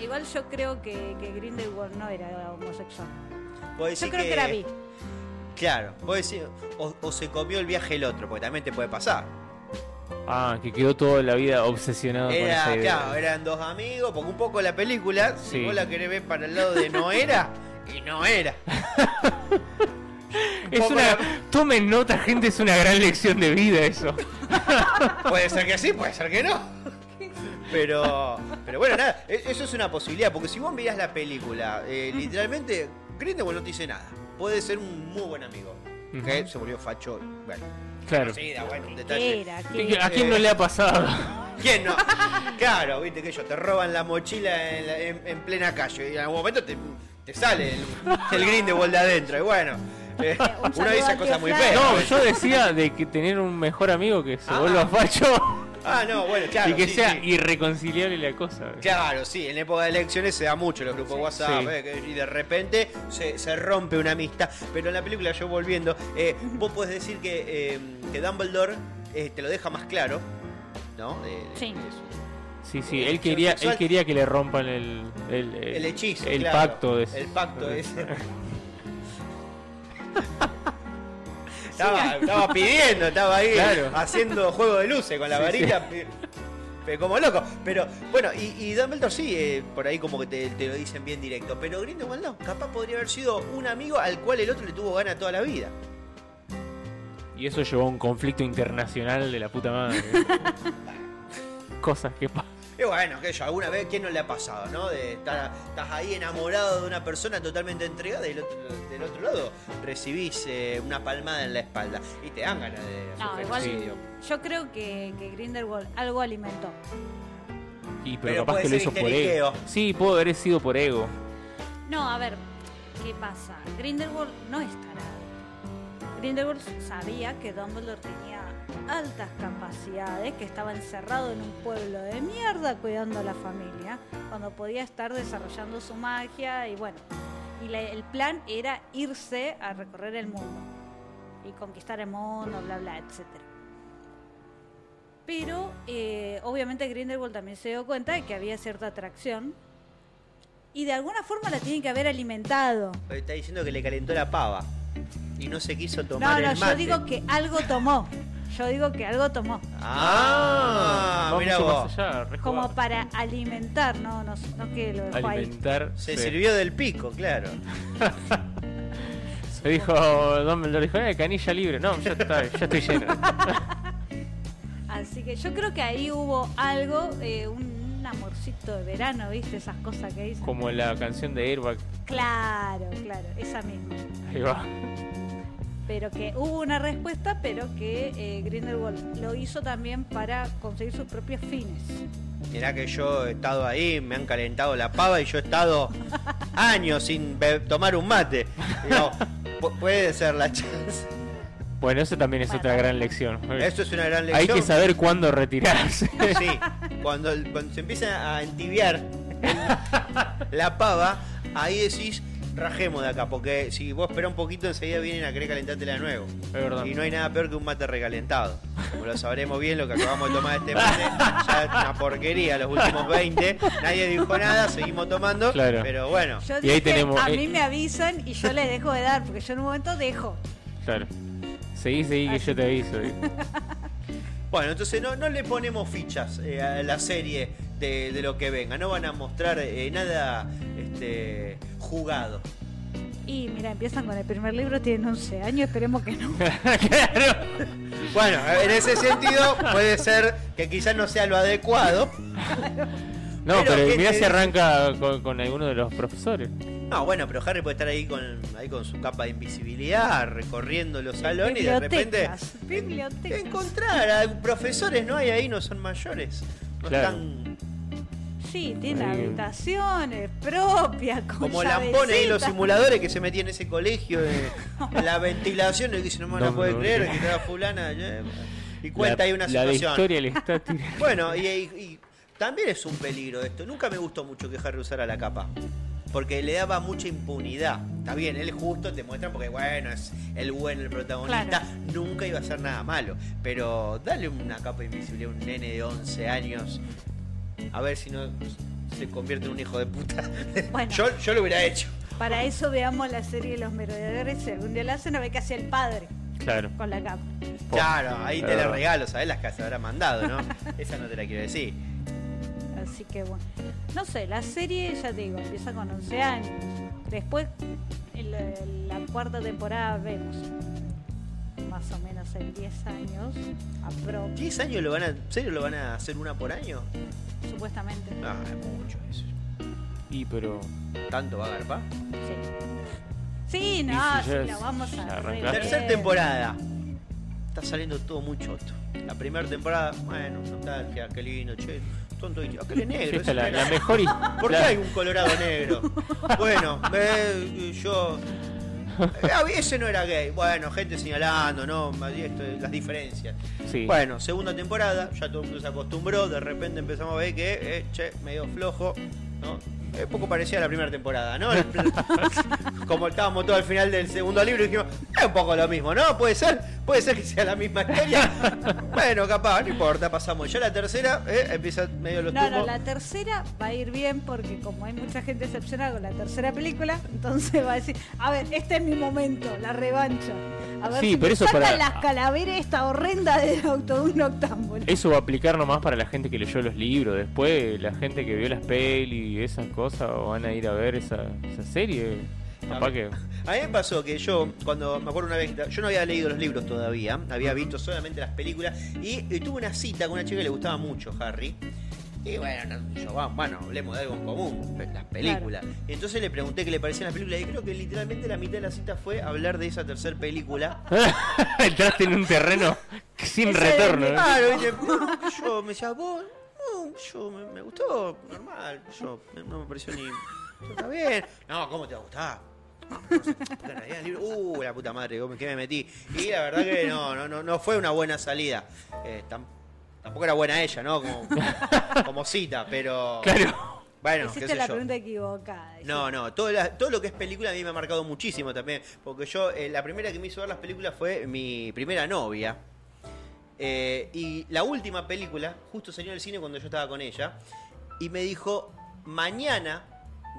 [SPEAKER 3] Igual yo creo que, que Grindelwald no era homosexual.
[SPEAKER 4] Vos
[SPEAKER 3] Yo
[SPEAKER 4] decís
[SPEAKER 3] creo que, era bi.
[SPEAKER 4] Claro, vos decís, o, o se comió el viaje el otro, porque también te puede pasar.
[SPEAKER 2] Ah, que quedó toda la vida obsesionado con
[SPEAKER 4] Era,
[SPEAKER 2] esa idea.
[SPEAKER 4] claro, eran dos amigos, porque un poco la película,
[SPEAKER 2] Sí.
[SPEAKER 4] si vos la querés ver para el lado de no era, y no era.
[SPEAKER 2] Es
[SPEAKER 4] Poco
[SPEAKER 2] una.
[SPEAKER 4] la-
[SPEAKER 2] Tomen nota, gente, es una gran lección de vida eso.
[SPEAKER 4] Puede ser que sí, puede ser que no. Pero, pero bueno, nada, e- eso es una posibilidad, porque si vos mirás la película, eh, literalmente, Grindelwald no te dice nada. Puede ser un muy buen amigo, que
[SPEAKER 2] Ujú.
[SPEAKER 4] se volvió facho, bueno,
[SPEAKER 2] Claro.
[SPEAKER 4] sí, da bueno, un
[SPEAKER 3] ¿Qué
[SPEAKER 4] detalle.
[SPEAKER 3] era? ¿Qué era?
[SPEAKER 2] ¿A quién no le ha pasado?
[SPEAKER 4] ¿Quién no? Claro, viste que ellos te roban la mochila en, la- en- en plena calle y en algún momento te, te sale el, el Grindelwald de adentro, y bueno, eh,
[SPEAKER 3] Un
[SPEAKER 4] uno
[SPEAKER 3] saludo
[SPEAKER 4] dice
[SPEAKER 3] al
[SPEAKER 4] cosas
[SPEAKER 3] tío
[SPEAKER 4] muy
[SPEAKER 3] Flavio.
[SPEAKER 4] feas. pues,
[SPEAKER 2] No,
[SPEAKER 4] ¿ves?
[SPEAKER 2] yo decía de que tener un mejor amigo que se
[SPEAKER 4] Ah.
[SPEAKER 2] vuelva facho
[SPEAKER 4] Ah, no, bueno, claro.
[SPEAKER 2] y que
[SPEAKER 4] sí,
[SPEAKER 2] sea
[SPEAKER 4] sí.
[SPEAKER 2] irreconciliable la cosa. ¿ves?
[SPEAKER 4] Claro, sí, en época de elecciones se da mucho los grupos WhatsApp
[SPEAKER 2] Sí.
[SPEAKER 4] eh, que- y de repente se, se rompe una amistad. Pero en la película, yo volviendo, eh, vos podés decir que, eh, que Dumbledore eh, te lo deja más claro, ¿no? Eh, De- de-
[SPEAKER 3] Sí.
[SPEAKER 4] de su-
[SPEAKER 2] Sí, sí,
[SPEAKER 4] Eh,
[SPEAKER 2] él quería, él
[SPEAKER 4] sexual.
[SPEAKER 2] quería que le rompan el, el, el-
[SPEAKER 4] el hechizo.
[SPEAKER 2] el
[SPEAKER 4] claro.
[SPEAKER 2] pacto de
[SPEAKER 4] El pacto
[SPEAKER 2] de-
[SPEAKER 4] ese. estaba, estaba pidiendo, estaba ahí
[SPEAKER 2] Claro.
[SPEAKER 4] haciendo juego de luces con la
[SPEAKER 2] Sí,
[SPEAKER 4] varita. pe- pe- Como loco, pero bueno, y, y Dumbledore sí, eh, por ahí como que te, te lo dicen bien directo, pero Grindelwald no, capaz podría haber sido un amigo al cual el otro le tuvo gana toda la vida.
[SPEAKER 2] Y eso llevó a un conflicto internacional de la puta madre. Cosas que pasan.
[SPEAKER 4] Y bueno, que yo, alguna vez, ¿quién no le ha pasado, no? De estar, estás ahí enamorado de una persona totalmente entregada y del otro, del otro lado recibís eh, una palmada en la espalda y te dan ganas de
[SPEAKER 3] No,
[SPEAKER 4] hacer
[SPEAKER 3] igual
[SPEAKER 4] suicidio.
[SPEAKER 3] yo creo que, que Grindelwald algo alimentó.
[SPEAKER 2] Y pero,
[SPEAKER 4] Pero
[SPEAKER 2] capaz
[SPEAKER 4] puede
[SPEAKER 2] que lo
[SPEAKER 4] ser
[SPEAKER 2] hizo por ego.
[SPEAKER 4] histeriqueo.
[SPEAKER 2] Sí, pudo haber sido por ego.
[SPEAKER 3] No, a ver, ¿qué pasa? Grindelwald no es tarado. Grindelwald sabía que Dumbledore tenía altas capacidades, que estaba encerrado en un pueblo de mierda cuidando a la familia, cuando podía estar desarrollando su magia y bueno. Y la- el plan era irse a recorrer el mundo y conquistar el mundo, bla, bla, etcétera. Pero eh, obviamente Grindelwald también se dio cuenta de que había cierta atracción y de alguna forma la tienen que haber alimentado.
[SPEAKER 4] Está diciendo que le calentó la pava y no se quiso
[SPEAKER 3] No,
[SPEAKER 4] tomar
[SPEAKER 3] no,
[SPEAKER 4] el mate.
[SPEAKER 3] yo digo que algo tomó. Yo digo que algo tomó.
[SPEAKER 4] Ah,
[SPEAKER 2] Va
[SPEAKER 4] mira
[SPEAKER 2] mucho
[SPEAKER 4] vos.
[SPEAKER 2] más allá, re
[SPEAKER 3] Como
[SPEAKER 2] jugado.
[SPEAKER 3] para alimentar, no, no, no que lo dejó ahí.
[SPEAKER 2] alimentar.
[SPEAKER 4] Se
[SPEAKER 2] sí.
[SPEAKER 4] sirvió del pico, claro.
[SPEAKER 2] Me dijo Dumbledore, dijo, eh, canilla libre. No, ya está, ya estoy lleno.
[SPEAKER 3] Así que yo creo que ahí hubo algo, eh, un- una amorcito de verano, ¿viste? Esas cosas que dicen.
[SPEAKER 2] Como la canción de Airbag.
[SPEAKER 3] Claro, claro, esa misma.
[SPEAKER 2] Ahí va.
[SPEAKER 3] Pero que hubo una respuesta, pero que eh, Grindelwald lo hizo también para conseguir sus propios fines.
[SPEAKER 4] Mirá que yo he estado ahí, me han calentado la pava y yo he estado años sin be- tomar un mate. Digo, pu- puede ser la chance.
[SPEAKER 2] Bueno, eso también es otra gran lección.
[SPEAKER 4] Eso es una gran
[SPEAKER 2] Hay
[SPEAKER 4] lección.
[SPEAKER 2] que saber cuándo retirarse.
[SPEAKER 4] Sí, cuando, el- cuando se empieza a entibiar la pava, ahí decís, rajemos de acá, porque si vos esperás un poquito, enseguida vienen a querer calentártela de nuevo.
[SPEAKER 2] Es verdad.
[SPEAKER 4] Y no hay nada peor que un mate recalentado. Como lo sabremos bien, lo que acabamos de tomar este mate, ya es una porquería los últimos 20. Nadie dijo nada, seguimos tomando,
[SPEAKER 2] Claro.
[SPEAKER 4] pero bueno.
[SPEAKER 3] Yo
[SPEAKER 2] Y ahí
[SPEAKER 3] dije,
[SPEAKER 2] tenemos,
[SPEAKER 3] a
[SPEAKER 2] eh,
[SPEAKER 3] mí me avisan y yo les dejo de dar, porque yo en un momento dejo.
[SPEAKER 2] Claro. Seguí, seguí, que yo te aviso.
[SPEAKER 4] Bueno, entonces no, no le ponemos fichas eh, a la serie de, de lo que venga. No van a mostrar eh, nada este, jugado.
[SPEAKER 3] Y mira, empiezan con el primer libro, tienen 11 años, esperemos que no.
[SPEAKER 2] claro.
[SPEAKER 4] Bueno, en ese sentido puede ser que quizás no sea lo adecuado.
[SPEAKER 2] No,
[SPEAKER 4] Pero,
[SPEAKER 2] pero,
[SPEAKER 4] ¿qué
[SPEAKER 2] mirá
[SPEAKER 4] te
[SPEAKER 2] si
[SPEAKER 4] dice?
[SPEAKER 2] arranca con, con alguno de los profesores.
[SPEAKER 4] No, bueno, pero Harry puede estar ahí con, ahí con su capa de invisibilidad, recorriendo los salones y de repente
[SPEAKER 3] Bibliotecas,
[SPEAKER 4] en-
[SPEAKER 3] bibliotecas.
[SPEAKER 4] encontrar a profesores, no hay ahí, no son mayores. No
[SPEAKER 2] Claro.
[SPEAKER 4] están
[SPEAKER 3] Sí, tienen
[SPEAKER 2] Ahí.
[SPEAKER 3] habitaciones propias, con
[SPEAKER 4] como lampones ahí los
[SPEAKER 3] llavecita.
[SPEAKER 4] simuladores que se metían en ese colegio de de la ventilación y que dicen, no me van a
[SPEAKER 2] No,
[SPEAKER 4] poder
[SPEAKER 2] no,
[SPEAKER 4] creer
[SPEAKER 2] no.
[SPEAKER 4] que estaba fulana. eh, Y cuenta ahí una
[SPEAKER 2] la, la
[SPEAKER 4] situación.
[SPEAKER 2] historia le está tirando.
[SPEAKER 4] Bueno, y, y- y también es un peligro esto. Nunca me gustó mucho que Harry usara la capa. Porque le daba mucha impunidad. Está bien, él justo te muestra porque, bueno, es el bueno, el protagonista.
[SPEAKER 3] Claro.
[SPEAKER 4] Nunca iba a hacer nada malo. Pero dale una capa invisible a un nene de 11 años. A ver si no se convierte en un hijo de puta.
[SPEAKER 3] Bueno.
[SPEAKER 4] Yo, yo lo hubiera hecho.
[SPEAKER 3] Para eso veamos la serie de los merodeadores, si algún día la hacen, a ver qué hacía el padre
[SPEAKER 2] Claro.
[SPEAKER 3] con la capa.
[SPEAKER 2] Po.
[SPEAKER 4] Claro, ahí te la
[SPEAKER 2] Claro.
[SPEAKER 4] regalo, ¿sabes? Las que se habrá mandado, ¿no? Esa no te la quiero decir.
[SPEAKER 3] Así que bueno. No sé, la serie, ya te digo, empieza con 11 años. Después, el- el- la cuarta temporada vemos. Más o menos en 10 años, apro,
[SPEAKER 4] 10 años lo van a. ¿En serio lo van a hacer una por año?
[SPEAKER 3] supuestamente.
[SPEAKER 4] No, es mucho eso.
[SPEAKER 2] Y pero.
[SPEAKER 4] ¿Tanto va a garpar?
[SPEAKER 3] Sí. Sí, no,
[SPEAKER 2] Y si
[SPEAKER 3] sí,
[SPEAKER 2] ya
[SPEAKER 3] la
[SPEAKER 2] es-
[SPEAKER 3] vamos
[SPEAKER 2] ya
[SPEAKER 3] a
[SPEAKER 2] arrancaste.
[SPEAKER 3] rever.
[SPEAKER 4] Tercer temporada. Está saliendo todo muy choto. La primera temporada, bueno, nostalgia, qué lindo, che. Tonto y aquel es negro.
[SPEAKER 2] Esta
[SPEAKER 4] ese
[SPEAKER 2] es la,
[SPEAKER 4] negro.
[SPEAKER 2] la mejor. y-
[SPEAKER 4] ¿Por qué
[SPEAKER 2] la-
[SPEAKER 4] hay un colorado negro? Bueno, eh, yo. eh, ah, ese no era gay. Bueno, gente señalando, ¿no? Esto, las diferencias.
[SPEAKER 2] Sí.
[SPEAKER 4] Bueno, segunda temporada, ya todo el mundo se acostumbró. De repente empezamos a ver que, eh, che, medio flojo, ¿no? Eh, poco parecía la primera temporada, ¿no? Como estábamos todos al final del segundo libro, dijimos, es un poco lo mismo, ¿no? Puede ser, puede ser que sea la misma historia. bueno, capaz, no importa, pasamos. Ya la tercera, eh, empieza medio los
[SPEAKER 3] No, no,
[SPEAKER 4] tumbos.
[SPEAKER 3] la tercera va a ir bien porque como hay mucha gente decepcionada con la tercera película, entonces va a decir, a ver, este es mi momento, la revancha. A ver
[SPEAKER 2] Sí,
[SPEAKER 3] si
[SPEAKER 2] pero
[SPEAKER 3] me
[SPEAKER 2] eso
[SPEAKER 3] sacan
[SPEAKER 2] para-
[SPEAKER 3] las calaveras esta horrenda del auto de un octámbulo.
[SPEAKER 4] Eh,
[SPEAKER 2] Eso va a aplicar nomás para la gente que leyó los libros. Después, la gente que vio las pelis y esas cosas van a ir a ver esa, esa serie. Capaz que.
[SPEAKER 4] A mí me pasó que yo, cuando me acuerdo una vez, yo no había leído los libros todavía, había visto solamente las películas y, y tuve una cita con una chica que le gustaba mucho Harry. Y bueno, no, yo, "Vamos, bueno, hablemos de algo en común, pe- las películas. Y entonces le pregunté qué le parecían las películas y creo que literalmente la mitad de la cita fue hablar de esa tercera película.
[SPEAKER 2] Entraste en un terreno sin
[SPEAKER 3] Ese
[SPEAKER 2] retorno.
[SPEAKER 3] de-
[SPEAKER 2] ¿eh?
[SPEAKER 4] Claro, y le- yo me decía, vos, no, yo me, me gustó, normal, yo no me pareció ni... Está bien. No, ¿cómo te va a gustar? Porque en realidad el libro- Uh, la puta madre, ¿cómo- ¿qué me metí? Y la verdad que no, no, no, no fue una buena salida. Eh, tam- tampoco era buena ella, ¿no? Como, como cita, pero.
[SPEAKER 2] Claro.
[SPEAKER 4] Bueno, qué
[SPEAKER 3] Hiciste
[SPEAKER 4] sé
[SPEAKER 3] la
[SPEAKER 4] yo.
[SPEAKER 3] pregunta equivocada.
[SPEAKER 4] No, no, todo, la- todo lo que es película a mí me ha marcado muchísimo también. Porque yo, eh, la primera que me hizo ver las películas fue mi primera novia. Eh, y la última película, justo salió del cine cuando yo estaba con ella. Y me dijo, mañana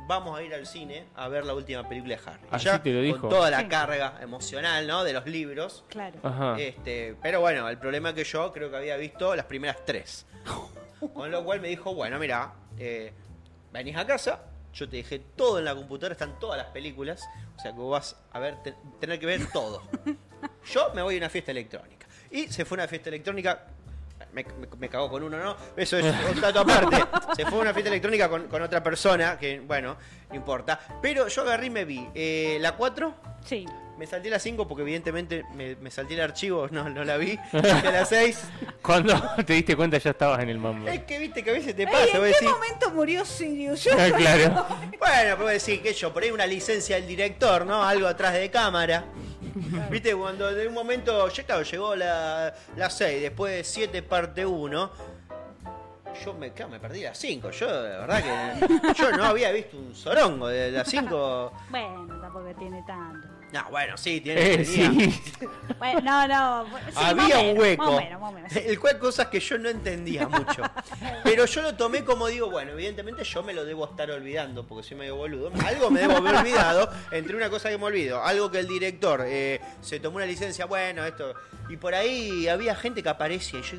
[SPEAKER 4] vamos a ir al cine a ver la última película de Harry. Y
[SPEAKER 2] Así
[SPEAKER 4] ya
[SPEAKER 2] te lo dijo.
[SPEAKER 4] Con toda la
[SPEAKER 3] Sí.
[SPEAKER 4] carga emocional, ¿no? De los libros.
[SPEAKER 3] Claro.
[SPEAKER 2] Ajá.
[SPEAKER 4] Este, pero bueno, el problema es que yo creo que había visto las primeras tres. Con lo cual me dijo, bueno, mira, eh, venís a casa, yo te dejé todo en la computadora, están todas las películas, o sea que vos vas a ver, te- tener que ver todo. Yo me voy a una fiesta electrónica. Y se fue a una fiesta electrónica, me, me- me cagó con uno, ¿no? Eso es un dato aparte. Se fue a una fiesta electrónica con, con otra persona, que bueno, no importa. Pero yo agarré y me vi eh, la 4,
[SPEAKER 3] Sí.
[SPEAKER 4] me salté la 5 porque evidentemente me, me salté el archivo, no, no la vi. Dije la 6.
[SPEAKER 2] Cuando te diste cuenta ya estabas en el mambo.
[SPEAKER 4] Es que viste que a veces te
[SPEAKER 3] Ey,
[SPEAKER 4] pasa,
[SPEAKER 3] ¿En
[SPEAKER 4] vos
[SPEAKER 3] qué
[SPEAKER 4] decís.
[SPEAKER 3] momento murió Sirius? Yo
[SPEAKER 2] Ah,
[SPEAKER 3] no-
[SPEAKER 2] claro.
[SPEAKER 4] Bueno, pues pero decir que yo, por ahí una licencia del director, ¿no? Algo atrás de cámara. Viste, cuando en un momento, ya claro, llegó la, la 6, después de 7 parte 1, yo me, claro, me perdí la 5. Yo, la verdad que yo no había visto un sorongo de la 5.
[SPEAKER 3] Bueno, tampoco tiene tanto.
[SPEAKER 4] No, bueno, sí, tiene
[SPEAKER 2] Eh,
[SPEAKER 4] tenía.
[SPEAKER 2] sí.
[SPEAKER 3] Bueno, no, no. bu- sí, más
[SPEAKER 4] Había
[SPEAKER 3] o
[SPEAKER 4] un
[SPEAKER 3] menos,
[SPEAKER 4] hueco,
[SPEAKER 3] más o menos, más o menos.
[SPEAKER 4] el cual cosas que yo no entendía mucho. Pero yo lo tomé como digo, bueno, evidentemente yo me lo debo estar olvidando, porque soy medio boludo. Algo me debo haber olvidado, entre una cosa que me olvido, algo que el director eh, se tomó una licencia, bueno, esto. Y por ahí había gente que aparecía. Y yo,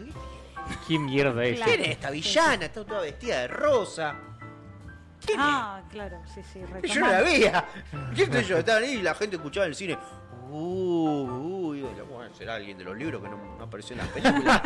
[SPEAKER 2] ¿Qué mierda es?
[SPEAKER 4] ¿quién es esta villana? Está toda vestida de rosa. ¿Quién es?
[SPEAKER 3] Ah, claro, sí, sí.
[SPEAKER 4] Que yo no la
[SPEAKER 3] retomando.
[SPEAKER 4] veía. ¿Qué sé yo? Estaban ahí y la gente escuchaba en el cine. Uh, uh, y yo, bueno, será alguien de los libros que no, no apareció en las películas.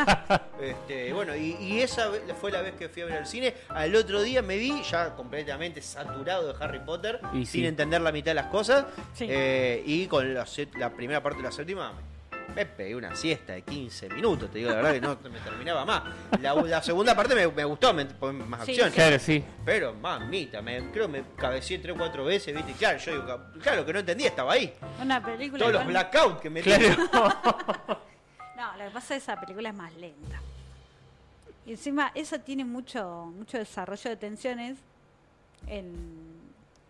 [SPEAKER 4] este, bueno, y, y esa ve- fue la vez que fui a ver al cine. Al otro día me vi ya completamente saturado de Harry Potter,
[SPEAKER 2] Y
[SPEAKER 4] sin
[SPEAKER 2] sí.
[SPEAKER 4] entender la mitad de las cosas.
[SPEAKER 3] Sí.
[SPEAKER 4] Eh, y con la, set- la primera parte de la séptima me, me pegué una siesta de 15 minutos. Te digo la verdad que no me terminaba más. La, la segunda parte me, me gustó, me, más
[SPEAKER 3] Sí,
[SPEAKER 4] acción.
[SPEAKER 3] sí.
[SPEAKER 2] Claro, sí.
[SPEAKER 4] Pero mamita, me, creo que me cabeceé tres o cuatro veces, ¿viste? Claro, yo digo, claro, que no entendía, estaba ahí.
[SPEAKER 3] Una película.
[SPEAKER 4] Todos los
[SPEAKER 3] igual-
[SPEAKER 4] blackouts que me
[SPEAKER 2] Claro.
[SPEAKER 3] No, lo que pasa es que esa película es más lenta. Y encima, esa tiene mucho, mucho desarrollo de tensiones. En,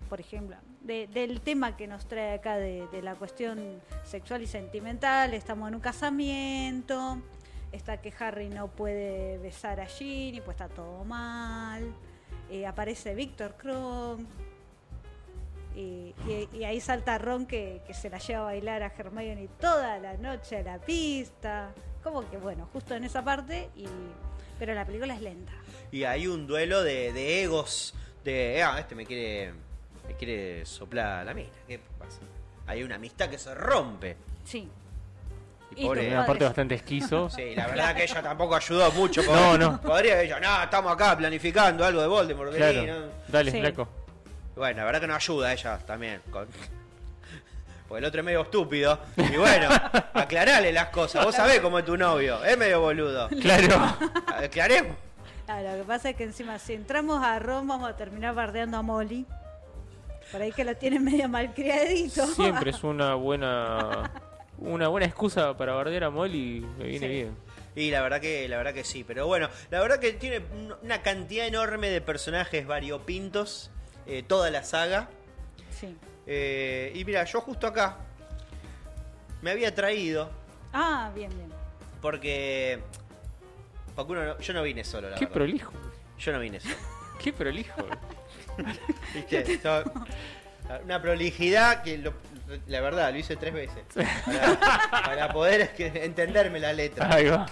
[SPEAKER 3] por ejemplo, de- del tema que nos trae acá de, de la cuestión sexual y sentimental. Estamos en un casamiento. Está que Harry no puede besar a Ginny, pues está todo mal. Eh, aparece Víctor Krum. Y, y- y ahí salta Ron que, que se la lleva a bailar a Hermione toda la noche a la pista. Como que bueno, justo en esa parte, y pero la película es lenta.
[SPEAKER 4] Y hay un duelo de, de egos, de, ah, este me quiere, me quiere soplar la mina, ¿qué pasa? Hay una amistad que se rompe.
[SPEAKER 3] Sí.
[SPEAKER 4] Y
[SPEAKER 3] Y tu
[SPEAKER 4] pobre,
[SPEAKER 2] Una parte
[SPEAKER 3] Padre.
[SPEAKER 2] bastante esquizo.
[SPEAKER 4] Sí, la verdad que ella tampoco ayudó mucho.
[SPEAKER 2] No, no.
[SPEAKER 4] Podría haber dicho, no, estamos acá planificando algo de Voldemort. vení,
[SPEAKER 2] Claro.
[SPEAKER 4] no".
[SPEAKER 2] Dale,
[SPEAKER 3] Sí.
[SPEAKER 2] flaco.
[SPEAKER 4] Bueno, la verdad que no ayuda a ella también. con- Porque el otro es medio estúpido. Y bueno, aclarale las cosas. Vos sabés cómo es tu novio. Es medio boludo.
[SPEAKER 2] Claro.
[SPEAKER 4] Aclaremos.
[SPEAKER 3] Ah, lo que pasa es que encima, si entramos a Ron, vamos a terminar bardeando a Molly. Por ahí que lo tienen medio malcriadito.
[SPEAKER 2] Siempre es una buena una buena excusa para bardear a Molly. Me viene
[SPEAKER 3] Sí.
[SPEAKER 2] bien.
[SPEAKER 4] Y la verdad que, la verdad que sí. Pero bueno, la verdad que tiene un- una cantidad enorme de personajes variopintos. eh, toda la saga.
[SPEAKER 3] Sí.
[SPEAKER 4] Eh, y mira, yo justo acá me había traído.
[SPEAKER 3] Ah, bien, bien.
[SPEAKER 4] Porque. porque uno no- yo no vine solo, la
[SPEAKER 2] Qué
[SPEAKER 4] verdad.
[SPEAKER 2] prolijo.
[SPEAKER 4] Yo no vine solo.
[SPEAKER 2] Qué prolijo.
[SPEAKER 4] ¿Viste? So- una prolijidad que lo- la verdad lo hice tres veces para, para poder que- entenderme la letra.
[SPEAKER 2] Ahí va.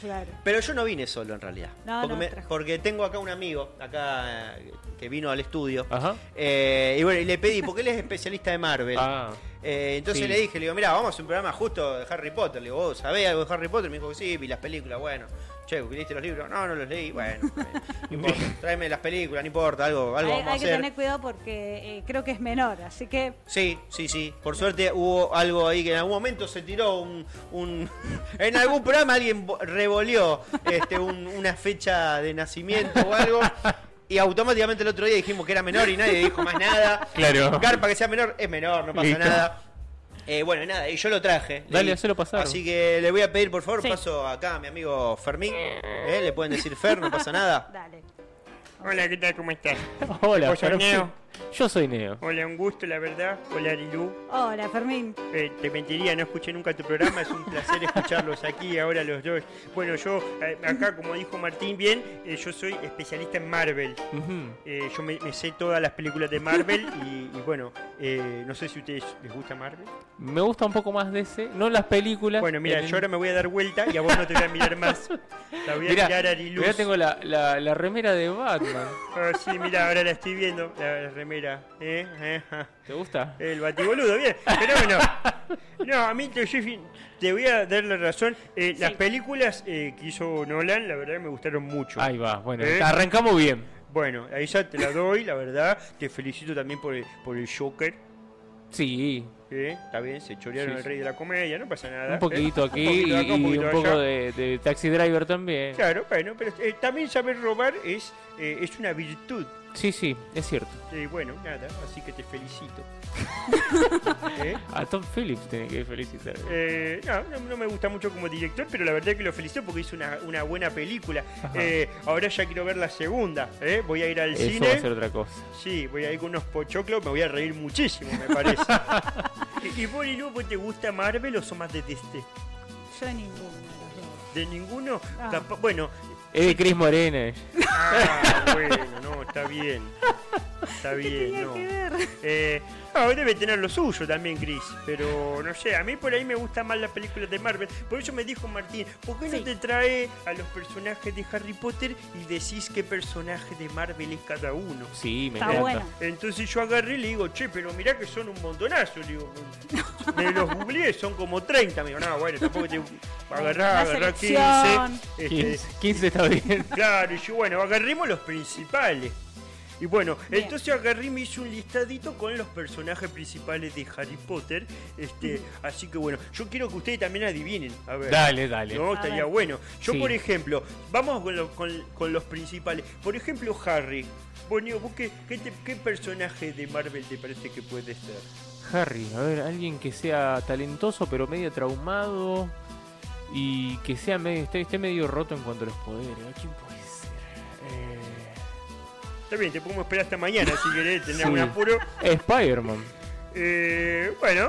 [SPEAKER 3] Claro.
[SPEAKER 4] Pero yo no vine solo en realidad.
[SPEAKER 3] No,
[SPEAKER 4] porque,
[SPEAKER 3] no,
[SPEAKER 4] me-
[SPEAKER 3] trajo.
[SPEAKER 4] porque tengo acá un amigo, acá eh, que vino al estudio.
[SPEAKER 2] Ajá.
[SPEAKER 4] Eh, y bueno, y le pedí, porque él es especialista de Marvel.
[SPEAKER 2] Ah.
[SPEAKER 4] Eh, entonces
[SPEAKER 2] Sí.
[SPEAKER 4] le dije, le digo, mira, vamos a hacer un programa justo de Harry Potter. Le digo, ¿vos sabés algo de Harry Potter? Me dijo, que sí, vi las películas, bueno. Che, ¿leíste los libros? No, no los leí. Bueno, eh, no importa, tráeme las películas, no importa, algo, algo
[SPEAKER 3] hay
[SPEAKER 4] vamos a
[SPEAKER 3] hay que
[SPEAKER 4] hacer.
[SPEAKER 3] tener cuidado porque eh, creo que es menor, así que
[SPEAKER 4] Sí, sí, sí. Por suerte hubo algo ahí que en algún momento se tiró un... un- en algún programa alguien bo- revolvió este, un- una fecha de nacimiento o algo. Y automáticamente el otro día dijimos que era menor y nadie dijo más nada.
[SPEAKER 2] Claro.
[SPEAKER 4] Carpa que sea menor es menor, no pasa
[SPEAKER 2] Listo.
[SPEAKER 4] nada. Eh, bueno, nada, y yo lo traje.
[SPEAKER 2] Dale,
[SPEAKER 4] Leí.
[SPEAKER 2] hacelo pasar.
[SPEAKER 4] Así que le voy a pedir, por favor,
[SPEAKER 3] Sí.
[SPEAKER 4] paso acá a mi amigo Fermín. Eh, Le pueden decir Fer, no pasa nada.
[SPEAKER 3] dale.
[SPEAKER 10] Hola, ¿qué tal? ¿Cómo estás?
[SPEAKER 2] Hola,
[SPEAKER 10] ¿Vos sos
[SPEAKER 2] Fer-
[SPEAKER 10] Neo?
[SPEAKER 2] Yo soy Neo.
[SPEAKER 10] Hola, un gusto, la verdad. Hola, Lilu.
[SPEAKER 3] Hola, Fermín.
[SPEAKER 10] Eh, te mentiría, no escuché nunca tu programa. Es un placer escucharlos aquí, ahora los dos. Bueno, yo eh, acá, como dijo Martín bien, eh, yo soy especialista en Marvel.
[SPEAKER 2] Ujú.
[SPEAKER 10] Eh, yo me, me sé todas las películas de Marvel y, y bueno, eh, no sé si a ustedes les gusta Marvel.
[SPEAKER 2] Me gusta un poco más de ese. No las películas.
[SPEAKER 10] Bueno, mira,
[SPEAKER 2] El-
[SPEAKER 10] yo ahora me voy a dar vuelta y a vos no te voy a mirar más. La voy a
[SPEAKER 2] Mirá,
[SPEAKER 10] mirar a Lilu.
[SPEAKER 2] mirá, tengo la, la, la remera de Batman.
[SPEAKER 10] Ah, sí, mira, ahora la estoy viendo, la, la remera. ¿eh? ¿Eh? ja.
[SPEAKER 2] ¿Te gusta?
[SPEAKER 10] El batiboludo, bien, fenómeno. No, a mí te, Jeffy, te voy a dar la razón. Eh, Las películas eh, que hizo Nolan, la verdad, me gustaron mucho.
[SPEAKER 2] Ahí va, bueno,
[SPEAKER 10] ¿Eh?
[SPEAKER 2] arrancamos bien.
[SPEAKER 10] Bueno, ahí ya te la doy, la verdad. Te felicito también por el, por el Joker.
[SPEAKER 2] Sí,
[SPEAKER 10] ¿eh? Está bien, se chorearon
[SPEAKER 2] Sí,
[SPEAKER 10] el rey de la comedia, no pasa nada.
[SPEAKER 2] un
[SPEAKER 10] ¿eh?
[SPEAKER 2] poquito aquí
[SPEAKER 10] poquito acá,
[SPEAKER 2] y, y un
[SPEAKER 10] poquito
[SPEAKER 2] poco
[SPEAKER 10] allá.
[SPEAKER 2] de, de Taxi Driver también.
[SPEAKER 10] Claro, bueno, pero eh, también saber robar es, eh, es una virtud.
[SPEAKER 2] Sí, sí, es cierto.
[SPEAKER 10] Eh, bueno, nada, así que te felicito. ¿Eh?
[SPEAKER 2] A Tom Phillips tiene que felicitar.
[SPEAKER 10] Eh, no, no, no me gusta mucho como director, pero la verdad que lo felicito porque hizo una, una buena película. Eh, ahora ya quiero ver la segunda. ¿eh? Voy a ir al
[SPEAKER 2] Eso
[SPEAKER 10] cine.
[SPEAKER 2] va a ser otra cosa.
[SPEAKER 10] Sí, voy a ir con unos pochoclos, me voy a reír muchísimo, me parece. ¿Y, y vos, Lilu, vos te gusta Marvel o sos más de este?
[SPEAKER 3] Yo ninguno de los dos.
[SPEAKER 10] ¿De ninguno?
[SPEAKER 3] Ah.
[SPEAKER 10] Capa- bueno,
[SPEAKER 2] Es de Chris Morena.
[SPEAKER 10] ah, bueno, no, está bien. Está bien, no.
[SPEAKER 3] Tenía que ver.
[SPEAKER 10] Eh, ah, debe tener lo suyo también, Chris. Pero no sé, a mí por ahí me gustan más las películas de Marvel. Por eso me dijo Martín, ¿por qué no
[SPEAKER 3] Sí.
[SPEAKER 10] te trae a los personajes de Harry Potter y decís qué personaje de Marvel es cada uno?
[SPEAKER 2] Sí, me encanta.
[SPEAKER 3] Está Ah, bueno.
[SPEAKER 10] Entonces yo agarré y le digo, che, pero mirá que son un montonazo. Le digo, me los googleé, son como 30. Me dijo, no, bueno, tampoco te. Agarrá,
[SPEAKER 3] La
[SPEAKER 10] agarrá 15.
[SPEAKER 3] selección.
[SPEAKER 10] este,
[SPEAKER 2] 15, 15 está bien.
[SPEAKER 10] Claro, y yo, bueno, agarremos los principales. Y bueno,
[SPEAKER 3] Bien.
[SPEAKER 10] entonces agarré y me hice un listadito con los personajes principales de Harry Potter. Este, así que bueno, yo quiero que ustedes también adivinen. A ver.
[SPEAKER 2] Dale, dale.
[SPEAKER 10] No,
[SPEAKER 3] A
[SPEAKER 10] estaría
[SPEAKER 3] ver.
[SPEAKER 10] bueno. Yo,
[SPEAKER 2] Sí.
[SPEAKER 10] por ejemplo, vamos con, lo- con- con los principales. Por ejemplo, Harry. Bueno, ¿vos qué, qué te- qué personaje de Marvel te parece que puede ser?
[SPEAKER 2] Harry, a ver, alguien que sea talentoso pero medio traumado y que sea medio, esté, esté medio roto en cuanto a los poderes. ¿A quién puede ser? Eh,
[SPEAKER 10] Está bien, te podemos esperar hasta mañana si querés tener
[SPEAKER 2] Sí.
[SPEAKER 10] un apuro.
[SPEAKER 2] Spider-Man.
[SPEAKER 10] Eh, bueno,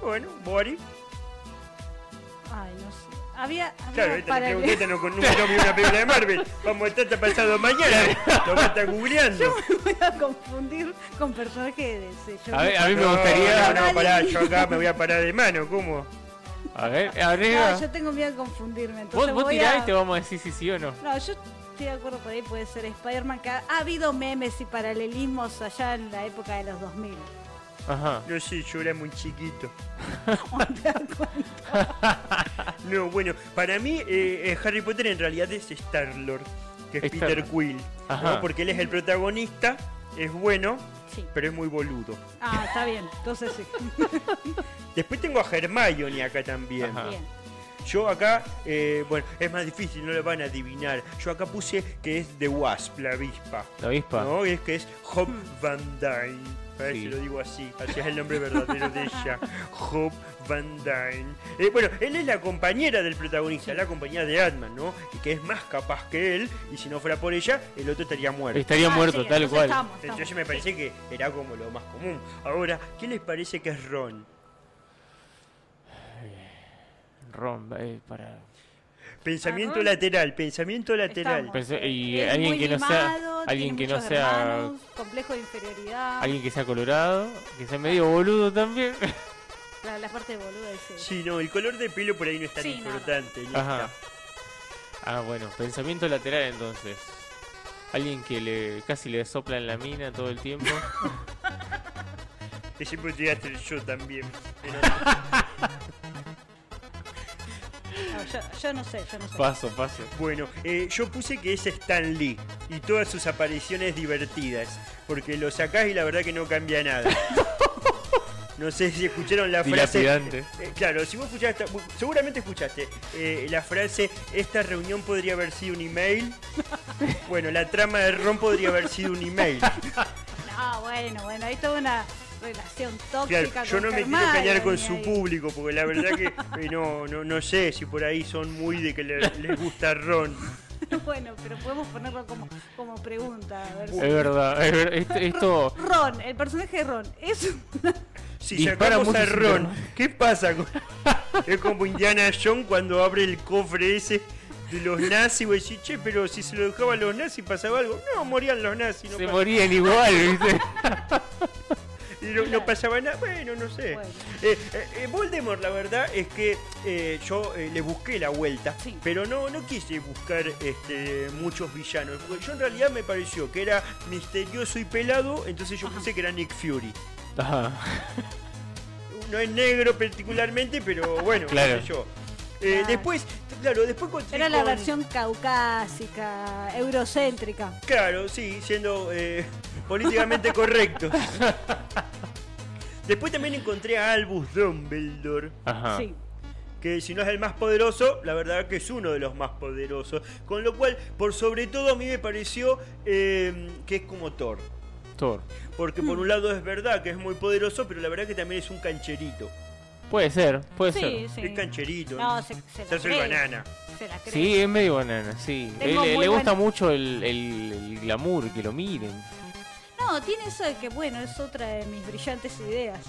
[SPEAKER 10] bueno, Boris.
[SPEAKER 3] Ay, no sé. Había. había
[SPEAKER 10] Claro, esta
[SPEAKER 3] para
[SPEAKER 10] le
[SPEAKER 3] el-
[SPEAKER 10] pregunté, esta no, nunca no vi una película de Marvel. Vamos a estar hasta pasado mañana. Lo vas a estar googleando.
[SPEAKER 3] voy a confundir con personaje de sello.
[SPEAKER 2] A, ver, a mí me
[SPEAKER 10] No,
[SPEAKER 2] gustaría.
[SPEAKER 10] No, no, pará, yo acá me voy a parar de mano, ¿cómo?
[SPEAKER 2] A ver,
[SPEAKER 3] No,
[SPEAKER 2] arriba.
[SPEAKER 3] yo tengo miedo a confundirme. Entonces
[SPEAKER 2] Vos, vos
[SPEAKER 3] voy
[SPEAKER 2] tirá
[SPEAKER 3] a...
[SPEAKER 2] y te vamos a decir si sí o no.
[SPEAKER 3] No, yo estoy de acuerdo por ahí, puede ser Spider-Man. que Ha, ha habido memes y paralelismos allá en la época de los 2000.
[SPEAKER 2] Ajá.
[SPEAKER 10] No sé, yo era muy chiquito. No, bueno, para mí eh, eh, Harry Potter en realidad es Star-Lord, que es
[SPEAKER 2] Star-Lord.
[SPEAKER 10] Peter Quill.
[SPEAKER 2] Ajá.
[SPEAKER 10] ¿no? Porque él es el protagonista, es bueno,
[SPEAKER 3] Sí.
[SPEAKER 10] pero es muy boludo.
[SPEAKER 3] Ah, está bien. Entonces sí.
[SPEAKER 10] Después tengo a Hermione acá también.
[SPEAKER 2] Ajá. Ah.
[SPEAKER 3] Bien.
[SPEAKER 10] Yo acá, eh, bueno, es más difícil, no lo van a adivinar. Yo acá puse que es The Wasp, la avispa.
[SPEAKER 2] La avispa.
[SPEAKER 10] No, es que es Hop Van Dyne. A ver
[SPEAKER 2] Sí.
[SPEAKER 10] si lo digo así. Así es el nombre verdadero de ella. Hop Van Dyne. Eh, bueno, él es la compañera del protagonista, la compañera de Atman, ¿no? Y que es más capaz que él. Y si no fuera por ella, el otro estaría muerto.
[SPEAKER 2] Estaría
[SPEAKER 3] Ah,
[SPEAKER 2] muerto,
[SPEAKER 3] sí,
[SPEAKER 2] tal
[SPEAKER 3] entonces
[SPEAKER 2] cual.
[SPEAKER 3] estamos, estamos.
[SPEAKER 10] Entonces me parece que era como lo más común. Ahora, ¿qué les parece que es Ron?
[SPEAKER 2] Ron, eh, para.
[SPEAKER 10] Pensamiento
[SPEAKER 3] Ron?
[SPEAKER 10] lateral, pensamiento lateral.
[SPEAKER 3] Estamos.
[SPEAKER 2] Pensé- y
[SPEAKER 3] Es
[SPEAKER 2] alguien
[SPEAKER 3] muy
[SPEAKER 2] que no sea-
[SPEAKER 3] mimado,
[SPEAKER 2] alguien
[SPEAKER 3] tiene
[SPEAKER 2] que no
[SPEAKER 3] muchos
[SPEAKER 2] sea-
[SPEAKER 3] hermanos, complejo de inferioridad.
[SPEAKER 2] Alguien que sea colorado, que sea medio boludo también.
[SPEAKER 3] La, la parte de boludo ese.
[SPEAKER 10] Sí, no, el color de pelo por ahí no es tan
[SPEAKER 3] Sí, no, no.
[SPEAKER 10] importante. no
[SPEAKER 2] Ajá.
[SPEAKER 10] está.
[SPEAKER 2] Ah, bueno, pensamiento lateral entonces. Alguien que le casi le sopla en la mina todo el tiempo.
[SPEAKER 10] Que siempre podría ser yo también. pero-
[SPEAKER 3] No, yo, yo no sé, yo no sé.
[SPEAKER 2] Paso, paso.
[SPEAKER 10] Bueno, eh, yo puse que es Stan Lee y todas sus apariciones divertidas, porque lo sacás y la verdad que no cambia nada. No sé si escucharon la frase.
[SPEAKER 2] Dilapidante.
[SPEAKER 10] Eh, claro, si vos escuchaste, bu- seguramente escuchaste eh, la frase, esta reunión podría haber sido un email. Bueno, la trama de Ron podría haber sido un email.
[SPEAKER 3] No, Ah, bueno, bueno, hay toda una relación
[SPEAKER 10] Claro,
[SPEAKER 3] tóxica
[SPEAKER 10] yo
[SPEAKER 3] con
[SPEAKER 10] no me quiero
[SPEAKER 3] Hermione
[SPEAKER 10] callar con su
[SPEAKER 3] ahí.
[SPEAKER 10] público, porque la verdad que eh, no, no, no sé si por ahí son muy de que le- les gusta Ron.
[SPEAKER 3] Bueno, pero podemos ponerlo como, como pregunta. A ver si-
[SPEAKER 2] Es verdad, es ver- est- esto.
[SPEAKER 3] Ron, el personaje de Ron, es una-
[SPEAKER 10] Si
[SPEAKER 2] Dispara
[SPEAKER 10] sacamos a
[SPEAKER 2] muchos
[SPEAKER 10] Ron,
[SPEAKER 2] Superman.
[SPEAKER 10] ¿qué pasa? con- es como Indiana Jones cuando abre el cofre ese de los nazis. Vos decís, che, pero si se lo dejaba a los nazis pasaba algo. No, morían los nazis. No
[SPEAKER 2] Se
[SPEAKER 10] pasa-
[SPEAKER 2] morían igual, ¿viste?
[SPEAKER 10] y no, no pasaba nada. Bueno, no sé. Eh, eh, eh, Voldemort, la verdad es que eh, yo eh, le busqué la vuelta, pero no, no quise buscar este, muchos villanos. Porque yo en realidad me pareció que era misterioso y pelado, entonces yo pensé que era Nick Fury. No es negro particularmente, pero bueno,
[SPEAKER 2] Claro.
[SPEAKER 10] qué sé yo. Eh, Después, claro, después encontré
[SPEAKER 3] Era la
[SPEAKER 10] con-
[SPEAKER 3] versión caucásica, eurocéntrica.
[SPEAKER 10] Claro, sí, siendo eh, políticamente correctos. Después también encontré a Albus Dumbledore.
[SPEAKER 2] Ajá.
[SPEAKER 3] Sí.
[SPEAKER 10] Que si no es el más poderoso, la verdad que es uno de los más poderosos. Con lo cual, por sobre todo, a mí me pareció eh, que es como Thor.
[SPEAKER 2] Thor.
[SPEAKER 10] Porque
[SPEAKER 3] Hmm.
[SPEAKER 10] por un lado es verdad que es muy poderoso, pero la verdad que también es un cancherito.
[SPEAKER 2] Puede ser, puede
[SPEAKER 3] Sí,
[SPEAKER 2] ser.
[SPEAKER 3] sí.
[SPEAKER 10] Es cancherito.
[SPEAKER 3] No, se, se la
[SPEAKER 10] Se hace el
[SPEAKER 3] cree.
[SPEAKER 10] banana.
[SPEAKER 3] Se la cree.
[SPEAKER 2] Sí, es medio banana, sí.
[SPEAKER 3] Tengo
[SPEAKER 2] Él-
[SPEAKER 3] muy
[SPEAKER 2] le gusta
[SPEAKER 3] buen-
[SPEAKER 2] mucho el, el- el glamour, que lo miren.
[SPEAKER 3] No, tiene eso de que, bueno, es otra de mis brillantes ideas.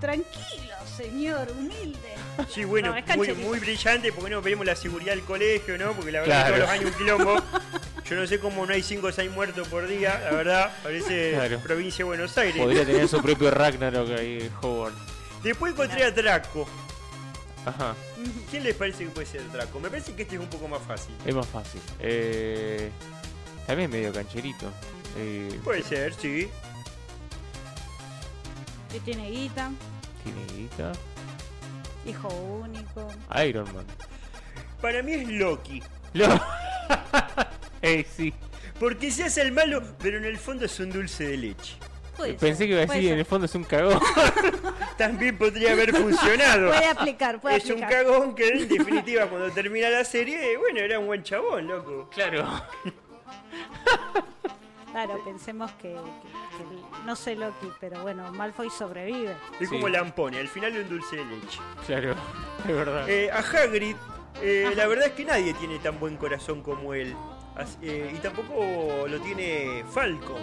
[SPEAKER 3] Tranquilo, señor, humilde.
[SPEAKER 10] Sí, bueno,
[SPEAKER 3] No, es
[SPEAKER 10] muy,
[SPEAKER 3] cancherito.
[SPEAKER 10] muy brillante porque no pedimos la seguridad del colegio, ¿no? Porque la verdad
[SPEAKER 2] Claro.
[SPEAKER 10] todos los años un quilombo. Yo no sé cómo no hay 5 o 6 muertos por día, la verdad, parece
[SPEAKER 2] Claro.
[SPEAKER 10] provincia de Buenos Aires.
[SPEAKER 2] Podría tener su propio Ragnarok ahí, en Hogwarts.
[SPEAKER 10] Después encontré a Draco.
[SPEAKER 2] Ajá,
[SPEAKER 10] ¿Quién les parece que puede ser Draco? Me parece que este es un poco más fácil.
[SPEAKER 2] es más fácil. Eh, también medio cancherito. Eh,
[SPEAKER 10] Puede ser, sí.
[SPEAKER 3] Que tiene guita,
[SPEAKER 2] tiene guita.
[SPEAKER 3] hijo único.
[SPEAKER 2] Iron Man.
[SPEAKER 10] Para mí es Loki.
[SPEAKER 2] Lo- Eh, sí.
[SPEAKER 10] Porque se hace el malo, pero en el fondo es un dulce de leche.
[SPEAKER 3] Puede
[SPEAKER 2] Pensé
[SPEAKER 3] ser,
[SPEAKER 2] que iba a
[SPEAKER 3] puede
[SPEAKER 2] decir, en el
[SPEAKER 3] ser.
[SPEAKER 2] fondo es un cagón.
[SPEAKER 10] También podría haber funcionado.
[SPEAKER 3] Puede aplicar, puede
[SPEAKER 10] es un
[SPEAKER 3] aplicar.
[SPEAKER 10] cagón que en definitiva cuando termina la serie, bueno, era un buen chabón, loco.
[SPEAKER 2] claro.
[SPEAKER 3] Claro, pensemos que, que- que no sé Loki, pero bueno, Malfoy sobrevive.
[SPEAKER 10] Es
[SPEAKER 2] Sí.
[SPEAKER 10] como Lampone, al final un dulce de leche.
[SPEAKER 2] Claro, es verdad.
[SPEAKER 10] Eh, a Hagrid, eh, la verdad es que nadie tiene tan buen corazón como él. As- eh, y tampoco lo tiene Falcon,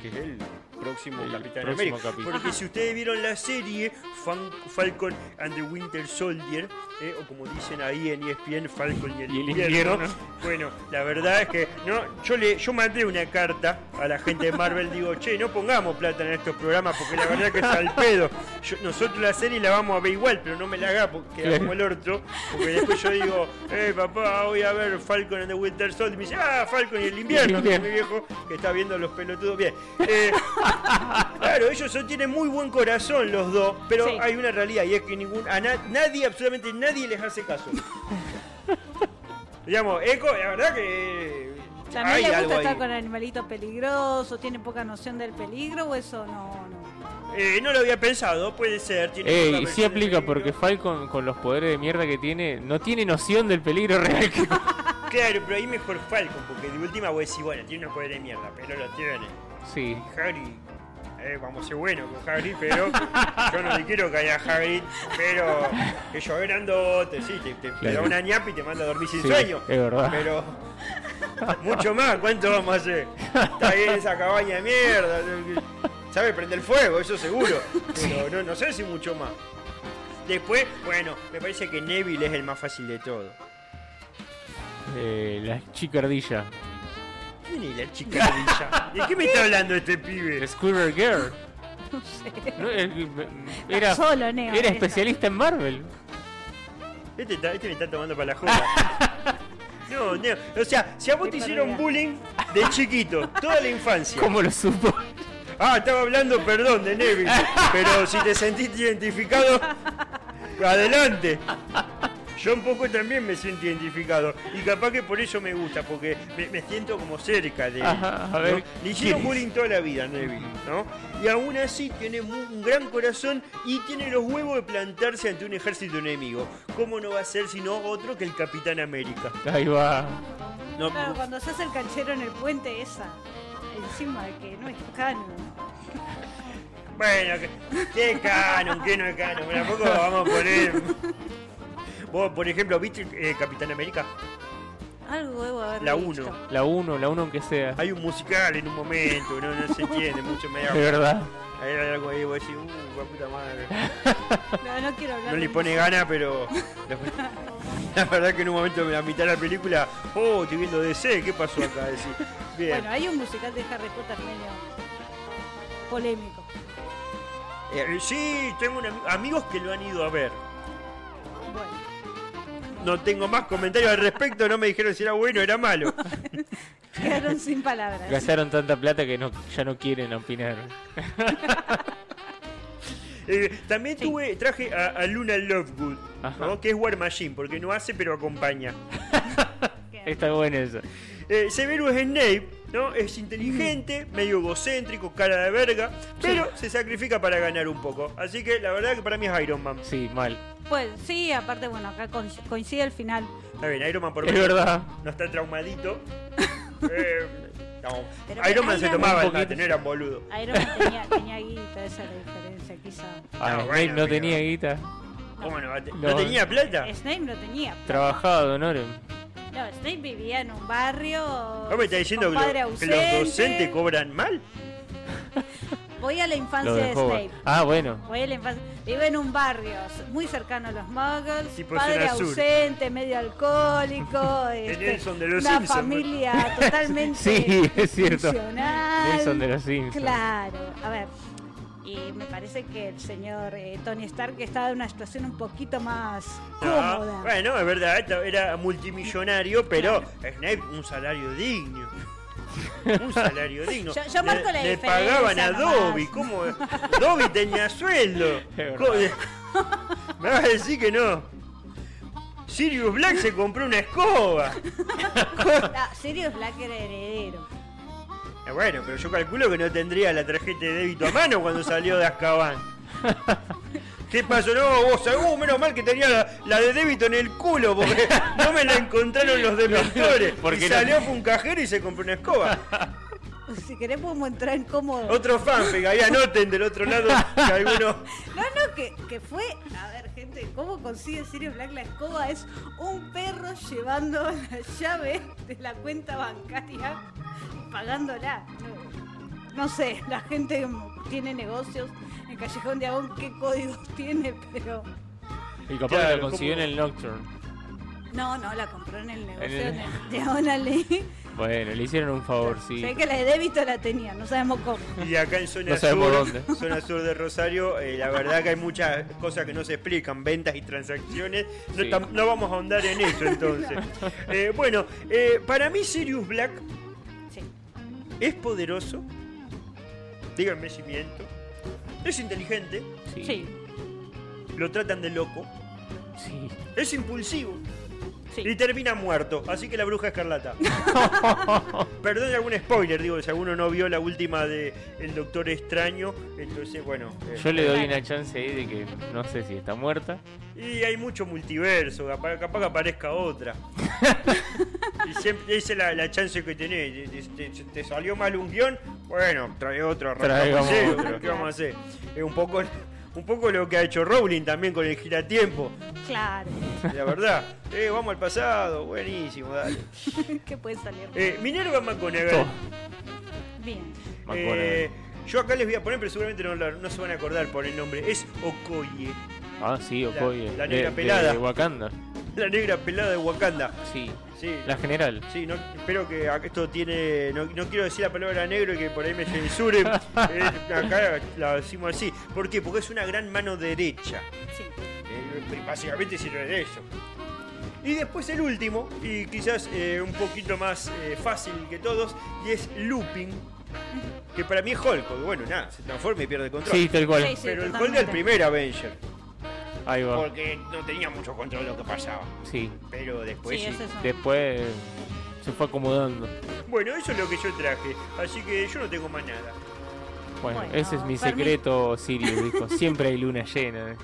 [SPEAKER 10] que es el próximo
[SPEAKER 2] El
[SPEAKER 10] Capitán
[SPEAKER 2] próximo
[SPEAKER 10] América.
[SPEAKER 2] capitán.
[SPEAKER 10] Porque si ustedes vieron la serie Fan- Falcon and the Winter Soldier, eh, o como dicen ahí en E ESPN, Falcon y el,
[SPEAKER 2] Y el
[SPEAKER 10] invierno.
[SPEAKER 2] invierno.
[SPEAKER 10] Bueno, la verdad es que no, yo le, yo mandé una carta a la gente de Marvel, digo, che, no pongamos plata en estos programas porque la verdad que es al pedo. Yo- nosotros la serie la vamos a ver igual, pero no me la haga porque queda como el orto. Porque después yo digo, eh papá, voy a ver Falcon and the Winter Soldier. Y me dice, ah, Falcon y el invierno,
[SPEAKER 2] El invierno.
[SPEAKER 10] mi viejo que está viendo los pelotudos bien. Eh, Claro, ellos son- tienen muy buen corazón los dos, pero
[SPEAKER 3] Sí.
[SPEAKER 10] hay una realidad y es que ningún, a na- nadie, absolutamente nadie les hace caso. Digamos, Eco, la verdad que
[SPEAKER 3] También
[SPEAKER 10] hay
[SPEAKER 3] le
[SPEAKER 10] algo
[SPEAKER 3] gusta
[SPEAKER 10] ahí.
[SPEAKER 3] estar con animalitos peligrosos, tiene poca noción del peligro o eso no, no.
[SPEAKER 10] Eh, no lo había pensado, puede ser. tiene otra
[SPEAKER 2] Ey, Eh, sí
[SPEAKER 10] versión
[SPEAKER 2] aplica
[SPEAKER 10] de
[SPEAKER 2] porque
[SPEAKER 10] peligro.
[SPEAKER 2] Falcon con los poderes de mierda que tiene, no tiene noción del peligro real que
[SPEAKER 10] Claro, pero ahí mejor Falcon, porque de última voy a decir, bueno, tiene unos poderes de mierda, pero lo tiene.
[SPEAKER 2] Sí.
[SPEAKER 10] Hagrid, eh, vamos a ser buenos con Hagrid, pero yo no le quiero caer a Hagrid, pero que yo grandote, sí, te, te- te da
[SPEAKER 2] Claro.
[SPEAKER 10] una ñapa y te manda a dormir sin
[SPEAKER 2] Sí,
[SPEAKER 10] sueño.
[SPEAKER 2] es verdad.
[SPEAKER 10] Pero mucho más, ¿cuánto vamos a hacer? Está bien esa cabaña de mierda, sabe prender fuego, eso seguro, pero no, no sé si mucho más. Después, bueno, me parece que Neville es el más fácil de todo.
[SPEAKER 2] Eh, la chica ardilla.
[SPEAKER 10] ¿Quién es la chica ardilla? ¿De qué me está hablando este pibe?
[SPEAKER 2] The Squirrel Girl. No, eh, era,
[SPEAKER 3] solo, Neo,
[SPEAKER 2] era
[SPEAKER 3] esa.
[SPEAKER 2] especialista en Marvel.
[SPEAKER 10] Este, está- este me está tomando para la joda. No, no, o sea, si a vos te
[SPEAKER 3] Qué
[SPEAKER 10] hicieron
[SPEAKER 3] barbaridad.
[SPEAKER 10] bullying de chiquito, toda la infancia.
[SPEAKER 2] ¿Cómo lo supo?
[SPEAKER 10] Ah, estaba hablando, perdón, de Neville, pero si te sentiste identificado, adelante. Yo un poco también me siento identificado y capaz que por eso me gusta, porque me, me siento como cerca de él.
[SPEAKER 2] Ajá, a ver,
[SPEAKER 10] ¿no? Le hicieron
[SPEAKER 2] ¿quién es?
[SPEAKER 10] bullying toda la vida a Neville, ¿no? Y aún así tiene mu- un gran corazón y tiene los huevos de plantarse ante un ejército enemigo. ¿Cómo no va a ser sino otro que el Capitán América?
[SPEAKER 2] Ahí va.
[SPEAKER 10] No,
[SPEAKER 3] Claro, cuando se hace el canchero en el puente esa, encima que no es canon.
[SPEAKER 10] Bueno, que, que es canon, que no es canon, pero tampoco vamos a poner. Vos, por ejemplo, ¿viste eh, Capitán América?
[SPEAKER 3] Algo debo haber
[SPEAKER 10] La
[SPEAKER 3] visto.
[SPEAKER 10] uno.
[SPEAKER 2] La 1, la 1 aunque sea.
[SPEAKER 10] Hay un musical en un momento, no, no se entiende mucho. Me
[SPEAKER 2] De verdad.
[SPEAKER 10] hay algo ahí, vos decís, uh, la puta madre.
[SPEAKER 3] No, no quiero hablar.
[SPEAKER 10] No le
[SPEAKER 3] de
[SPEAKER 10] pone ganas, pero. La, la verdad que en un momento, en la mitad de la película, oh, estoy viendo DC, ¿qué pasó acá? Decís,
[SPEAKER 3] eso.
[SPEAKER 10] bien.
[SPEAKER 3] Bueno, hay un musical de Harry Potter medio polémico.
[SPEAKER 10] Eh, sí, tengo un ami- amigos que lo han ido a ver. No tengo más comentarios al respecto, no me dijeron si era bueno o era malo.
[SPEAKER 3] Quedaron sin palabras.
[SPEAKER 2] Gastaron tanta plata que no, ya no quieren opinar.
[SPEAKER 10] Eh, también tuve, traje a, a Luna Lovegood,
[SPEAKER 2] Ajá.
[SPEAKER 10] ¿no? que es War Machine, porque no hace pero acompaña.
[SPEAKER 2] Está bueno eso.
[SPEAKER 10] Eh, Severus Snape, ¿no? Es inteligente, medio egocéntrico, cara de verga, pero se sacrifica para ganar un poco. Así que la verdad que para mí es Iron Man.
[SPEAKER 2] Sí, mal.
[SPEAKER 3] Pues sí, aparte, bueno, acá con- coincide el final.
[SPEAKER 10] Está bien, Iron Man por
[SPEAKER 2] Es
[SPEAKER 10] menos
[SPEAKER 2] verdad.
[SPEAKER 10] no está traumadito. Eh, no.
[SPEAKER 3] Pero
[SPEAKER 10] Iron Man se
[SPEAKER 3] Iron
[SPEAKER 10] tomaba
[SPEAKER 2] Man-
[SPEAKER 10] el mate, no era un boludo.
[SPEAKER 3] Iron Man tenía, tenía guita, esa es la diferencia, quizá.
[SPEAKER 2] Ah,
[SPEAKER 10] bueno,
[SPEAKER 2] Snape no
[SPEAKER 10] pero-
[SPEAKER 2] tenía guita.
[SPEAKER 10] ¿Cómo no, va a te-
[SPEAKER 2] No.
[SPEAKER 10] ¿No tenía plata?
[SPEAKER 3] Snape no tenía.
[SPEAKER 2] Trabajaba Don Orem.
[SPEAKER 3] No, Snape vivía en un barrio.
[SPEAKER 10] ¿Vos me estás diciendo que,
[SPEAKER 3] con padre
[SPEAKER 10] lo- que
[SPEAKER 3] ausente.
[SPEAKER 10] los docentes cobran mal?
[SPEAKER 3] Voy a la
[SPEAKER 2] Lo
[SPEAKER 3] infancia de
[SPEAKER 2] dejó.
[SPEAKER 3] Snape.
[SPEAKER 2] Ah, bueno.
[SPEAKER 3] Voy a la infancia. Vive en un barrio muy cercano a los muggles.
[SPEAKER 10] Tipo
[SPEAKER 3] padre
[SPEAKER 10] Zona pues, Sur.
[SPEAKER 3] ausente, medio alcohólico. este,
[SPEAKER 10] Nelson de los
[SPEAKER 3] una
[SPEAKER 10] Simpson,
[SPEAKER 3] familia totalmente.
[SPEAKER 2] Sí, es cierto.
[SPEAKER 3] disfuncional.
[SPEAKER 2] Nelson de los Simpsons.
[SPEAKER 3] Claro, a ver. Y me parece que el señor eh, Tony Stark estaba en una situación un poquito más
[SPEAKER 10] No,
[SPEAKER 3] cómoda.
[SPEAKER 10] bueno, es verdad, esta- era multimillonario, pero Snape un salario digno. Un salario digno.
[SPEAKER 3] Yo- yo marco
[SPEAKER 10] le,
[SPEAKER 3] la
[SPEAKER 10] le
[SPEAKER 3] diferencia
[SPEAKER 10] pagaban a
[SPEAKER 3] nomás.
[SPEAKER 10] Dobby, ¿cómo? Dobby tenía sueldo.
[SPEAKER 2] verdad.
[SPEAKER 10] Co- Me vas a decir que no. Sirius Black se compró una escoba.
[SPEAKER 3] Ah, Sirius Black era heredero.
[SPEAKER 10] Eh, Bueno, pero yo calculo que no tendría la tarjeta de débito a mano cuando salió de Azkaban. ¿Qué pasó? No, vos, uh, menos mal que tenía la, la de débito en el culo porque no me la encontraron los dementores.
[SPEAKER 2] porque
[SPEAKER 10] y
[SPEAKER 2] no-
[SPEAKER 10] salió fue un cajero y se compró una escoba.
[SPEAKER 3] Si querés podemos entrar en cómodo.
[SPEAKER 10] Otro fanfic, ahí anoten del otro lado que algunos...
[SPEAKER 3] No, no, que, que fue. A ver, gente, ¿cómo consigue Sirius Black la escoba? Es un perro llevando la llave de la cuenta bancaria, pagándola. No, no sé, la gente que tiene negocios en Callejón de Agón, qué códigos tiene, pero.
[SPEAKER 2] Y capaz que
[SPEAKER 10] Claro,
[SPEAKER 2] lo consiguió
[SPEAKER 10] ¿cómo?
[SPEAKER 2] en el Nocturne.
[SPEAKER 3] No, no, la compró en el negocio
[SPEAKER 2] En el-
[SPEAKER 3] de Diagonal.
[SPEAKER 2] Bueno, le hicieron un favorcito.
[SPEAKER 3] Sé que la de débito la tenía, no sabemos cómo.
[SPEAKER 10] Y acá en zona,
[SPEAKER 2] No sabemos
[SPEAKER 10] sur,
[SPEAKER 2] dónde.
[SPEAKER 10] zona sur de Rosario, eh, la verdad que hay muchas cosas que no se explican, ventas y transacciones. No,
[SPEAKER 2] Sí.
[SPEAKER 10] tam- no vamos a ahondar en eso entonces. Eh, bueno, eh, para mí Sirius Black
[SPEAKER 3] Sí.
[SPEAKER 10] es poderoso. Díganme si miento. Es inteligente,
[SPEAKER 2] Sí.
[SPEAKER 3] Sí,
[SPEAKER 10] lo tratan de loco,
[SPEAKER 2] Sí.
[SPEAKER 10] es impulsivo y
[SPEAKER 3] sí.
[SPEAKER 10] termina muerto. Así que la bruja escarlata. Perdón algún spoiler, digo, si alguno no vio la última de El Doctor Extraño, entonces bueno. eh,
[SPEAKER 2] Yo le doy una chance ahí de que no sé si está muerta.
[SPEAKER 10] Y hay mucho multiverso, capaz, capaz que aparezca otra. y siempre esa es la, la chance que tenés. Te, te- te salió mal un guión, bueno, trae otro,
[SPEAKER 2] Traigamos
[SPEAKER 10] arrancamos
[SPEAKER 2] otro.
[SPEAKER 10] ¿qué vamos a hacer? Es un poco, un poco lo que ha hecho Rowling también con el giratiempo,
[SPEAKER 3] Claro.
[SPEAKER 10] la verdad. Eh, vamos al pasado, buenísimo, dale.
[SPEAKER 3] ¿Qué puede salir?
[SPEAKER 10] Eh, Minerva
[SPEAKER 2] Todo.
[SPEAKER 10] McGonagall.
[SPEAKER 3] Bien.
[SPEAKER 10] Eh, yo acá les voy a poner, pero seguramente no, la- no se van a acordar por el nombre. Es Okoye,
[SPEAKER 2] ah, sí, Okoye.
[SPEAKER 10] la
[SPEAKER 2] de-
[SPEAKER 10] negra
[SPEAKER 2] de,
[SPEAKER 10] pelada.
[SPEAKER 2] Wakanda.
[SPEAKER 10] la negra pelada de Wakanda.
[SPEAKER 2] Sí.
[SPEAKER 10] Sí,
[SPEAKER 2] La general.
[SPEAKER 10] Sí, no, espero que ac- esto tiene. No, no quiero decir la palabra negro y que por ahí me censuren. Eh, acá la decimos así. ¿Por qué? Porque es una gran mano derecha.
[SPEAKER 3] Sí.
[SPEAKER 10] Eh, básicamente sirve de eso. Y después el último, y quizás eh, un poquito más eh, fácil que todos, y es Lupin. Que para mí es Hulk, porque bueno, nada, se transforma y pierde el control.
[SPEAKER 2] Sí, tal cual.
[SPEAKER 3] Sí, sí,
[SPEAKER 10] Pero el Hulk
[SPEAKER 3] totalmente.
[SPEAKER 10] del primer Avenger,
[SPEAKER 2] Ahí va.
[SPEAKER 10] porque no tenía mucho control lo que pasaba.
[SPEAKER 2] Sí.
[SPEAKER 10] Pero después
[SPEAKER 3] sí,
[SPEAKER 10] pues sí.
[SPEAKER 3] es eso.
[SPEAKER 2] Después eh, se fue acomodando.
[SPEAKER 10] Bueno, eso es lo que yo traje, así que yo no tengo más nada.
[SPEAKER 2] Bueno,
[SPEAKER 3] Bueno,
[SPEAKER 2] ese es mi
[SPEAKER 3] Fermín.
[SPEAKER 2] secreto, Sirius, dijo. Siempre hay luna llena.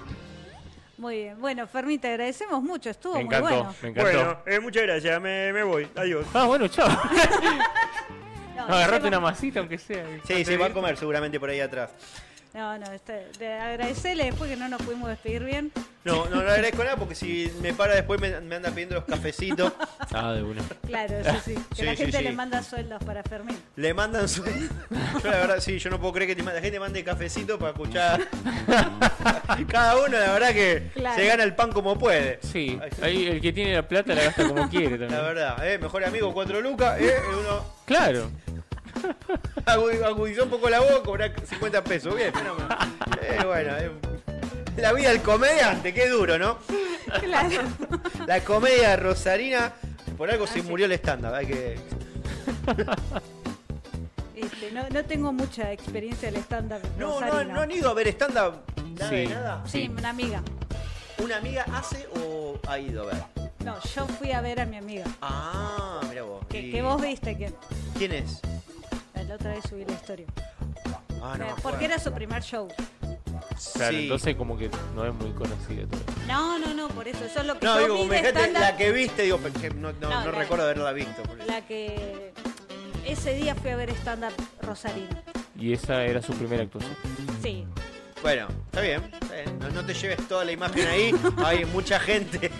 [SPEAKER 3] Muy bien. Bueno, Fermín, te agradecemos mucho. Estuvo
[SPEAKER 2] Me
[SPEAKER 3] muy
[SPEAKER 2] encantó,
[SPEAKER 3] bueno.
[SPEAKER 2] me encantó.
[SPEAKER 10] Bueno, eh, muchas gracias, me, me voy, adiós.
[SPEAKER 2] Ah, bueno, chao.
[SPEAKER 3] No,
[SPEAKER 2] Agarrate
[SPEAKER 3] lleva-
[SPEAKER 2] una masita, aunque sea.
[SPEAKER 4] Sí, se va a comer seguramente por ahí atrás.
[SPEAKER 3] No, no, este, de agradecerle después que no nos pudimos despedir bien.
[SPEAKER 4] No, no le agradezco nada porque si me para después me, me anda pidiendo los cafecitos.
[SPEAKER 2] Ah, de una.
[SPEAKER 3] Claro, sí, sí. Que
[SPEAKER 4] Sí,
[SPEAKER 3] la
[SPEAKER 4] sí,
[SPEAKER 3] gente
[SPEAKER 4] sí.
[SPEAKER 3] le manda sueldos para Fermín.
[SPEAKER 4] Le mandan su. Yo la verdad, sí, yo no puedo creer que te mande- la gente mande cafecito para escuchar. Cada uno, la verdad, que
[SPEAKER 3] Claro.
[SPEAKER 4] se gana el pan como puede.
[SPEAKER 2] Sí,
[SPEAKER 4] Ay, sí.
[SPEAKER 2] ahí el que tiene la plata la gasta como quiere también.
[SPEAKER 4] La verdad, eh, mejor amigo, cuatro lucas, eh, uno
[SPEAKER 2] Claro.
[SPEAKER 4] agu- agudizó un poco la voz, cobra 50 pesos. Bien, fenómeno. Eh, Eh, bueno, eh, la vida del comediante, qué duro, ¿no?
[SPEAKER 3] Claro.
[SPEAKER 4] La comedia rosarina, por algo se murió el estándar. Hay que...
[SPEAKER 3] Este, no, no tengo mucha experiencia del stand-up.
[SPEAKER 4] No, no,
[SPEAKER 3] rosarino.
[SPEAKER 4] no han ido a ver estándar nada de
[SPEAKER 2] Sí.
[SPEAKER 4] nada.
[SPEAKER 3] Sí, una amiga.
[SPEAKER 4] ¿Una amiga hace o ha ido a ver?
[SPEAKER 3] No, yo fui a ver a mi amiga.
[SPEAKER 4] Ah, mira vos.
[SPEAKER 3] Que,
[SPEAKER 4] Y-
[SPEAKER 3] que vos viste que
[SPEAKER 4] ¿Quién es?
[SPEAKER 3] la otra vez subí la historia. Eh,
[SPEAKER 4] Ah, no. me acuerdo.
[SPEAKER 3] Porque era su primer show.
[SPEAKER 2] Claro,
[SPEAKER 4] Sí.
[SPEAKER 2] entonces como que no es muy conocido todo.
[SPEAKER 3] No, no, no, por eso. Eso es lo que
[SPEAKER 4] No,
[SPEAKER 3] yo
[SPEAKER 4] digo,
[SPEAKER 3] vi
[SPEAKER 4] como
[SPEAKER 3] de
[SPEAKER 4] dijiste,
[SPEAKER 3] stand-up,
[SPEAKER 4] la que viste, digo, pero que no, no,
[SPEAKER 3] No,
[SPEAKER 4] no
[SPEAKER 3] la-
[SPEAKER 4] recuerdo haberla visto. por eso.
[SPEAKER 3] la que- Ese día fui a ver stand-up Rosarino.
[SPEAKER 2] Y esa era su primera actuación.
[SPEAKER 3] Sí.
[SPEAKER 4] Mm. Bueno, está bien. está bien. No, no te lleves toda la imagen ahí. Hay mucha gente.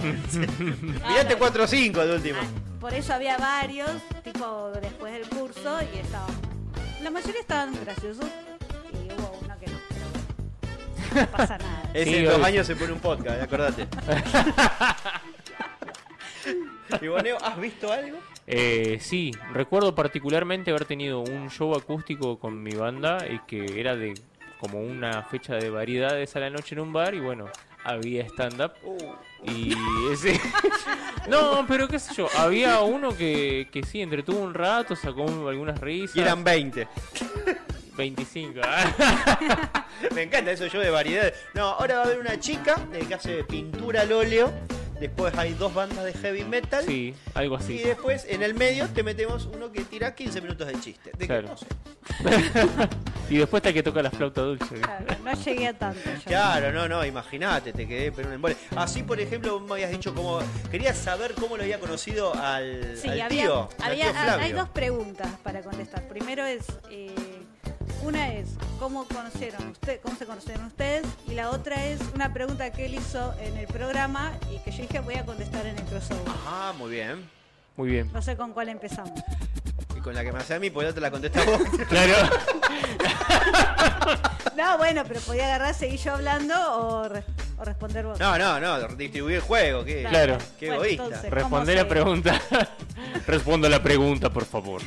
[SPEAKER 4] Mirate
[SPEAKER 3] no.
[SPEAKER 4] 4 o 5 de último.
[SPEAKER 3] Ah, Por eso había varios, tipo después del curso, y estaban. La mayoría estaban graciosos y hubo uno que no. pero bueno, No pasa nada.
[SPEAKER 4] Es
[SPEAKER 2] Sí,
[SPEAKER 4] en dos
[SPEAKER 2] obvio.
[SPEAKER 4] años se pone un podcast, acordate. y Boneo, ¿has visto algo?
[SPEAKER 2] Eh, sí, recuerdo particularmente haber tenido un show acústico con mi banda y que era de como una fecha de variedades a la noche en un bar y bueno, había stand-up y ese... no, pero qué sé yo, había uno que, que sí, entretuvo un rato, sacó un- algunas risas. ah,
[SPEAKER 4] Y eran 20.
[SPEAKER 2] 25.
[SPEAKER 4] Me encanta eso yo de variedad. No, ahora va a haber una chica eh, que hace pintura al óleo. Después hay dos bandas de heavy metal.
[SPEAKER 2] sí, algo
[SPEAKER 4] Y
[SPEAKER 2] así.
[SPEAKER 4] después en el medio te metemos uno que tira 15 minutos de chiste. De que
[SPEAKER 2] Claro.
[SPEAKER 4] no sé.
[SPEAKER 2] Y después está el que toca la flauta dulce. ¿viste?
[SPEAKER 3] Claro, No llegué a tanto. yo.
[SPEAKER 4] Claro, no, no, imagínate, te quedé pero un embole. Así, por ejemplo, me habías dicho como querías saber cómo lo había conocido al,
[SPEAKER 3] Sí,
[SPEAKER 4] al
[SPEAKER 3] había,
[SPEAKER 4] tío, al
[SPEAKER 3] había- ah,
[SPEAKER 4] tío
[SPEAKER 3] hay-
[SPEAKER 4] Flavio.
[SPEAKER 3] hay dos preguntas para contestar. Primero es, eh, una es, ¿cómo conocieron usted, cómo se conocieron ustedes? Y la otra es una pregunta que él hizo en el programa y que yo dije voy a contestar en el crossover.
[SPEAKER 4] Ah, muy bien.
[SPEAKER 2] Muy bien.
[SPEAKER 3] No sé con cuál empezamos.
[SPEAKER 4] Y con la que me hace a mí, pues ya te la contestas vos.
[SPEAKER 2] Claro.
[SPEAKER 3] No, bueno, pero podía agarrar, seguir yo hablando o, re- o responder vos.
[SPEAKER 4] No, no, no, distribuir el juego, qué,
[SPEAKER 2] Claro.
[SPEAKER 4] qué
[SPEAKER 3] Bueno,
[SPEAKER 4] egoísta.
[SPEAKER 3] entonces. ¿Cómo
[SPEAKER 2] Responde
[SPEAKER 3] se-
[SPEAKER 2] la pregunta. Respondo la pregunta, por favor.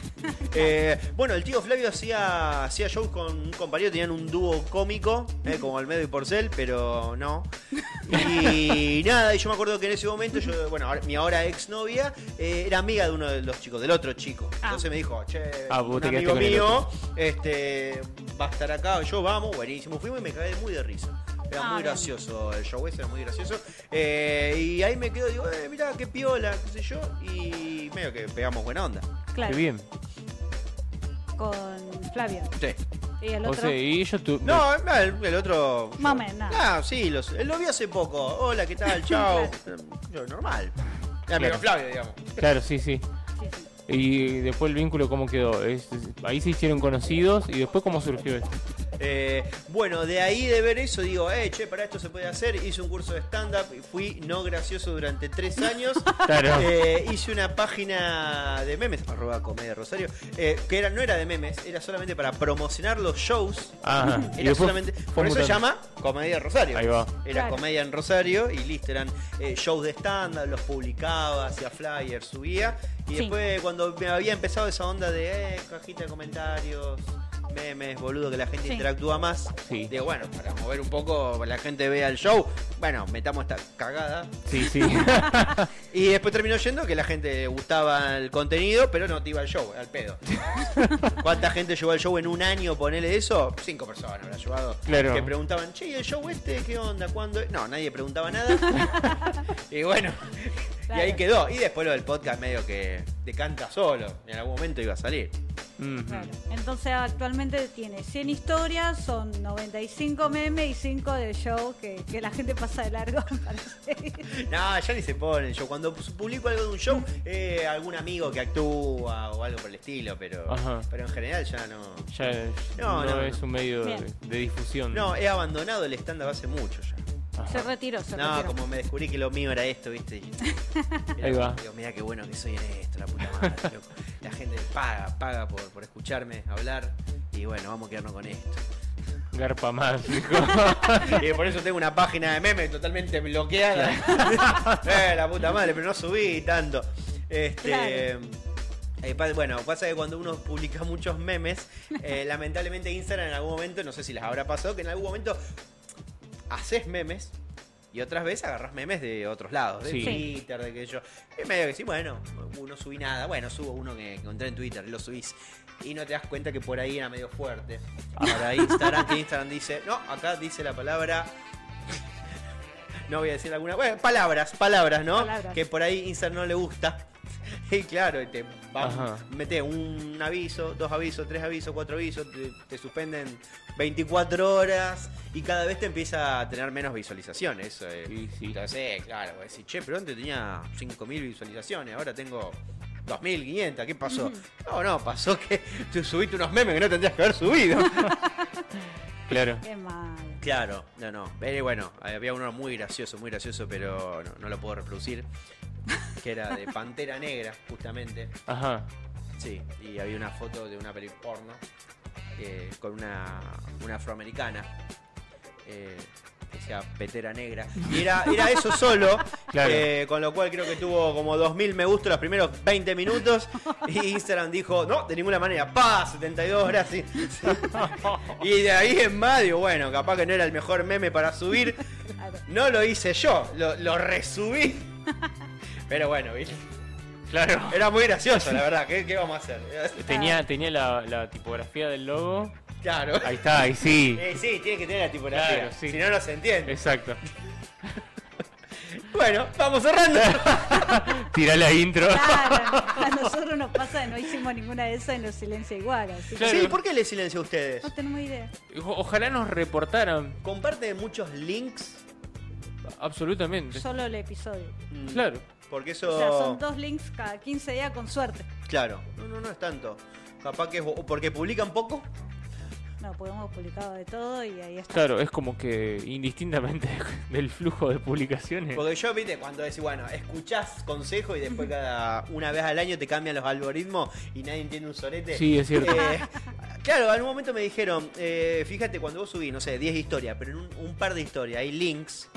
[SPEAKER 4] Eh, bueno, el tío Flavio hacía, hacía shows con un compañero, tenían un dúo cómico, eh, como Almedo y Porcel, pero no. Y nada, y yo me acuerdo que en ese momento, yo, bueno, ahora- mi ahora exnovia eh, era amiga de uno de los chicos, del otro chico.
[SPEAKER 3] Ah.
[SPEAKER 4] Entonces me dijo, che,
[SPEAKER 2] Ah, vos
[SPEAKER 4] un
[SPEAKER 2] te quedaste
[SPEAKER 4] amigo
[SPEAKER 2] con el
[SPEAKER 4] mío este, va a estar acá, yo vamos, buenísimo. Fuimos y me cagué muy de risa. Era
[SPEAKER 3] Ah,
[SPEAKER 4] muy
[SPEAKER 3] bien.
[SPEAKER 4] gracioso el show ese, era muy gracioso. Eh, y ahí me quedo, digo, eh, mirá, qué piola, qué sé yo. Y medio que pegamos buena onda.
[SPEAKER 2] Qué
[SPEAKER 3] Claro,
[SPEAKER 2] bien.
[SPEAKER 3] con Flavio.
[SPEAKER 4] Sí.
[SPEAKER 3] Y el
[SPEAKER 2] O
[SPEAKER 3] otro.
[SPEAKER 2] sea, y yo tu...
[SPEAKER 4] No, no, el, el otro.
[SPEAKER 3] Más o menos.
[SPEAKER 4] Ah, sí, los, lo vi hace poco. Hola, ¿qué tal? Chao. Yo, normal. Ya,
[SPEAKER 2] Claro.
[SPEAKER 4] pero Flavio, digamos.
[SPEAKER 2] Claro, sí, sí.
[SPEAKER 3] Sí, sí.
[SPEAKER 2] Y después el vínculo, ¿cómo quedó? Es- es- ahí se hicieron conocidos y después, ¿cómo surgió esto?
[SPEAKER 4] Eh, bueno, de ahí de ver eso, digo, eh, che, para esto se puede hacer. Hice un curso de stand-up y fui no gracioso durante tres años.
[SPEAKER 2] Claro.
[SPEAKER 4] Eh, hice una página de memes, arroba comedia rosario, eh, que era, no era de memes, era solamente para promocionar los shows.
[SPEAKER 2] Ajá. Ah, Y
[SPEAKER 4] Era
[SPEAKER 2] después
[SPEAKER 4] solamente,
[SPEAKER 2] fue
[SPEAKER 4] por eso se
[SPEAKER 2] mutando.
[SPEAKER 4] llama Comedia Rosario.
[SPEAKER 2] Ahí va.
[SPEAKER 4] Era
[SPEAKER 3] Claro.
[SPEAKER 4] Comedia en Rosario y listo, eran eh, shows de stand-up, los publicaba, hacía flyers, subía. Y
[SPEAKER 3] Sí.
[SPEAKER 4] después cuando me había empezado esa onda de eh, cajita de comentarios, memes, boludo, que la gente
[SPEAKER 3] Sí.
[SPEAKER 4] interactúa más,
[SPEAKER 2] Sí.
[SPEAKER 4] digo, bueno, para mover un poco, la gente vea el show, bueno, metamos esta cagada.
[SPEAKER 2] Sí, sí.
[SPEAKER 4] Y después terminó yendo que la gente gustaba el contenido, pero no te iba al show, al pedo. ¿Cuánta gente llegó al show en un año? Ponele eso. Cinco personas habrá llevado.
[SPEAKER 2] Claro.
[SPEAKER 4] Que preguntaban, che, ¿y el show este qué onda? ¿Cuándo? es?" No, nadie preguntaba nada. y bueno, y ahí
[SPEAKER 3] Claro.
[SPEAKER 4] quedó. Y después lo del podcast medio que te canta solo. En algún momento iba a salir.
[SPEAKER 2] Ujú.
[SPEAKER 3] Claro. Entonces actualmente tiene 100 historias, son 95 memes y 5 de show que, que la gente pasa de largo. parece.
[SPEAKER 4] No, ya ni se pone el show. Cuando publico algo de un show, eh, algún amigo que actúa o algo por el estilo, pero,
[SPEAKER 2] Ajá.
[SPEAKER 4] pero en general ya no.
[SPEAKER 2] Ya
[SPEAKER 4] No,
[SPEAKER 2] no,
[SPEAKER 4] no,
[SPEAKER 2] es
[SPEAKER 4] no.
[SPEAKER 2] un medio de,
[SPEAKER 3] Bien.
[SPEAKER 2] de difusión.
[SPEAKER 4] No, he abandonado el stand-up hace mucho ya.
[SPEAKER 3] se retiró, se
[SPEAKER 4] No,
[SPEAKER 3] retiró.
[SPEAKER 4] como me descubrí que lo mío era esto, ¿viste? Y- Mirá,
[SPEAKER 2] Ahí va.
[SPEAKER 4] Digo, mira qué bueno que soy en esto, la puta madre, loco. La gente paga, paga por, por escucharme hablar. Y bueno, vamos a quedarnos con esto.
[SPEAKER 2] Garpa más. dijo.
[SPEAKER 4] Y por eso tengo una página de memes totalmente bloqueada. eh, la puta madre, pero no subí tanto. Este.
[SPEAKER 3] Claro.
[SPEAKER 4] Eh, pa- bueno, pasa que cuando uno publica muchos memes, eh, lamentablemente Instagram en algún momento, no sé si les habrá pasado, que en algún momento haces memes y otras veces agarras memes de otros lados, de
[SPEAKER 2] Sí.
[SPEAKER 4] Twitter, de que yo. Y medio que sí, bueno, uno subí nada, bueno, subo uno que encontré en Twitter, lo subís. Y no te das cuenta que por ahí era medio fuerte. Ahora Instagram, que Instagram dice, no, acá dice la palabra. No voy a decir alguna. Bueno, palabras, palabras, ¿no?
[SPEAKER 3] Palabras.
[SPEAKER 4] Que por ahí Instagram no le gusta. Y claro, te
[SPEAKER 2] Ajá.
[SPEAKER 4] va, mete un aviso, dos avisos, tres avisos, cuatro avisos, te, te suspenden 24 horas y cada vez te empieza a tener menos visualizaciones. eh.
[SPEAKER 2] Sí, sí.
[SPEAKER 4] Entonces, claro, vos decís, che, pero antes tenía 5.000 visualizaciones, ahora tengo 2.500, ¿qué pasó? No, no, pasó que tú subiste unos memes que no tendrías que haber subido.
[SPEAKER 2] Claro.
[SPEAKER 3] Qué mal.
[SPEAKER 4] Claro, no, no. Pero bueno, había uno muy gracioso, muy gracioso, pero no, no lo puedo reproducir. Que era de Pantera Negra, justamente.
[SPEAKER 2] Ajá.
[SPEAKER 4] Sí, y había una foto de una peli porno eh, con una, una afroamericana eh, que sea Petera Negra. Y era, era eso solo,
[SPEAKER 2] Claro.
[SPEAKER 4] eh, con lo cual creo que tuvo como 2.000 me gusta los primeros 20 minutos. Y Instagram dijo, no, de ninguna manera, pa, 72 horas. Y, y de ahí en más, digo, bueno, capaz que no era el mejor meme para subir. No lo hice yo, lo, lo resubí. Pero bueno, ¿viste?
[SPEAKER 2] Claro.
[SPEAKER 4] Era muy gracioso, la verdad. ¿Qué, qué vamos a hacer?
[SPEAKER 2] Tenía, tenía la, la tipografía del logo.
[SPEAKER 4] Claro.
[SPEAKER 2] Ahí está, ahí sí.
[SPEAKER 4] Eh, sí, tiene que tener la tipografía.
[SPEAKER 2] Claro, sí.
[SPEAKER 4] Si no, no se entiende.
[SPEAKER 2] Exacto.
[SPEAKER 4] Bueno, vamos cerrando.
[SPEAKER 2] Tirá la intro.
[SPEAKER 3] Claro, a nosotros nos pasa que no hicimos ninguna de esas en los silencia igual, así que
[SPEAKER 2] Claro.
[SPEAKER 4] Sí, ¿por qué le silencio a ustedes?
[SPEAKER 3] no tenemos idea.
[SPEAKER 2] O- Ojalá nos reportaran.
[SPEAKER 4] Comparte muchos links.
[SPEAKER 2] Absolutamente.
[SPEAKER 3] Solo el episodio.
[SPEAKER 2] Claro.
[SPEAKER 4] Porque
[SPEAKER 3] O sea,
[SPEAKER 4] eso.
[SPEAKER 3] son dos links cada 15 días con suerte.
[SPEAKER 4] Claro. No, no, no es tanto. Capaz que es o porque publican poco.
[SPEAKER 3] No, porque hemos publicado de todo y ahí está.
[SPEAKER 2] Claro, es como que indistintamente del flujo de publicaciones.
[SPEAKER 4] Porque yo, viste, cuando decís, bueno, escuchás consejo y después cada una vez al año te cambian los algoritmos y nadie entiende un sorete.
[SPEAKER 2] Sí, es cierto.
[SPEAKER 4] Eh, claro, algún momento me dijeron, eh, fíjate, cuando vos subís, no sé, 10 historias, pero en un, un par de historias hay links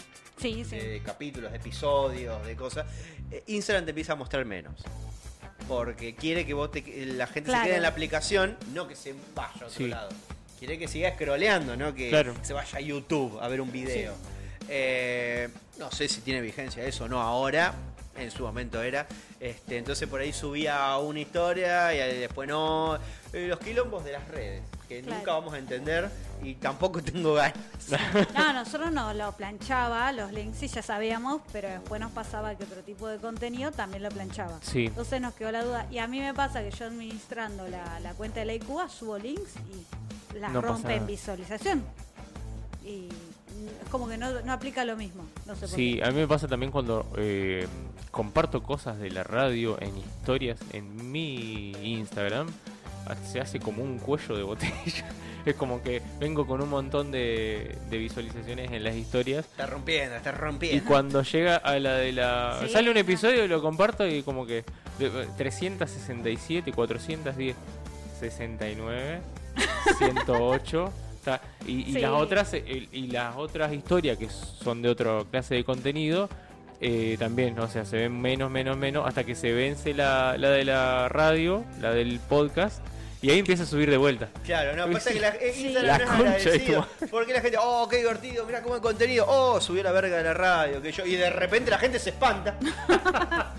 [SPEAKER 3] Sí, sí.
[SPEAKER 4] de capítulos, de episodios, de cosas, eh, Instagram te empieza a mostrar menos. Porque quiere que vos te- que la gente
[SPEAKER 3] Claro.
[SPEAKER 4] se quede en la aplicación, no que se vaya a otro
[SPEAKER 2] Sí.
[SPEAKER 4] lado. Quiere que siga scrolleando, no que
[SPEAKER 2] Claro.
[SPEAKER 4] se vaya a YouTube a ver un video. Eh, no sé si tiene vigencia eso o no ahora. En su momento era. Este, entonces por ahí subía una historia y ahí después no. Eh, los quilombos de las redes, que
[SPEAKER 3] Claro.
[SPEAKER 4] nunca vamos a entender y tampoco tengo ganas.
[SPEAKER 3] No, nosotros nos lo planchaba, los links sí ya sabíamos, pero después nos pasaba que otro tipo de contenido también lo planchaba.
[SPEAKER 2] Sí.
[SPEAKER 3] Entonces nos quedó la duda. Y a mí me pasa que yo administrando la, la cuenta de la IQA subo links y las
[SPEAKER 2] No pasa
[SPEAKER 3] rompe en
[SPEAKER 2] nada.
[SPEAKER 3] visualización. Y mm, es como que no, no aplica lo mismo. No sé por
[SPEAKER 2] Sí,
[SPEAKER 3] qué.
[SPEAKER 2] a mí me pasa también cuando eh, comparto cosas de la radio en historias en mi Instagram. ah, Se hace como un cuello de botella. Es como que vengo con un montón de, de visualizaciones en las historias.
[SPEAKER 4] Está rompiendo, está
[SPEAKER 2] Y
[SPEAKER 4] rompiendo.
[SPEAKER 2] cuando llega a la de la...
[SPEAKER 3] Sí.
[SPEAKER 2] Sale un episodio, lo comparto y como que... de- eh, 367, 410, 69, 108... está- Y, y
[SPEAKER 3] Sí.
[SPEAKER 2] las otras eh, y las otras historias que son de otra clase de contenido eh, también o sea se ven menos menos menos hasta que se vence la, la de la radio la del podcast y ahí empieza a subir de vuelta
[SPEAKER 4] Claro, no, pasa que la, eh,
[SPEAKER 3] Sí.
[SPEAKER 4] Instagram
[SPEAKER 2] La
[SPEAKER 4] no es
[SPEAKER 2] concha de
[SPEAKER 4] agradecido.
[SPEAKER 2] tu
[SPEAKER 4] Porque la gente, oh, qué divertido, mirá cómo el contenido, oh, subió la verga de la radio, que yo. Y de repente la gente se espanta.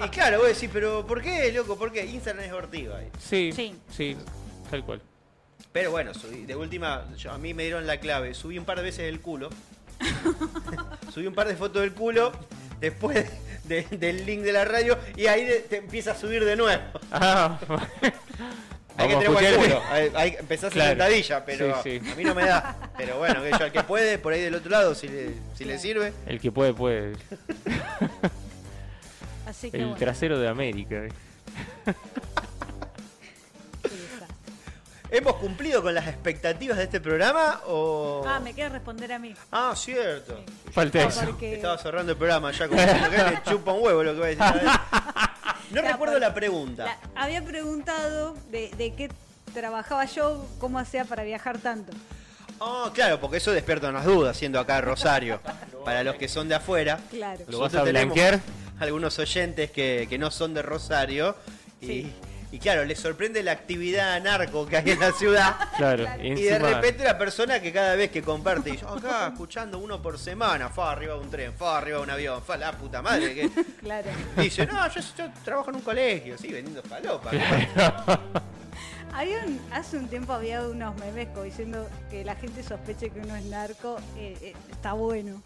[SPEAKER 4] y claro, vos decís, pero ¿por qué, loco? ¿Por qué? Instagram es divertido. ahí.
[SPEAKER 2] sí
[SPEAKER 3] Sí.
[SPEAKER 2] sí, tal cual
[SPEAKER 4] Pero bueno, subí- de última, yo- a mí me dieron la clave. Subí un par de veces el culo. subí un par de fotos del culo. Después de- del link de la radio. Y ahí de- te empieza a subir de nuevo.
[SPEAKER 2] Ah,
[SPEAKER 4] Hay que
[SPEAKER 2] vamos a
[SPEAKER 4] tener buen
[SPEAKER 2] escuchar-
[SPEAKER 4] culo. Hay, hay- empezás
[SPEAKER 2] Claro.
[SPEAKER 4] en sentadilla, pero
[SPEAKER 2] Sí, sí.
[SPEAKER 4] a mí no me da. Pero bueno, que yo al que puede, por ahí del otro lado, si le, si le sirve.
[SPEAKER 2] el que puede puede
[SPEAKER 3] Así que
[SPEAKER 2] El
[SPEAKER 3] bueno,
[SPEAKER 2] trasero de América. eh.
[SPEAKER 3] sí, está.
[SPEAKER 4] ¿Hemos cumplido con las expectativas de este programa o...?
[SPEAKER 3] Ah, me queda responder a mí.
[SPEAKER 4] Ah, cierto.
[SPEAKER 2] Falta
[SPEAKER 3] No,
[SPEAKER 2] eso.
[SPEAKER 3] Ah, porque-
[SPEAKER 4] Estaba cerrando el programa ya como que le chupa un huevo lo que va a decir. A ver. No
[SPEAKER 3] La
[SPEAKER 4] recuerdo
[SPEAKER 3] por-
[SPEAKER 4] la pregunta.
[SPEAKER 3] La- había preguntado de, de qué trabajaba yo, cómo hacía para viajar tanto.
[SPEAKER 4] Oh, claro, porque eso despierta unas dudas siendo acá Rosario. Para los que son de afuera.
[SPEAKER 3] Claro.
[SPEAKER 2] ¿Lo vas
[SPEAKER 4] Nosotros
[SPEAKER 2] a
[SPEAKER 4] tenemos
[SPEAKER 2] blanquear?
[SPEAKER 4] Algunos oyentes que, que no son de Rosario. Y,
[SPEAKER 3] Sí.
[SPEAKER 4] y Y claro, le sorprende la actividad narco que hay en la ciudad.
[SPEAKER 2] Claro,
[SPEAKER 4] Y,
[SPEAKER 2] y
[SPEAKER 4] de
[SPEAKER 2] encima-
[SPEAKER 4] repente la persona que cada vez que comparte, y yo acá escuchando uno por semana, fa arriba de un tren, fa arriba de un avión, fa la puta madre. Que...
[SPEAKER 3] Claro.
[SPEAKER 4] Dice, no, yo, yo trabajo en un colegio, sí, vendiendo falopa.
[SPEAKER 3] Hay un, hace un tiempo había unos memes como diciendo que la gente sospeche que uno es narco, eh, eh, está bueno.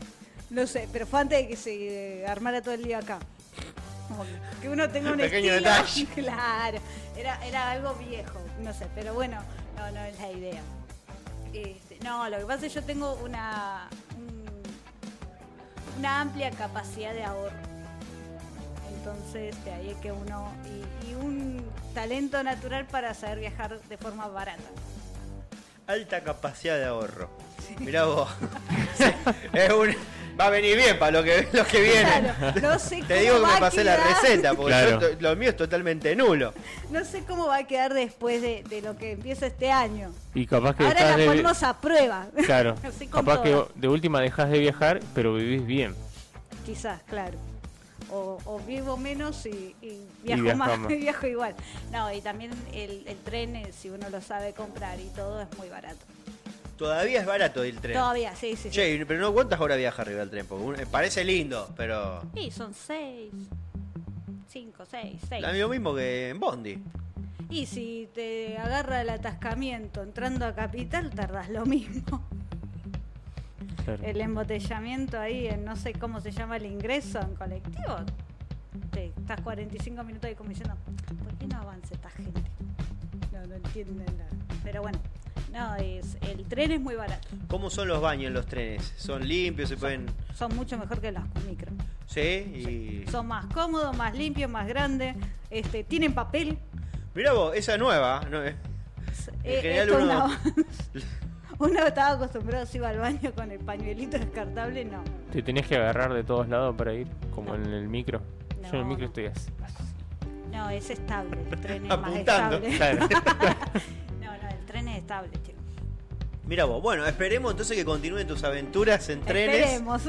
[SPEAKER 3] No sé, pero fue antes de que se eh, armara todo el día acá. Como que- que uno tenga
[SPEAKER 4] Un
[SPEAKER 3] un
[SPEAKER 4] pequeño
[SPEAKER 3] estilo.
[SPEAKER 4] detalle.
[SPEAKER 3] Claro, era, era algo viejo, no sé, pero bueno, no, no es la idea. Este, no, lo que pasa es que yo tengo una, un- una amplia capacidad de ahorro. Entonces, de ahí es que uno. Y, y un talento natural para saber viajar de forma barata.
[SPEAKER 4] Alta capacidad de ahorro. Mirá vos. Sí, es un- Va a venir bien para lo que, lo que viene.
[SPEAKER 3] Claro, no sé
[SPEAKER 4] Te
[SPEAKER 3] cómo
[SPEAKER 4] digo que
[SPEAKER 3] va
[SPEAKER 4] me
[SPEAKER 3] a
[SPEAKER 4] pasé la
[SPEAKER 3] quedar-
[SPEAKER 4] receta, porque yo
[SPEAKER 2] Claro.
[SPEAKER 4] to- lo mío es totalmente nulo.
[SPEAKER 3] No sé cómo va a quedar después de, de lo que empieza este año.
[SPEAKER 2] Y capaz que
[SPEAKER 3] Ahora
[SPEAKER 2] dejás
[SPEAKER 3] la
[SPEAKER 2] de-
[SPEAKER 3] ponemos a prueba.
[SPEAKER 2] Claro,
[SPEAKER 3] Así con
[SPEAKER 2] capaz que
[SPEAKER 3] todas.
[SPEAKER 2] de última dejas de viajar, pero vivís bien.
[SPEAKER 3] Quizás, claro. O, o vivo menos y, y viajo
[SPEAKER 2] viaja
[SPEAKER 3] más,
[SPEAKER 2] más.
[SPEAKER 3] y viajo igual. No, y también el, el tren, eh, si uno lo sabe comprar y todo, es muy barato.
[SPEAKER 4] Todavía es barato el tren.
[SPEAKER 3] Todavía, sí, sí. sí.
[SPEAKER 4] Che, pero no cuántas horas viaja arriba del tren, porque uno- parece lindo, pero.
[SPEAKER 3] Sí, son seis. Cinco, seis, seis.
[SPEAKER 4] Es lo mismo que en Bondi.
[SPEAKER 3] Y si te agarra el atascamiento entrando a Capital, tardas lo mismo.
[SPEAKER 2] Claro.
[SPEAKER 3] El embotellamiento ahí, en no sé cómo se llama el ingreso en colectivo. Te estás 45 minutos ahí como diciendo, ¿por qué no avanza esta gente? No, no entienden nada. Pero bueno, no, es, el tren es muy barato.
[SPEAKER 4] ¿Cómo son los baños en los trenes? ¿Son limpios? ¿Se pueden.?
[SPEAKER 3] Son mucho mejor que las micro.
[SPEAKER 4] Sí, y.
[SPEAKER 3] Son más cómodos, más limpios, más grandes. Este, tienen papel.
[SPEAKER 4] Mirá vos, esa nueva. ¿no? Eh,
[SPEAKER 3] Eh,
[SPEAKER 4] general
[SPEAKER 3] esto es
[SPEAKER 4] uno-
[SPEAKER 3] una- Uno estaba acostumbrado, se iba al baño con el pañuelito descartable, no.
[SPEAKER 2] Te tenés que agarrar de todos lados para ir, como en el micro. Yo en
[SPEAKER 3] No,
[SPEAKER 2] el micro
[SPEAKER 3] no.
[SPEAKER 2] estoy así.
[SPEAKER 3] No, es estable, el tren es
[SPEAKER 4] Apuntando,
[SPEAKER 3] más estable.
[SPEAKER 4] claro.
[SPEAKER 3] no, no, el tren es estable, chicos.
[SPEAKER 4] Mirá vos. Bueno, esperemos entonces que continúen tus aventuras en trenes.
[SPEAKER 3] Esperemos.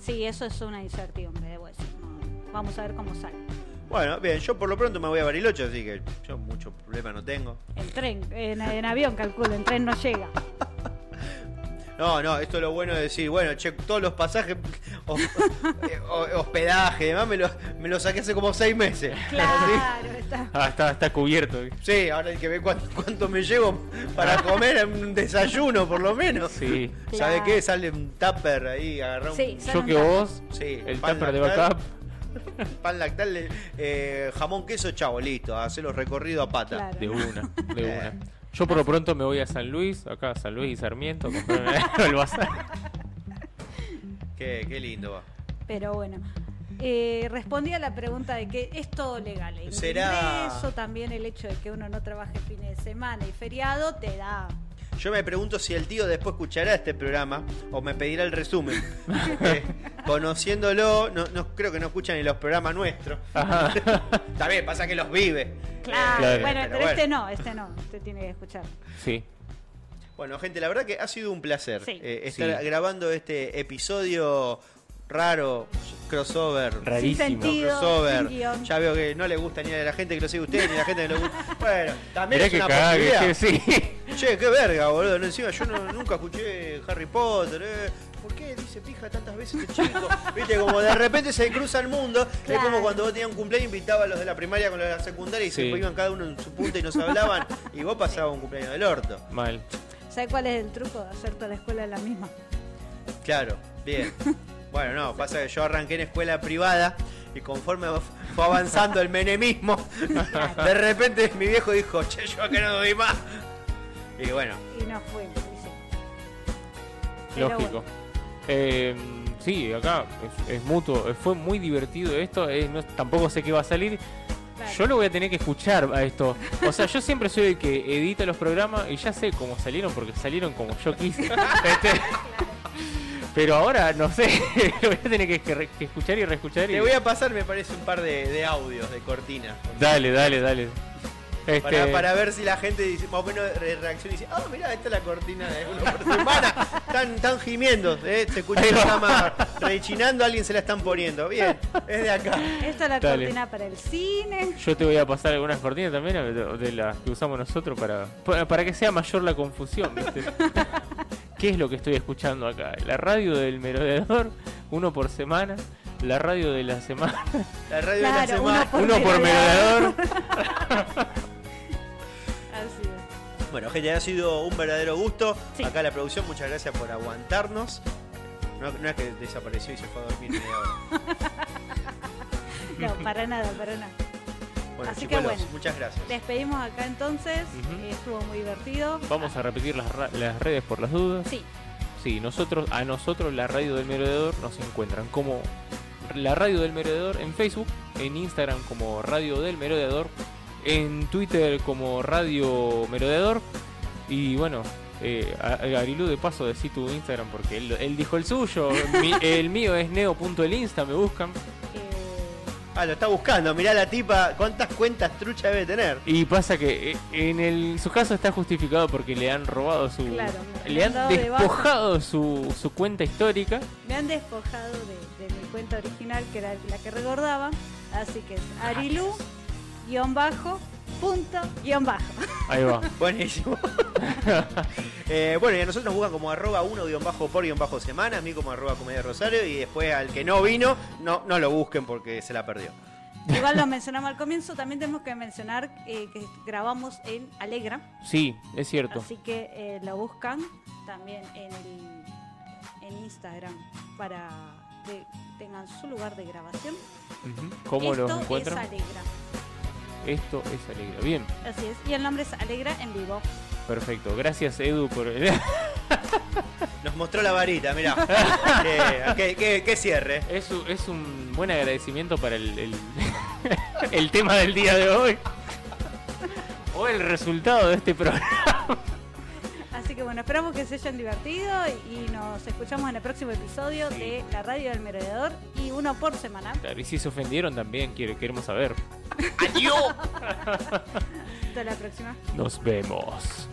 [SPEAKER 3] sí, eso es una incertidumbre, debo decir. no. Vamos a ver cómo sale.
[SPEAKER 4] Bueno, bien, yo por lo pronto me voy a Bariloche, así que yo mucho problema no tengo.
[SPEAKER 3] El tren, en, en avión calculo, el tren no llega.
[SPEAKER 4] No, no, esto es lo bueno de decir, bueno, che, todos los pasajes, o- eh, o- hospedaje, y demás, me lo, me lo saqué hace como seis meses.
[SPEAKER 3] Claro, está.
[SPEAKER 2] Ah, está, está cubierto.
[SPEAKER 4] Sí, ahora hay que ver cuánto, cuánto me llevo para comer un desayuno, por lo menos.
[SPEAKER 2] Sí.
[SPEAKER 4] ¿Sabe
[SPEAKER 3] Claro.
[SPEAKER 4] qué? Sale un tupper ahí, agarrar un
[SPEAKER 3] Sí,
[SPEAKER 2] Yo que vos,
[SPEAKER 4] Sí,
[SPEAKER 2] el
[SPEAKER 4] pan
[SPEAKER 2] tupper de
[SPEAKER 4] lactal.
[SPEAKER 2] backup.
[SPEAKER 4] pan lactal, eh, jamón, queso, chavo, listo, hacer los recorridos a pata.
[SPEAKER 3] Claro.
[SPEAKER 2] De una, de una. Yo por lo pronto me voy a San Luis, acá a San Luis y Sarmiento, comprarme el bazar.
[SPEAKER 4] Qué, qué lindo va.
[SPEAKER 3] Pero bueno. Eh, respondí a la pregunta de que es todo legal. El
[SPEAKER 4] Será-
[SPEAKER 3] ingreso, también el hecho de que uno no trabaje fines de semana y feriado te da
[SPEAKER 4] Yo me pregunto si el tío después escuchará este programa o me pedirá el resumen. Eh, conociéndolo, no, no- creo que no escucha ni los programas nuestros. Está bien, pasa que los vive.
[SPEAKER 3] Claro,
[SPEAKER 2] Claro.
[SPEAKER 3] Ah, bueno,
[SPEAKER 4] Pero
[SPEAKER 3] pero,
[SPEAKER 4] bueno.
[SPEAKER 3] este no, este no, este tiene que escuchar.
[SPEAKER 2] Sí.
[SPEAKER 4] Bueno, gente, la verdad que ha sido un placer
[SPEAKER 3] Sí.
[SPEAKER 4] eh, estar
[SPEAKER 2] Sí.
[SPEAKER 4] grabando este episodio raro, crossover.
[SPEAKER 2] Rarísimo.
[SPEAKER 3] Sin sentido,
[SPEAKER 4] Crossover.
[SPEAKER 3] sin guión.
[SPEAKER 4] Ya veo que no le gusta ni a la gente que lo sigue a usted ni a la gente que lo gusta. Bueno, también
[SPEAKER 2] Mirá
[SPEAKER 4] es
[SPEAKER 2] que
[SPEAKER 4] una
[SPEAKER 2] cague,
[SPEAKER 4] posibilidad.
[SPEAKER 2] que sí.
[SPEAKER 4] Che, qué verga, boludo. No, Encima yo no- nunca escuché Harry Potter. eh. ¿Por qué dice pija tantas veces este chico? Viste, como de repente se cruza el mundo. Es
[SPEAKER 3] Claro.
[SPEAKER 4] como cuando vos tenías un cumpleaños, invitaba a los de la primaria con los de la secundaria y
[SPEAKER 2] Sí.
[SPEAKER 4] se iban cada uno en su punta y no se hablaban. Y vos pasabas un cumpleaños del orto.
[SPEAKER 2] Mal.
[SPEAKER 3] ¿Sabes cuál es el truco de hacer toda la escuela la misma?
[SPEAKER 4] Claro, bien. Bueno, no, pasa que yo arranqué en escuela privada y conforme fue avanzando el menemismo, de repente mi viejo dijo, che, yo acá no doy más. Y bueno,
[SPEAKER 3] Y no fue. y sí. Pero
[SPEAKER 2] Lógico.
[SPEAKER 3] bueno,
[SPEAKER 2] Eh, sí, acá es, es mutuo. Eh, Fue muy divertido esto. eh, no- tampoco sé qué va a salir.
[SPEAKER 3] claro.
[SPEAKER 2] Yo lo voy a tener que escuchar a esto. O sea, yo siempre soy el que edita los programas y ya sé cómo salieron porque salieron como yo quise. Este, pero ahora no sé. lo voy a tener que, que re- que escuchar y reescuchar. Y...
[SPEAKER 4] te voy a pasar, me parece, un par de, de audios de cortina.
[SPEAKER 2] Dale, dale, dale. Este-
[SPEAKER 4] Para, para ver si la gente dice, más o menos re- reacciona y dice, ah, mirá, esta es la cortina de uno por semana. Están, están gimiendo, ¿eh? se escucha la cama rechinando, alguien se la están poniendo. Bien, es de acá.
[SPEAKER 3] Esta es la
[SPEAKER 2] Dale.
[SPEAKER 3] cortina para el cine.
[SPEAKER 2] Yo te voy a pasar algunas cortinas también a- de las que usamos nosotros para, para, para que sea mayor la confusión. ¿viste? ¿Qué es lo que estoy escuchando acá? La radio del merodeador, uno por semana. La radio de la semana,
[SPEAKER 4] La radio de la
[SPEAKER 3] Claro,
[SPEAKER 4] semana.
[SPEAKER 3] uno por,
[SPEAKER 2] uno por merodeador.
[SPEAKER 3] Así es.
[SPEAKER 4] Bueno, gente, ha sido un verdadero gusto.
[SPEAKER 3] Sí.
[SPEAKER 4] Acá la producción, muchas gracias por aguantarnos. No, no es que desapareció y se fue a dormir media hora.
[SPEAKER 3] No, para nada, para nada.
[SPEAKER 4] Bueno,
[SPEAKER 3] Así que
[SPEAKER 4] chicuelos,
[SPEAKER 3] bueno.
[SPEAKER 4] muchas gracias.
[SPEAKER 3] Despedimos acá entonces.
[SPEAKER 2] Ujú.
[SPEAKER 3] Estuvo muy divertido.
[SPEAKER 2] Vamos a repetir las, ra- las redes por las dudas.
[SPEAKER 3] Sí,
[SPEAKER 2] Sí, nosotros, a nosotros la radio del merodeador nos encuentran como la radio del merodeador en Facebook, en Instagram como radio del merodeador, en Twitter como radio merodeador y bueno, eh, a- a Garilú de paso decí tu Instagram porque él, él dijo el suyo, mi- el mío es neo.elinsta, me buscan
[SPEAKER 3] eh,
[SPEAKER 4] Ah, lo está buscando. Mirá la tipa, cuántas cuentas trucha debe tener.
[SPEAKER 2] y pasa que eh, en el, su caso está justificado porque le han robado su...
[SPEAKER 3] Claro, le
[SPEAKER 2] le
[SPEAKER 3] han
[SPEAKER 2] han
[SPEAKER 3] dado de baja.
[SPEAKER 2] despojado su, su cuenta histórica.
[SPEAKER 3] me han despojado de, de mi cuenta original, que era la que recordaba. Así que es
[SPEAKER 2] Ah,
[SPEAKER 3] Arilu, guión bajo, punto, guión bajo.
[SPEAKER 2] Ahí va.
[SPEAKER 4] Buenísimo. Eh, bueno, y a nosotros nos buscan como arroba uno guión bajo por guión bajo semana, a mí como arroba comedia rosario y después al que no vino, no, no lo busquen porque se la perdió.
[SPEAKER 3] Igual lo mencionamos al comienzo, también tenemos que mencionar eh, que grabamos en Alegra,
[SPEAKER 2] Sí, es cierto.
[SPEAKER 3] así que eh, lo buscan también en, el- en Instagram para que tengan su lugar de grabación.
[SPEAKER 2] Ujú. ¿Cómo
[SPEAKER 3] Esto
[SPEAKER 2] los encuentran?
[SPEAKER 3] es Alegra,
[SPEAKER 2] Esto es alegre. Bien,
[SPEAKER 3] así es. Y el nombre es Alegra en vivo.
[SPEAKER 2] perfecto. Gracias, Edu, por. es,
[SPEAKER 4] Nos mostró la varita, mirá. Eh, qué, qué- qué cierre.
[SPEAKER 2] un, es un buen agradecimiento para el, el, el tema del día de hoy. O el resultado de este programa.
[SPEAKER 3] Así que bueno, esperamos que se hayan divertido y nos escuchamos en el próximo episodio de La Radio del Merodeador y uno por semana.
[SPEAKER 2] Claro, Y si se ofendieron también, quiere- queremos saber.
[SPEAKER 3] Hasta la próxima.
[SPEAKER 2] Nos vemos.